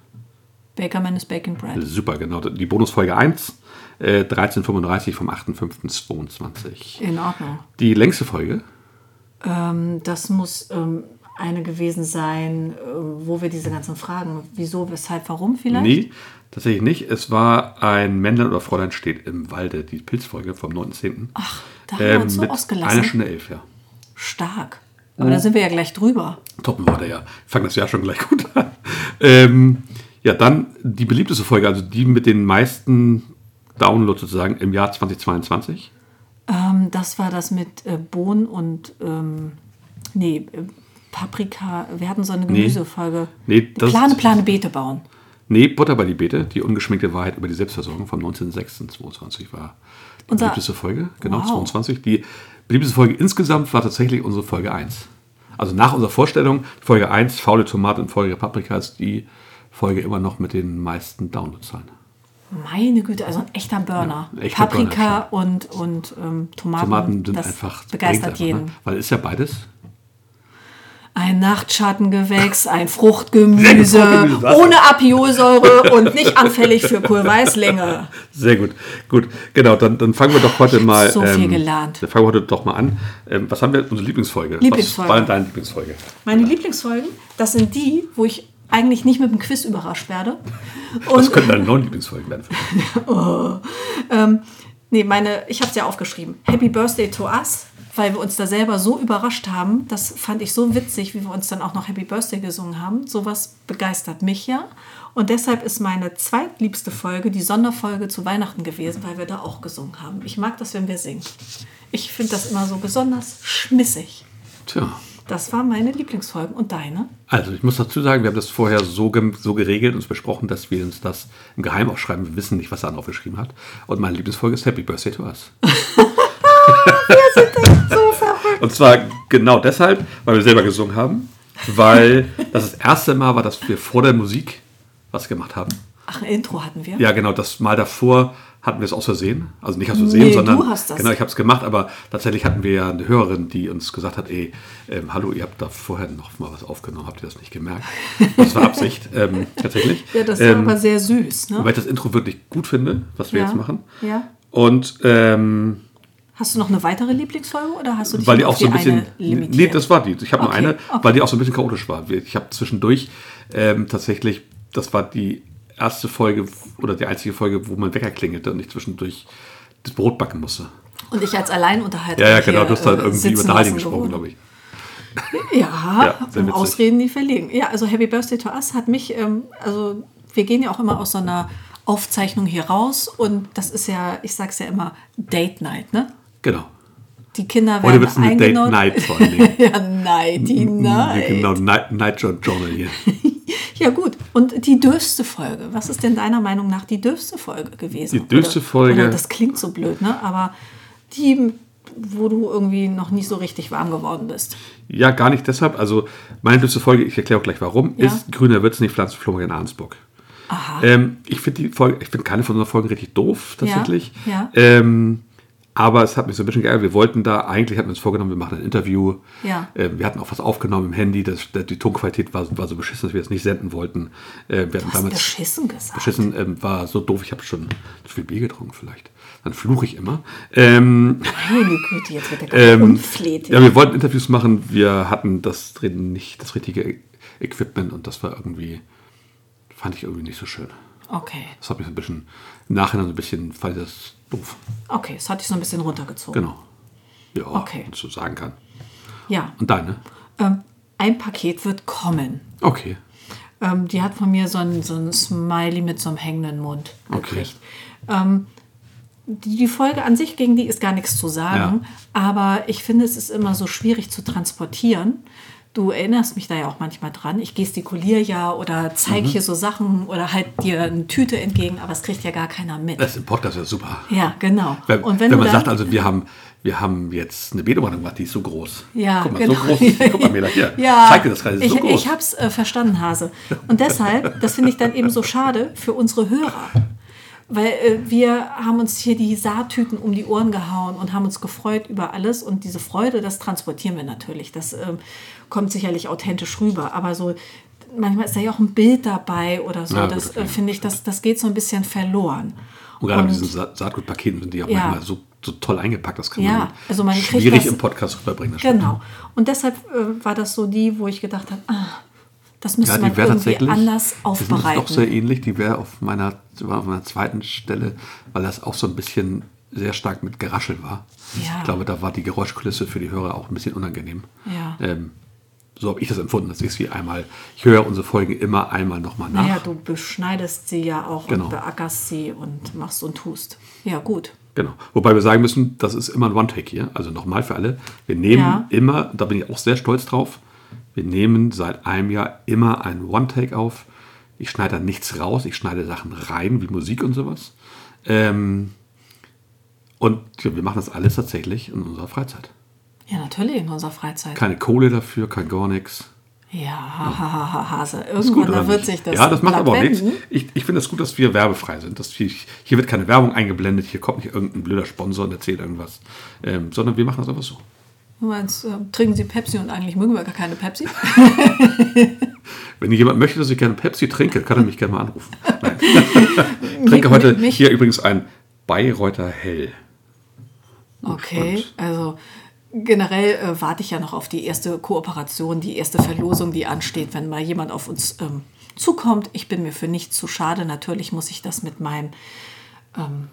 Bakerman is Baking Bread.
Super, genau. Die Bonusfolge 1, äh, 1335 vom 8.5.22.
In Ordnung.
Die längste Folge,
Ähm, das muss ähm, eine gewesen sein, äh, wo wir diese ganzen Fragen, wieso, weshalb, warum vielleicht?
Nee, tatsächlich nicht. Es war ein Männlein oder Fräulein steht im Walde, die Pilzfolge vom 19. Ach,
da haben wir uns so ausgelassen.
Äh, Ähm, Einer Stunde elf, ja.
Stark. Aber da sind wir ja gleich drüber.
Toppen war der ja. Fangen das Jahr schon gleich gut an. Ähm, ja, dann die beliebteste Folge, also die mit den meisten Downloads sozusagen im Jahr 2022.
Ähm, das war das mit äh, Bohnen und ähm, nee, äh, Paprika. Wir hatten so eine Gemüsefolge.
Nee, das-
plane, plane, Beete bauen.
Nee, Butter bei die Beete, die ungeschminkte Wahrheit über die Selbstversorgung vom 19.06.22 war die
Unser-
beliebteste Folge. Genau,
Wow.
22. Die beliebteste Folge insgesamt war tatsächlich unsere Folge 1. Also nach unserer Vorstellung, Folge 1, faule Tomate und Folge Paprika ist die Folge immer noch mit den meisten Downloadzahlen.
Meine Güte, also ein echter Burner.
Ja, ein echter
Paprika und, und ähm, Tomaten.
Tomaten sind
das
einfach bringt
begeistert
einfach,
jeden.
Ne? Weil ist ja beides.
Ein Nachtschattengewächs, ein Fruchtgemüse,
Fruchtgemüse, was?
ohne Apiolsäure und nicht anfällig für Kohlweißlänge.
Sehr gut. Gut, genau, dann, dann fangen wir doch heute mal. ähm,
so viel gelernt.
Dann fangen wir heute doch mal an. Ähm, was haben wir? Unsere Lieblingsfolge.
Lieblingsfolge.
Was war denn deine Lieblingsfolge?
Meine Lieblingsfolgen, das sind die, wo ich eigentlich nicht mit einem Quiz überrascht werde.
Das
Und
könnten deine neuen Lieblingsfolgen werden.
nee, meine, ich habe es ja aufgeschrieben. Happy Birthday to us, weil wir uns da selber so überrascht haben. Das fand ich so witzig, wie wir uns dann auch noch Happy Birthday gesungen haben. Sowas begeistert mich ja. Und deshalb ist meine zweitliebste Folge die Sonderfolge zu Weihnachten gewesen, weil wir da auch gesungen haben. Ich mag das, wenn wir singen. Ich finde das immer so besonders schmissig.
Tja.
Das waren meine Lieblingsfolgen. Und deine?
Also ich muss dazu sagen, wir haben das vorher so, gem- so geregelt und besprochen, dass wir uns das im Geheim aufschreiben. Wir wissen nicht, was er aufgeschrieben hat. Und meine Lieblingsfolge ist Happy Birthday to Us.
So verrückt.
Und zwar genau deshalb, weil wir selber gesungen haben. Weil das das erste Mal war, dass wir vor der Musik was gemacht haben.
Ach, ein Intro hatten wir.
Ja, genau, das Mal davor hatten wir es aus Versehen. Also nicht aus Versehen,
Nee, du
sondern.
hast das.
Genau, ich habe es gemacht, aber tatsächlich hatten wir ja eine Hörerin, die uns gesagt hat: ey, ähm, hallo, ihr habt da vorher noch mal was aufgenommen, habt ihr das nicht gemerkt? Das war Absicht, ähm, tatsächlich.
Ja, das
ähm,
war aber sehr süß. Ne?
Weil ich das Intro wirklich gut finde, was wir
Ja,
jetzt machen.
ja.
Und ähm,
Hast du noch eine weitere Lieblingsfolge oder hast du dich
weil die
nur
auch
auf
so ein bisschen.
eine limitiert?
Nee, das war die. Ich habe nur
Okay,
eine,
okay.
weil die auch so ein bisschen chaotisch war. Wir- Ich habe zwischendurch ähm, tatsächlich, das war die erste Folge oder die einzige Folge, wo mein Wecker klingelte und ich zwischendurch das Brot backen musste.
Und ich als Alleinunterhalter.
Ja, ja,
hier,
genau. Du hast
äh,
halt irgendwie über
sitzen
Dahlien
lassen
gesprochen,
wurde.
glaube ich.
Ja,
Ja, sehr
um
witzig.
Ausreden, die verlegen. Ja, also Happy Birthday to Us hat mich, ähm, also wir gehen ja auch immer aus so einer Aufzeichnung hier raus und das ist ja, ich sag's ja immer, Date Night, ne?
Genau.
Die Kinder werden
Heute wird es Oh, eine Date
eingeladen.
Night vor allen Dingen.
Ja, Night, die Night.
Genau, Night, Night Journal hier.
Ja gut, und die dürfste Folge. Was ist denn deiner Meinung nach die dürfste Folge gewesen?
Die dürfste
Oder-
Folge-
Oder das klingt so blöd, ne? Aber die, wo du irgendwie noch nicht so richtig warm geworden bist.
Ja, gar nicht deshalb. Also, meine letzte Folge, ich erkläre auch gleich warum,
Ja.
ist Grüner wird's nicht, Pflanzen Florian Arnsburg. Ähm, ich finde die Folge, ich finde keine von unseren Folgen richtig doof, tatsächlich.
ja.
Ähm, aber es hat mich so ein bisschen geärgert. Wir wollten da, eigentlich hatten wir uns vorgenommen, wir machen ein Interview.
Ja.
Ähm, wir hatten auch was aufgenommen im Handy. Das, der, die Tonqualität war, war so beschissen, dass wir es nicht senden wollten. Äh, wir hatten
Hast
damals
beschissen gesagt.
beschissen, ähm, war so doof, ich habe schon zu viel Bier getrunken vielleicht. Dann fluche ich immer. Ähm,
Meine Güte, jetzt wird der
ähm,
ähm, unflätig.
Ja, wir wollten Interviews machen, wir hatten das drin nicht das richtige Equipment und das war irgendwie, fand ich irgendwie nicht so schön.
Okay,
Das hat mich so ein bisschen, im Nachhinein so ein bisschen, fand ich das doof.
okay, das hat dich so ein bisschen runtergezogen.
Genau. Ja,
Okay.
was ich so sagen kann. Genau.
Ja,
Und deine?
ähm, ein Paket wird kommen.
Okay.
Ähm, die hat von mir so ein, so ein Smiley mit so einem hängenden Mund
Okay.
gekriegt. Ähm, die, die Folge an sich, gegen die ist gar nichts zu sagen,
Ja.
aber ich finde, es ist immer so schwierig zu transportieren. Du erinnerst mich da ja auch manchmal dran. Ich gestikuliere ja oder
Mhm.
zeige hier so Sachen oder halt dir eine Tüte entgegen, aber es kriegt ja gar keiner mit.
Das ist im Podcast ja super.
ja, genau.
Äh. Wenn,
Und
wenn,
du
man
dann-
sagt, also wir haben, wir haben jetzt eine Beethoven gemacht, die ist so groß.
Ja,
Guck mal,
genau.
so groß ist die. Guck mal, Mela, hier.
Ja,
Zeig dir das gerade, die ist
ich,
so groß.
ich habe es äh, verstanden, Hase. Und deshalb, das finde ich dann eben so schade für unsere Hörer. Weil äh, wir haben uns hier die Saattüten um die Ohren gehauen und haben uns gefreut über alles. Und diese Freude, das transportieren wir natürlich. Das ähm, kommt sicherlich authentisch rüber. Aber so manchmal ist da ja auch ein Bild dabei oder so.
Ja, gut,
das
okay.
äh, finde ich, das, das geht so ein bisschen verloren.
Und gerade mit
Und-
diesen Sa Saatgutpaketen sind die auch
Ja.
manchmal so, so toll eingepackt, das kann
Ja,
man
also man kriegt
schwierig
das-
im Podcast rüberbringen. Das stimmt.
Genau. Und deshalb äh, war das so die, wo ich gedacht habe, ah, das müsste
Ja,
man
die wäre
irgendwie
tatsächlich
anders
die sind
aufbereiten.
Doch sehr ähnlich. Die wäre auf meiner, war auf meiner zweiten Stelle, weil das auch so ein bisschen sehr stark mit Geraschel war.
Ja.
Ich glaube, da war die Geräuschkulisse für die Hörer auch ein bisschen unangenehm.
Ja.
Ähm, so habe ich das empfunden, dass ich sie einmal, ich höre unsere Folgen immer einmal nochmal nach.
naja, du beschneidest sie ja auch
ne? Genau.
und beackerst sie und machst und tust. Ja, gut.
Genau. Wobei wir sagen müssen, das ist immer ein One-Take hier. Also nochmal für alle. Wir nehmen
Ja.
immer, da bin ich auch sehr stolz drauf, wir nehmen seit einem Jahr immer einen One-Take auf. Ich schneide da nichts raus, ich schneide Sachen rein, wie Musik und sowas. Ähm, und ja, wir machen das alles tatsächlich in unserer Freizeit.
Ja, natürlich in unserer Freizeit.
Keine Kohle dafür, kein gar nichts.
ja, hahaha, Hase. Irgendwann
oder
wird
nicht?
sich das.
Ja, das macht
Blatt
aber auch nichts.
wenden.
Ich, ich finde es gut, dass wir werbefrei sind. Dass wir, hier wird keine Werbung eingeblendet, hier kommt nicht irgendein blöder Sponsor und erzählt irgendwas. Ähm, sondern wir machen das einfach so.
Du meinst, äh, trinken sie Pepsi und eigentlich mögen wir gar keine Pepsi?
Wenn jemand möchte, dass ich gerne Pepsi trinke, kann er mich gerne mal anrufen. Nein. trinke heute
mich- mich-
hier übrigens ein Bayreuther Hell.
Okay,
spannend.
also generell äh, warte ich ja noch auf die erste Kooperation, die erste Verlosung, die ansteht, wenn mal jemand auf uns ähm, zukommt. Ich bin mir für nichts zu schade. Natürlich muss ich das mit meinem, ähm,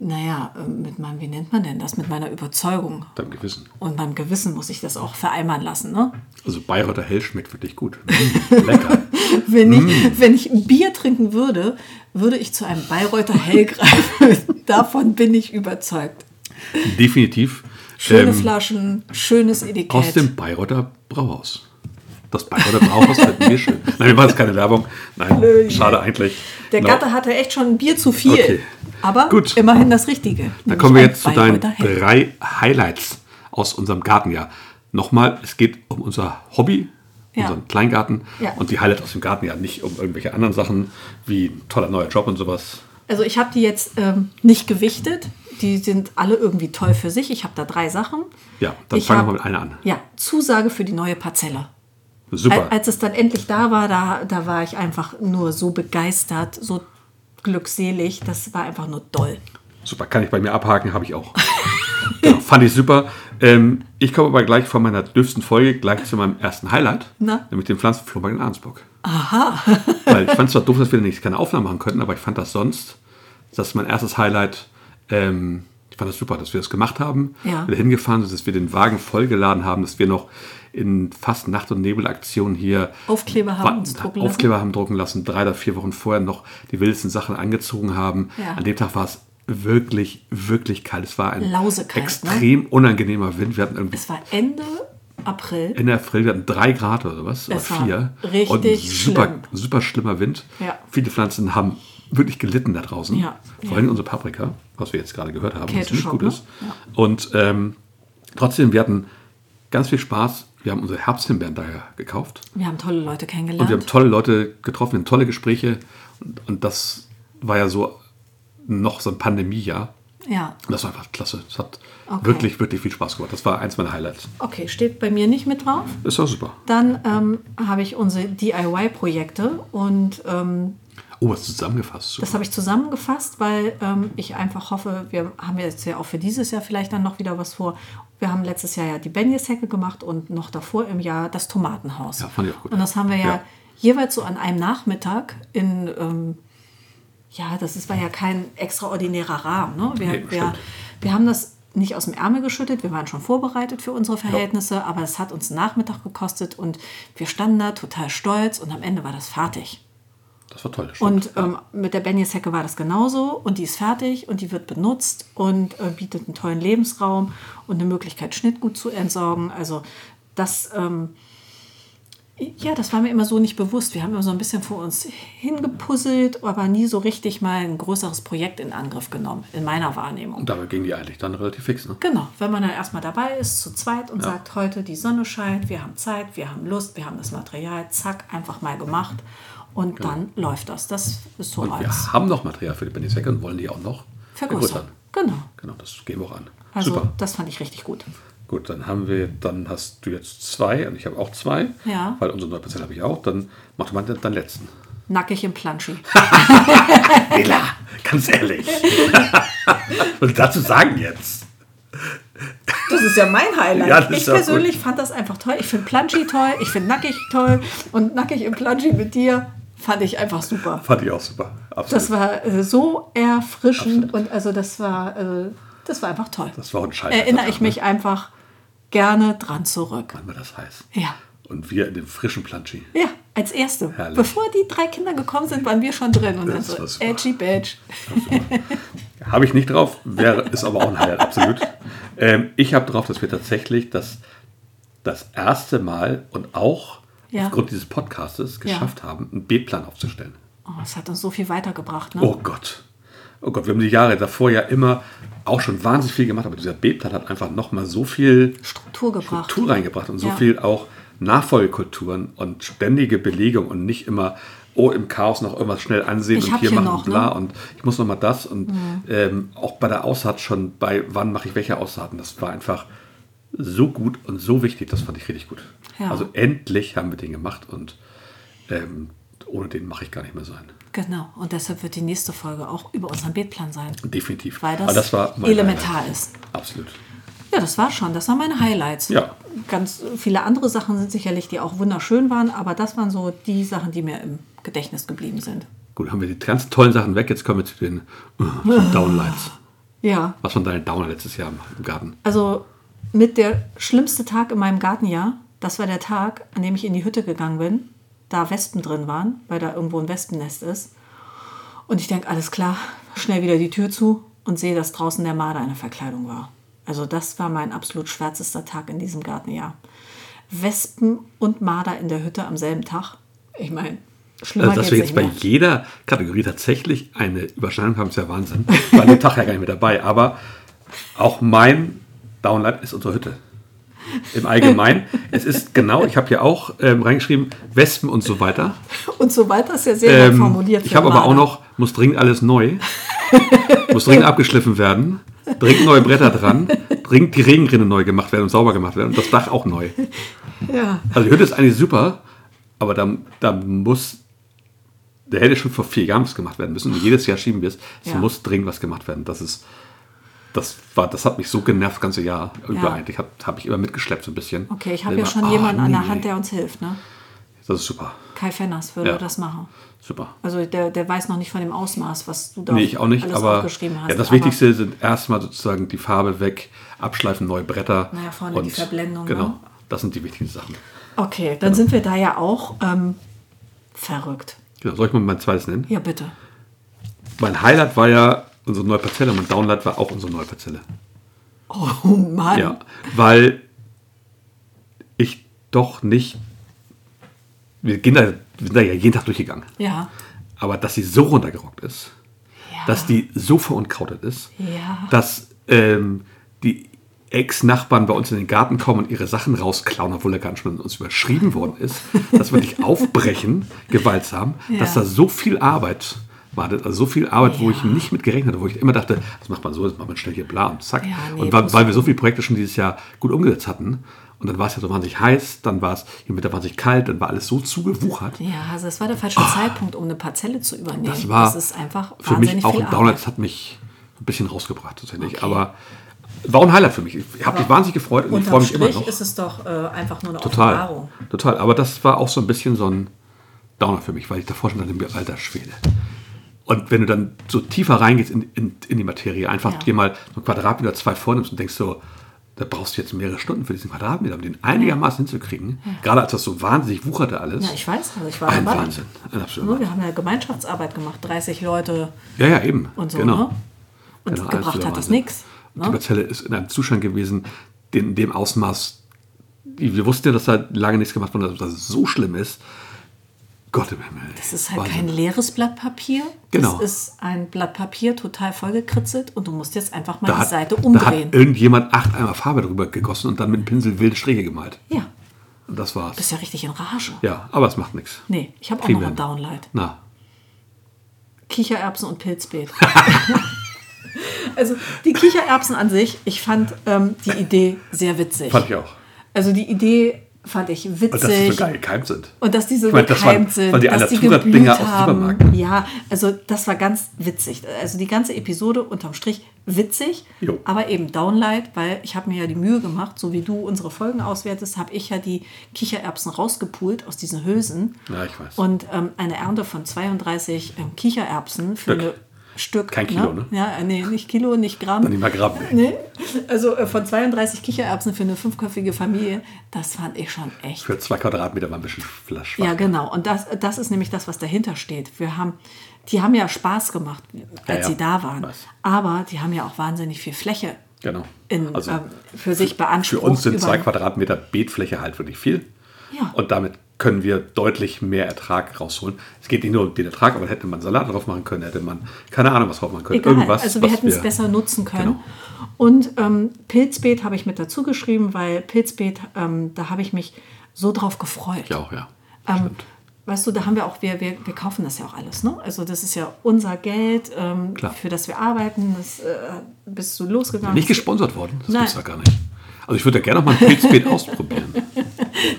naja, äh, mit meinem, wie nennt man denn das, mit meiner Überzeugung
Deinem Gewissen.
und meinem Gewissen muss ich das auch vereinbaren lassen. Ne?
Also Bayreuther Hell schmeckt wirklich gut. Mm, lecker.
Wenn,
Mm.
ich, wenn ich ein Bier trinken würde, würde ich zu einem Bayreuther Hell greifen. Davon bin ich überzeugt.
Definitiv.
Schöne
ähm,
Flaschen, schönes Etikett.
aus dem Bayreuther Brauhaus. Das Bayreuther Brauhaus finden wir schön. Nein, wir machen jetzt keine Werbung. Nein, schade eigentlich.
Der
Genau.
Gatte hatte echt schon ein Bier zu viel.
Okay.
Aber
Gut.
immerhin das Richtige.
Dann
Nämlich
kommen wir
ein
jetzt zu deinen
Bayreuther Hell.
drei Highlights aus unserem Gartenjahr. Nochmal, es geht um unser Hobby,
Ja.
unseren Kleingarten
Ja.
und die Highlights aus dem Gartenjahr, nicht um irgendwelche anderen Sachen wie ein toller neuer Job und sowas.
Also ich habe die jetzt ähm, nicht gewichtet. Die sind alle irgendwie toll für sich. Ich habe da drei Sachen.
Ja, dann
Ich
fangen wir
hab-
mal mit einer an.
Ja, Zusage für die neue Parzelle.
Super.
Al- Als es dann endlich da war, da, da war ich einfach nur so begeistert, so glückselig. Das war einfach nur doll.
Super, kann ich bei mir abhaken, habe ich auch. genau, fand ich super. Ähm, ich komme aber gleich von meiner dürfsten Folge gleich zu meinem ersten Highlight,
Na?
nämlich dem Pflanzenflohmarkt in Arnsburg. Aha. Weil ich fand es zwar doof, dass wir da nicht keine Aufnahmen machen könnten, aber ich fand das sonst, das ist mein erstes Highlight. Ähm, ich fand das super, dass wir das gemacht haben,
Ja.
wir hingefahren sind, dass wir den Wagen vollgeladen haben, dass wir noch in fast Nacht- und Nebelaktion hier
Aufkleber haben
Wa-
uns drucken lassen.
Aufkleber haben drucken lassen, drei oder vier Wochen vorher noch die wildesten Sachen angezogen haben.
Ja.
An dem Tag war es wirklich, wirklich kalt. Es war ein
Lausekalt, ne?
extrem unangenehmer Wind. Wir hatten irgendwie
Es war Ende April.
Ende April, wir hatten drei Grad oder was, oder
Es war
vier.
richtig
und ein super,
schlimm.
super schlimmer Wind.
Ja.
Viele Pflanzen haben wirklich gelitten da draußen.
Ja,
Vor
ja.
allem unsere Paprika, was wir jetzt gerade gehört haben, was nicht
Kälteschock,
gut
ne?
ist. Und ähm, trotzdem, wir hatten ganz viel Spaß. Wir haben unsere Herbsthimbeeren da gekauft.
Wir haben tolle Leute kennengelernt.
Und wir haben tolle Leute getroffen, wir haben tolle Gespräche. Und, und das war ja so noch so ein Pandemiejahr.
ja.
Und Das war einfach klasse. Es hat
Okay.
wirklich, wirklich viel Spaß gemacht. Das war eins meiner Highlights.
Okay, steht bei mir nicht mit drauf.
Ist auch super.
Dann ähm, habe ich unsere DIY-Projekte und ähm,
Oh, was zusammengefasst. Super.
das habe ich zusammengefasst, weil ähm, ich einfach hoffe, wir haben jetzt ja auch für dieses Jahr vielleicht dann noch wieder was vor. Wir haben letztes Jahr ja die Benjeshecke gemacht und noch davor im Jahr das Tomatenhaus.
Ja, fand ich auch gut.
Und das haben wir ja,
Ja.
jeweils so an einem Nachmittag in, ähm, ja, das ist, war ja kein extraordinärer Rahmen. Ne? Wir,
Nee,
wir,
stimmt.
wir haben das nicht aus dem Ärmel geschüttet, wir waren schon vorbereitet für unsere Verhältnisse, aber es hat uns einen Nachmittag gekostet und wir standen da total stolz und am Ende war das fertig.
Das war toll. das stimmt.
Und ähm, mit der Benjeshecke war das genauso. Und die ist fertig und die wird benutzt und äh, bietet einen tollen Lebensraum und eine Möglichkeit, Schnittgut zu entsorgen. Also das, ähm, ja, das war mir immer so nicht bewusst. Wir haben immer so ein bisschen vor uns hingepuzzelt, aber nie so richtig mal ein größeres Projekt in Angriff genommen, in meiner Wahrnehmung.
Und dabei ging die eigentlich dann relativ fix. Ne?
Genau, wenn man dann erstmal dabei ist, zu zweit und sagt, heute die Sonne scheint, wir haben Zeit, wir haben Lust, wir haben das Material, zack, einfach mal gemacht. Und dann läuft das. Das ist so
Genau. Und wir
als
haben noch Material für die Benny-Säcke und wollen die auch noch
vergrößern. Genau.
Genau, das gehen wir auch an.
Also
super.
das fand ich richtig gut.
Gut, dann haben wir, dann hast du jetzt zwei und ich habe auch zwei.
Ja.
Weil unsere 9% habe ich auch. Dann macht man den, dann letzten.
Nackig im Planschi.
Ella, ganz ehrlich. Was ich dazu sagen jetzt?
Das ist ja mein Highlight.
Ja, das ist
ich
auch
persönlich fand das einfach toll. Ich finde Planschi toll, ich finde Nackig toll und Nackig im Planschi mit dir fand ich einfach super.
Fand ich auch super. Absolut.
Das war äh, so erfrischend und also das war, äh, das war einfach toll.
Das war ein Scheiß.
Erinnere ich mich einfach gerne dran zurück.
Wann war das heiß?
Ja.
Und wir in dem frischen Planschi.
Ja, als erste.
Herrlich.
Bevor die drei Kinder gekommen sind, waren wir schon drin. Und
Das
dann
war
so,
super.
edgy badge.
Habe ich nicht drauf, wäre, ist aber auch ein Highlight, absolut. Ähm, ich habe drauf, dass wir tatsächlich das, das erste Mal und auch
Ja.
aufgrund dieses Podcastes geschafft haben, einen B-Plan aufzustellen.
Oh, das hat uns so viel weitergebracht. Ne?
Oh Gott. Oh Gott, wir haben die Jahre davor ja immer auch schon wahnsinnig viel gemacht, aber dieser B-Plan hat einfach nochmal so viel
Struktur gebracht.
Struktur reingebracht und so
Ja.
viel auch Nachfolgekulturen und ständige Belegung und nicht immer, oh, im Chaos noch irgendwas schnell ansehen
Ich
und
hab
hier
hier
machen
noch,
und bla
ne? Mhm.
und ich muss nochmal das und ähm, auch bei der Aussaat schon, bei wann mache ich welche Aussaaten, das war einfach so gut und so wichtig, das fand ich richtig gut.
Ja.
Also endlich haben wir den gemacht und ähm, ohne den mache ich gar nicht mehr sein.
Genau. Und deshalb wird die nächste Folge auch über unseren Beetplan sein.
Definitiv.
Weil das
Aber mein
elementar
Highlight.
ist.
Absolut.
Ja, das war schon. Das waren meine Highlights.
Ja.
Ganz viele andere Sachen sind sicherlich, die auch wunderschön waren, aber das waren so die Sachen, die mir im Gedächtnis geblieben sind.
Gut, haben wir die ganz tollen Sachen weg. Jetzt kommen wir zu den äh, Downlights.
Ja.
Was waren deine Downer letztes Jahr im- im Garten?
Also mit der schlimmste Tag in meinem Gartenjahr, das war der Tag, an dem ich in die Hütte gegangen bin, da Wespen drin waren, weil da irgendwo ein Wespennest ist. Und ich denke, alles klar, schnell wieder die Tür zu und sehe, dass draußen der Marder in der Verkleidung war. Also das war mein absolut schwärzester Tag in diesem Gartenjahr. Wespen und Marder in der Hütte am selben Tag. Ich meine, schlimmer
Also, dass wir
geht's
jetzt
nicht
bei
mehr.
jeder Kategorie tatsächlich eine Überschneidung haben, ist ja Wahnsinn. Ich war an dem Tag ja gar nicht mehr dabei. Aber auch mein Downlight ist unsere Hütte. Im Allgemeinen. es ist genau, ich habe hier auch ähm, reingeschrieben, Wespen und so weiter.
Und so weiter ist ja sehr
Ähm,
gut formuliert.
ich
für
habe aber auch
Marder.
noch, muss dringend alles neu, muss dringend abgeschliffen werden, dringend neue Bretter dran, dringend die Regenrinne neu gemacht werden und sauber gemacht werden und das Dach auch neu.
Ja.
Also die Hütte ist eigentlich super, aber da, da muss, da hätte schon vor vier Jahren was gemacht werden müssen und jedes Jahr schieben wir es. Es
Ja.
muss dringend was gemacht werden. Das ist, das war, das hat mich so genervt, das ganze Jahr über
Ja.
eigentlich. Habe hab ich immer mitgeschleppt so ein bisschen.
Okay, ich habe
Immer,
ja schon
ah,
jemanden an der
nee.
Hand, der uns hilft. Ne?
Das ist super,
Kai Fenners würde
Ja.
das machen.
super.
Also der, der weiß noch nicht von dem Ausmaß, was du da
Nee, ich auch nicht,
alles
aber
aufgeschrieben hast.
ja, das
aber
Wichtigste sind erstmal sozusagen die Farbe weg, abschleifen, neue Bretter.
Naja, vorne die Verblendung,
Genau,
ne?
das sind die wichtigen Sachen.
Okay, dann sind wir da ja auch ähm, verrückt.
Genau, soll ich mal mein zweites nennen?
Ja, bitte.
Mein Highlight war ja unsere neue Parzelle, mein Downlight war auch unsere neue Parzelle.
Oh Mann.
Ja, weil ich doch nicht. Wir gehen da, wir sind da ja jeden Tag durchgegangen.
Ja.
Aber dass sie so runtergerockt ist,
Ja.
dass die so verunkrautet ist,
Ja.
dass ähm, die Ex-Nachbarn bei uns in den Garten kommen und ihre Sachen rausklauen, obwohl er gar nicht mit uns überschrieben worden ist, dass wir dich aufbrechen, gewaltsam, dass
Ja.
da so viel Arbeit war, das- also so viel Arbeit, wo ich
Ja.
nicht mit gerechnet habe, wo ich immer dachte, das macht man so, das macht man schnell hier, bla und zack.
Ja, nee,
und weil,
muss
weil wir so viele Projekte schon dieses Jahr gut umgesetzt hatten, und dann war es ja so wahnsinnig heiß, dann war es hier mit der wahnsinnig kalt, dann war alles so zugewuchert.
ja, also das war der falsche Zeitpunkt, um eine Parzelle zu übernehmen.
Ah. Das war
ist einfach
für
wahnsinnig
mich auch
viel
ein Downer.
Arbeit.
Das hat mich ein bisschen rausgebracht tatsächlich.
Okay.
Aber war ein Highlight für mich. Ich habe mich wahnsinnig gefreut und ich freue
Unterm
mich immer
Strich
noch.
ist es doch äh, einfach nur eine
Total,
Offenbarung.
total. Aber das war auch so ein bisschen so ein Downer für mich, weil ich davor schon dachte, mir, alter Schwede. Und wenn du dann so tiefer reingehst in, in, in die Materie, einfach
Ja.
dir mal so ein Quadratmeter zwei vornimmst und denkst so, da brauchst du jetzt mehrere Stunden für diesen Quadratmeter, um den einigermaßen hinzukriegen. Gerade als das so wahnsinnig wucherte alles.
Ja, ich weiß, also ich war
ein
dabei.
Wahnsinn, ein absoluter Wahnsinn.
Nur, Ne, wir haben ja Gemeinschaftsarbeit gemacht, 30 Leute
Ja, ja, eben.
und so.
genau.
Ne? Und
Genau,
gebracht
absoluter
hat das
Wahnsinn.
nichts.
Die
Ne?
Parzelle ist in einem Zustand gewesen, den, in dem Ausmaß, die- wir wussten ja, dass da lange nichts gemacht wurde, dass das so schlimm ist. Gott im Himmel.
Das ist halt
Wahnsinn.
kein leeres Blatt Papier.
Genau.
Das ist ein Blatt Papier total vollgekritzelt und du musst jetzt einfach mal
da
die
hat,
Seite
Da hat
umdrehen.
irgendjemand acht Eimer Farbe drüber gegossen und dann mit dem Pinsel wilde Striche gemalt.
ja,
Und das war's.
bist ja richtig in Rage.
ja, aber es macht nichts.
Nee, ich habe auch
Kriegen
noch ein
wir hin.
Downlight.
Na,
Kichererbsen und Pilzbeet. Also die Kichererbsen an sich, ich fand ähm, die Idee sehr witzig.
Fand ich auch.
Also die Idee fand ich witzig.
Und dass sie so geil gekeimt sind.
Und dass die so
Ich meine, das
gekeimt
waren-
sind,
waren die
dass die
Alnatura-Dinger
geblüht
aus dem
haben.
Supermarkt. ne?
Ja, also das war ganz witzig. Also die ganze Episode unterm Strich witzig,
Jo.
aber eben Downlight, weil ich habe mir ja die Mühe gemacht, so wie du unsere Folgen auswertest, habe ich ja die Kichererbsen rausgepult aus diesen Hülsen.
Ja, ich weiß.
Und ähm, eine Ernte von 32 ähm, Kichererbsen für
Stück.
eine Stück.
Kein Kilo, ne?
Ja, äh, nee, nicht Kilo, nicht Gramm.
Dann immer Gramm.
Nee, also äh, von 32 Kichererbsen für eine fünfköpfige Familie, das fand ich schon echt
Für zwei Quadratmeter war ein bisschen Flasch.
ja, genau. Und das, das ist nämlich das, was dahinter steht. Wir haben, die haben ja Spaß gemacht, als
ja.
sie da waren.
Was?
Aber die haben ja auch wahnsinnig viel Fläche
Genau.
in,
also
ähm, für sich
für
beansprucht.
uns sind
über-
zwei Quadratmeter Beetfläche halt wirklich viel.
Ja.
Und damit können wir deutlich mehr Ertrag rausholen. Es geht nicht nur um den Ertrag, aber hätte man Salat drauf machen können, hätte man keine Ahnung was drauf machen können.
Egal.
Irgendwas,
also wir
was
hätten es
wir-
besser nutzen können.
Genau.
Und ähm, Pilzbeet habe ich mit dazu geschrieben, weil Pilzbeet, ähm, da habe ich mich so drauf gefreut.
Ja, auch, ja.
Ähm, weißt du, da haben wir auch, wir, wir, wir kaufen das ja auch alles, ne? Also das ist ja unser Geld, ähm,
Klar.
für das wir arbeiten. Das äh, bist du losgegangen.
Nicht gesponsert worden. Das
Nein.
gibt's ja gar nicht. Also ich würde ja gerne noch mal ein Pilzbeet ausprobieren.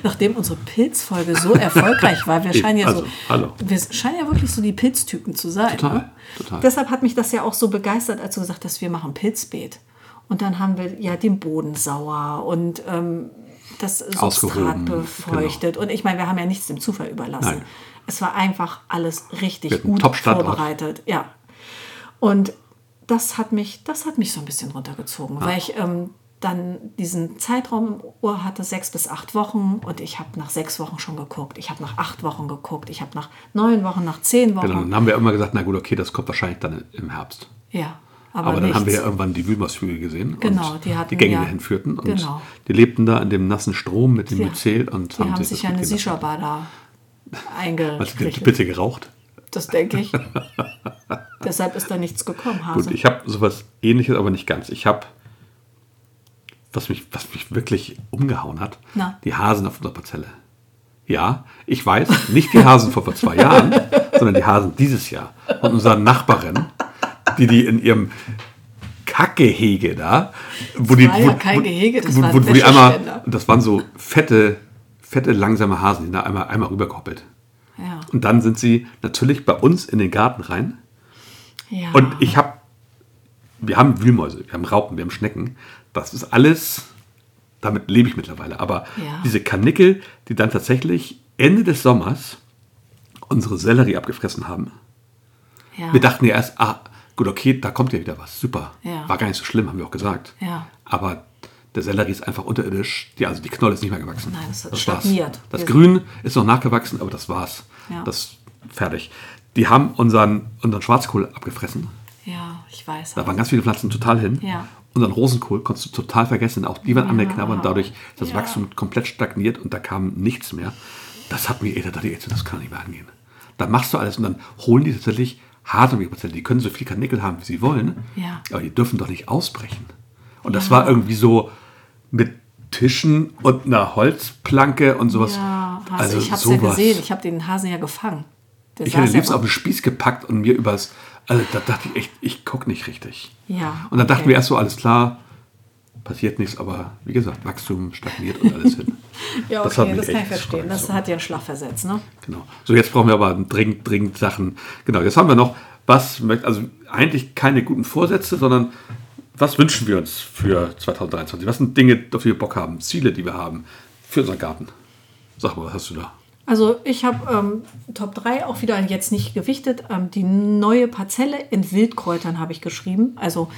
Nachdem unsere Pilzfolge so erfolgreich war, wir
Eben,
scheinen ja
also,
so,
hallo.
wir scheinen ja wirklich so die Pilztypen zu sein.
Total,
ne?
total.
Deshalb hat mich das ja auch so begeistert, als du gesagt hast, wir machen Pilzbeet. Und dann haben wir ja den Boden sauer und ähm, das Substrat
Ausgehoben,
befeuchtet. Und ich meine, wir haben ja nichts dem Zufall überlassen.
genau. Nein.
Es war einfach alles richtig
Wir hatten einen
gut
Top-Standort.
vorbereitet. Ja. Und das hat mich, das hat mich so ein bisschen runtergezogen, weil ich ähm, dann diesen Zeitraum im Ohr hatte, sechs bis acht Wochen. Und ich habe nach sechs Wochen schon geguckt. Ich habe nach acht Wochen geguckt. Ich habe nach neun Wochen, nach zehn Wochen.
Genau. Dann haben wir immer gesagt, na gut, okay, das kommt wahrscheinlich dann im Herbst.
Ja, aber,
Aber, dann
nichts.
haben wir ja irgendwann die Wühlmershügel gesehen
Genau,
und
die hatten
Gänge
ja-
dahin führten. Und
genau.
die lebten da in dem nassen Strom mit dem
Ja.
Myzel und
die haben
das
sich ja
gut
eine
gehen lassen.
Shisha-Bar da
Hast du die
eingekriegt.
bitte geraucht?
Das denke ich. Deshalb ist da nichts gekommen,
Gut,
Hase.
ich habe sowas ähnliches, aber nicht ganz. Ich habe, was mich, was mich wirklich umgehauen hat,
Na?
die Hasen auf unserer Parzelle. Ja, ich weiß, nicht die Hasen von vor zwei Jahren, sondern die Hasen dieses Jahr. Und unsere Nachbarin, die die in ihrem Kackgehege da, wo die.
war
wo,
ja kein Gehege, das
wo,
waren
wo, wo die einmal,
Wäscheständer.
Das waren so fette, fette, langsame Hasen, die da einmal, einmal rüberkoppelt.
ja.
Und dann sind sie natürlich bei uns in den Garten rein.
ja.
Und ich habe, wir haben Wühlmäuse, wir haben Raupen, wir haben Schnecken. Das ist alles, damit lebe ich mittlerweile. Aber
Ja.
diese Kanickel, die dann tatsächlich Ende des Sommers unsere Sellerie abgefressen haben.
ja.
Wir dachten ja erst, ah, gut, okay, da kommt ja wieder was, super.
Ja.
War gar nicht so schlimm, haben wir auch gesagt.
Ja.
Aber der Sellerie ist einfach unterirdisch. Die, also die Knolle ist nicht mehr gewachsen.
Nein, das hat
war's.
stagniert.
Das
Wir-
Grün ist noch nachgewachsen, aber das war's.
Ja.
Das fertig. Die haben unseren, unseren Schwarzkohl abgefressen.
ja, ich weiß.
Da waren ganz viele Pflanzen total hin.
Ja.
Unseren Rosenkohl konntest du total vergessen. Auch die waren angeknabbert und dadurch ist das
Ja.
Wachstum komplett stagniert und da kam nichts mehr. Das hat mir, ey, da dachte ich, ey, das kann nicht mehr angehen. Da machst du alles und dann holen die tatsächlich harte Prozent. Die können so viel Karnickel haben, wie sie wollen,
Ja.
aber die dürfen doch nicht ausbrechen. Und das war irgendwie so mit Tischen und einer Holzplanke und sowas. Also
Ja, Hase, ich habe es ja gesehen. Ich habe den Hasen ja gefangen. Der
Ich hätte
saß
liebst
ja
auf den Spieß gepackt und mir übers. Also da dachte ich echt, ich gucke nicht richtig.
Ja,
Und dann dachten
okay.
wir erst so, alles klar, passiert nichts, aber wie gesagt, Wachstum stagniert und alles hin.
ja, okay, das,
hat mich
kann ich
echt
verstehen. Das
zurückgezogen.
hat ja einen Schlag versetzt, ne?
Genau. So, jetzt brauchen wir aber dringend, dringend Sachen. Genau, jetzt haben wir noch, was möcht- also eigentlich keine guten Vorsätze, sondern was wünschen wir uns für 2023? Was sind Dinge, auf die wir Bock haben, Ziele, die wir haben für unseren Garten? Sag mal, was hast du da?
Also ich habe ähm, Top 3 auch wieder jetzt nicht gewichtet. Ähm, die neue Parzelle in Wildkräutern habe ich geschrieben. Also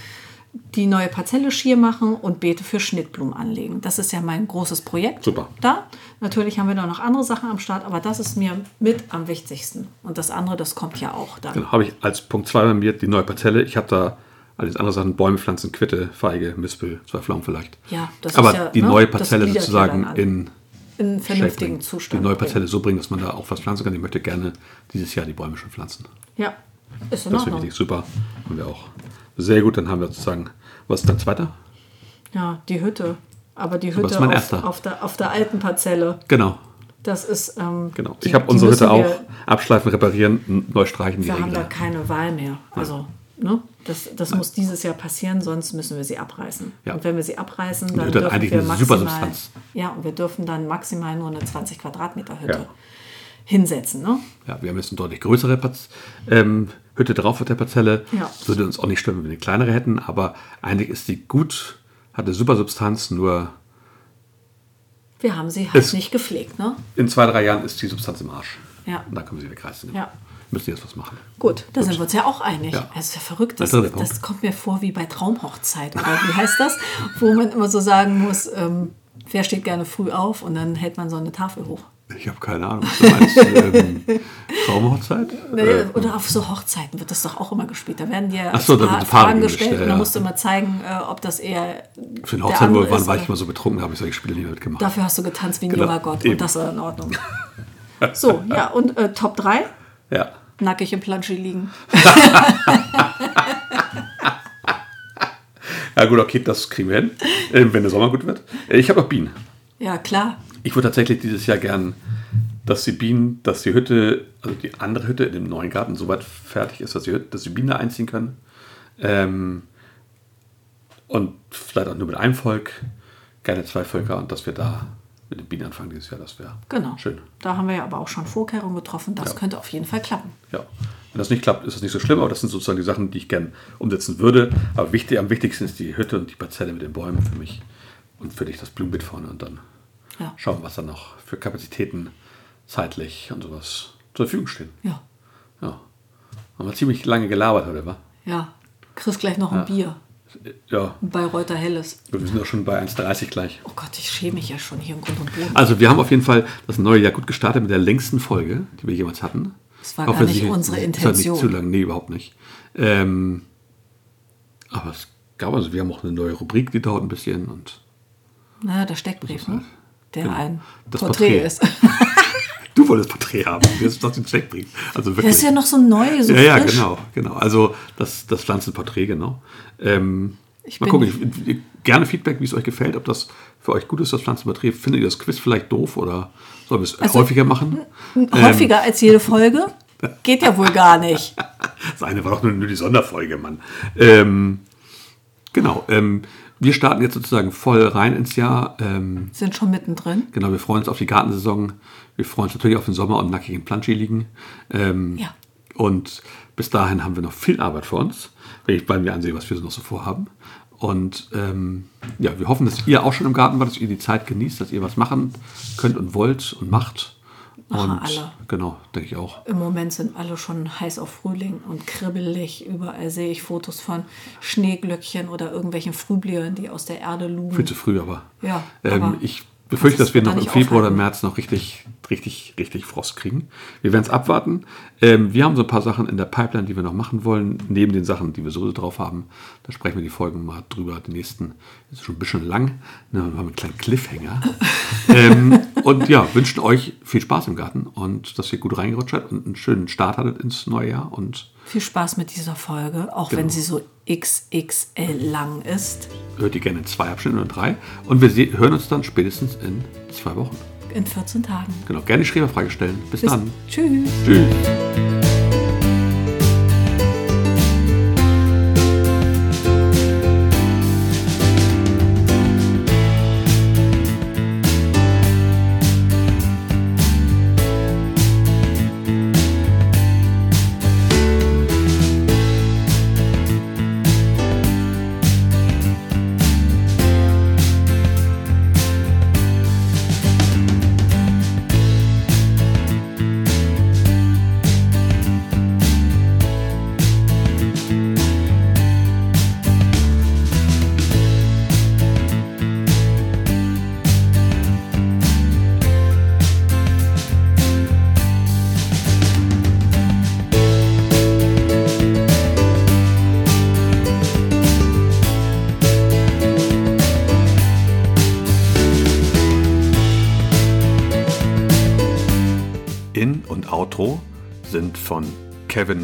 die neue Parzelle schier machen und Beete für Schnittblumen anlegen. Das ist ja mein großes Projekt.
Super.
Da. Natürlich haben wir da noch andere Sachen am Start, aber das ist mir mit am wichtigsten. Und das andere, das kommt ja auch dann.
Genau, habe ich als Punkt 2 bei mir die neue Parzelle. Ich habe da alles andere Sachen, Bäume, Pflanzen, Quitte, Feige, Mispel, zwei Pflaumen vielleicht.
Ja, das
Aber
ist ja,
die
ne,
neue
das
Parzelle
gliedert ja
sozusagen
dann an.
in
In einen
Shape
vernünftigen
bringen.
Zustand.
Die neue
bringen.
Parzelle so bringen, dass man da auch was pflanzen kann. Ich möchte gerne dieses Jahr die Bäume schon pflanzen.
Ja, ist in
Das finde
Ordnung.
ich super. Haben wir auch. Sehr gut, dann haben wir sozusagen, was ist dein zweiter?
Ja, die Hütte. Aber die
ist
Hütte
mein
auf,
erster.
auf, der, auf der alten Parzelle.
Genau,
Das ist. Ähm,
genau.
die-
ich habe
die
unsere
müssen
Hütte auch
wir-
abschleifen, reparieren, n- neu streichen, die
Wir haben
Regler.
da keine Wahl mehr. Also Ne? Das, das muss dieses Jahr passieren, sonst müssen wir sie abreißen.
Ja.
Und wenn wir sie abreißen, dann
Eine Hütte hat
dürfen
eigentlich
wir
eine
maximal,
Supersubstanz.
ja, und wir dürfen dann maximal nur eine 20 Quadratmeter Hütte
Ja.
hinsetzen. Ne?
Ja, wir haben jetzt eine deutlich größere Parz ähm, Hütte drauf auf der Parzelle.
Ja.
Würde uns auch nicht stören, wenn wir eine kleinere hätten, aber eigentlich ist die gut, hat eine super Substanz, nur
Wir haben sie halt
Es-
nicht gepflegt. Ne?
in zwei, drei Jahren ist die Substanz im Arsch.
Ja.
Und da können wir sie wegreißen.
Ja.
Müssen jetzt was machen.
Gut, da sind wir uns ja auch einig.
Ja.
Das ist ja verrückt.
Der
Das,
dritte Punkt.
das kommt mir vor wie bei Traumhochzeit. Oder wie heißt das? Wo man immer so sagen muss, ähm, wer steht gerne früh auf und dann hält man so eine Tafel hoch.
Ich habe keine Ahnung. Was du meinst, ähm, Traumhochzeit?
Äh, Oder auf so Hochzeiten wird das doch auch immer gespielt. Da werden dir
Ach so, da
Fra-
wird Fragen gestellt,
gestellt und
ja.
dann musst du immer zeigen, äh, ob das eher
Für eine
der
Hochzeit
andere
wo- wann
ist
war ich
oder-
mal so betrunken, habe ich solche Spiele nie mitgemacht.
Dafür hast du getanzt wie ein
Genau,
junger Gott
eben.
und das war in Ordnung. So, ja, und äh, Top 3,
Ja.
nackig im Planschee liegen.
ja, gut, okay, das kriegen wir hin, äh, wenn der Sommer gut wird. Äh, Ich habe noch Bienen.
Ja, klar.
Ich würde tatsächlich dieses Jahr gern, dass die Bienen, dass die Hütte, also die andere Hütte in dem neuen Garten so weit fertig ist, dass die, Hütte, dass die Bienen da einziehen können. Ähm, und vielleicht auch nur mit einem Volk, gerne zwei Völker und dass wir da mit den Bienen anfangen dieses Jahr, das wäre
Genau.
schön.
Da haben wir ja aber auch schon Vorkehrungen getroffen. Das könnte auf jeden Fall klappen.
Ja. Wenn das nicht klappt, ist das nicht so schlimm, aber das sind sozusagen die Sachen, die ich gerne umsetzen würde. Aber wichtig, am wichtigsten ist die Hütte und die Parzelle mit den Bäumen für mich und für dich das Blumenbeet vorne und dann
Ja.
schauen, was dann noch für Kapazitäten zeitlich und sowas zur Verfügung stehen.
Ja.
Ja. Haben wir ziemlich lange gelabert heute, wa?
Ja. Kriegst gleich noch ein Bier.
Ja.
Ein Bayreuther Helles.
Gut, wir sind auch schon bei 1,30 gleich.
Oh Gott, ich schäme mich ja schon hier im Grund und Boden.
Also, wir haben auf jeden Fall das neue Jahr gut gestartet mit der längsten Folge, die wir jemals hatten.
Das war gar nicht
sie-
unsere
es war
Intention.
Nicht zu lang, nee, überhaupt nicht. Ähm, aber es gab also, wir haben auch eine neue Rubrik, die dauert ein bisschen und
Na, der Steckbrief, ne? Der ein
Das
Porträt,
Porträt.
ist.
du wolltest Porträt haben, jetzt hast du den Checkbrief. Also
Der
wirklich.
ist ja noch so neu, so
ja, ja,
frisch.
genau, genau. Also das, das Pflanzenporträt, genau. Ähm,
Ich
mal
bin-
gucken, ich, ich, gerne Feedback, wie es euch gefällt, ob das für euch gut ist, das Pflanzenporträt. Findet ihr das Quiz vielleicht doof oder sollen wir es
Also-
häufiger machen? Ähm.
Häufiger als jede Folge? Geht ja wohl gar nicht.
Das eine war doch nur, nur die Sonderfolge, Mann. Ähm, genau. Ähm, wir starten jetzt sozusagen voll rein ins Jahr. Ähm,
Sind schon mittendrin.
genau, wir freuen uns auf die Gartensaison. Wir freuen uns natürlich auf den Sommer und nackigen Planschi liegen. Ähm,
Ja.
Und bis dahin haben wir noch viel Arbeit vor uns, wenn ich bei mir ansehe, was wir so noch so vorhaben. Und ähm, ja, wir hoffen, dass ihr auch schon im Garten wart, dass ihr die Zeit genießt, dass ihr was machen könnt und wollt und macht.
Machen
und
alle.
genau, denke ich auch.
Im Moment sind alle schon heiß auf Frühling und kribbelig. Überall sehe ich Fotos von Schneeglöckchen oder irgendwelchen Frühblühern, die aus der Erde
Viel
lugen.
zu früh, aber.
Ja,
ähm,
aber
ich befürchte,
das
dass wir
wird
noch
da
im
nicht
Februar oder
aufhalten.
März noch richtig, richtig, richtig Frost kriegen. Wir werden es abwarten. Ähm, wir haben so ein paar Sachen in der Pipeline, die wir noch machen wollen, neben den Sachen, die wir sowieso drauf haben. Da sprechen wir die Folgen mal drüber. Die nächsten ist schon ein bisschen lang. Ne, wir haben einen kleinen Cliffhanger. ähm, und ja, wünschen euch viel Spaß im Garten und dass ihr gut reingerutscht seid und einen schönen Start hattet ins neue Jahr. Und
Viel Spaß mit dieser Folge, auch
Genau.
wenn sie so XXL lang ist.
hört ihr gerne in zwei Abschnitten oder drei. Und wir se- hören uns dann spätestens in zwei Wochen.
In 14 Tagen.
Genau, gerne die Schreberfrage stellen. Bis,
Bis
dann.
Tschüss.
Tschüss. In- und Outro sind von Kevin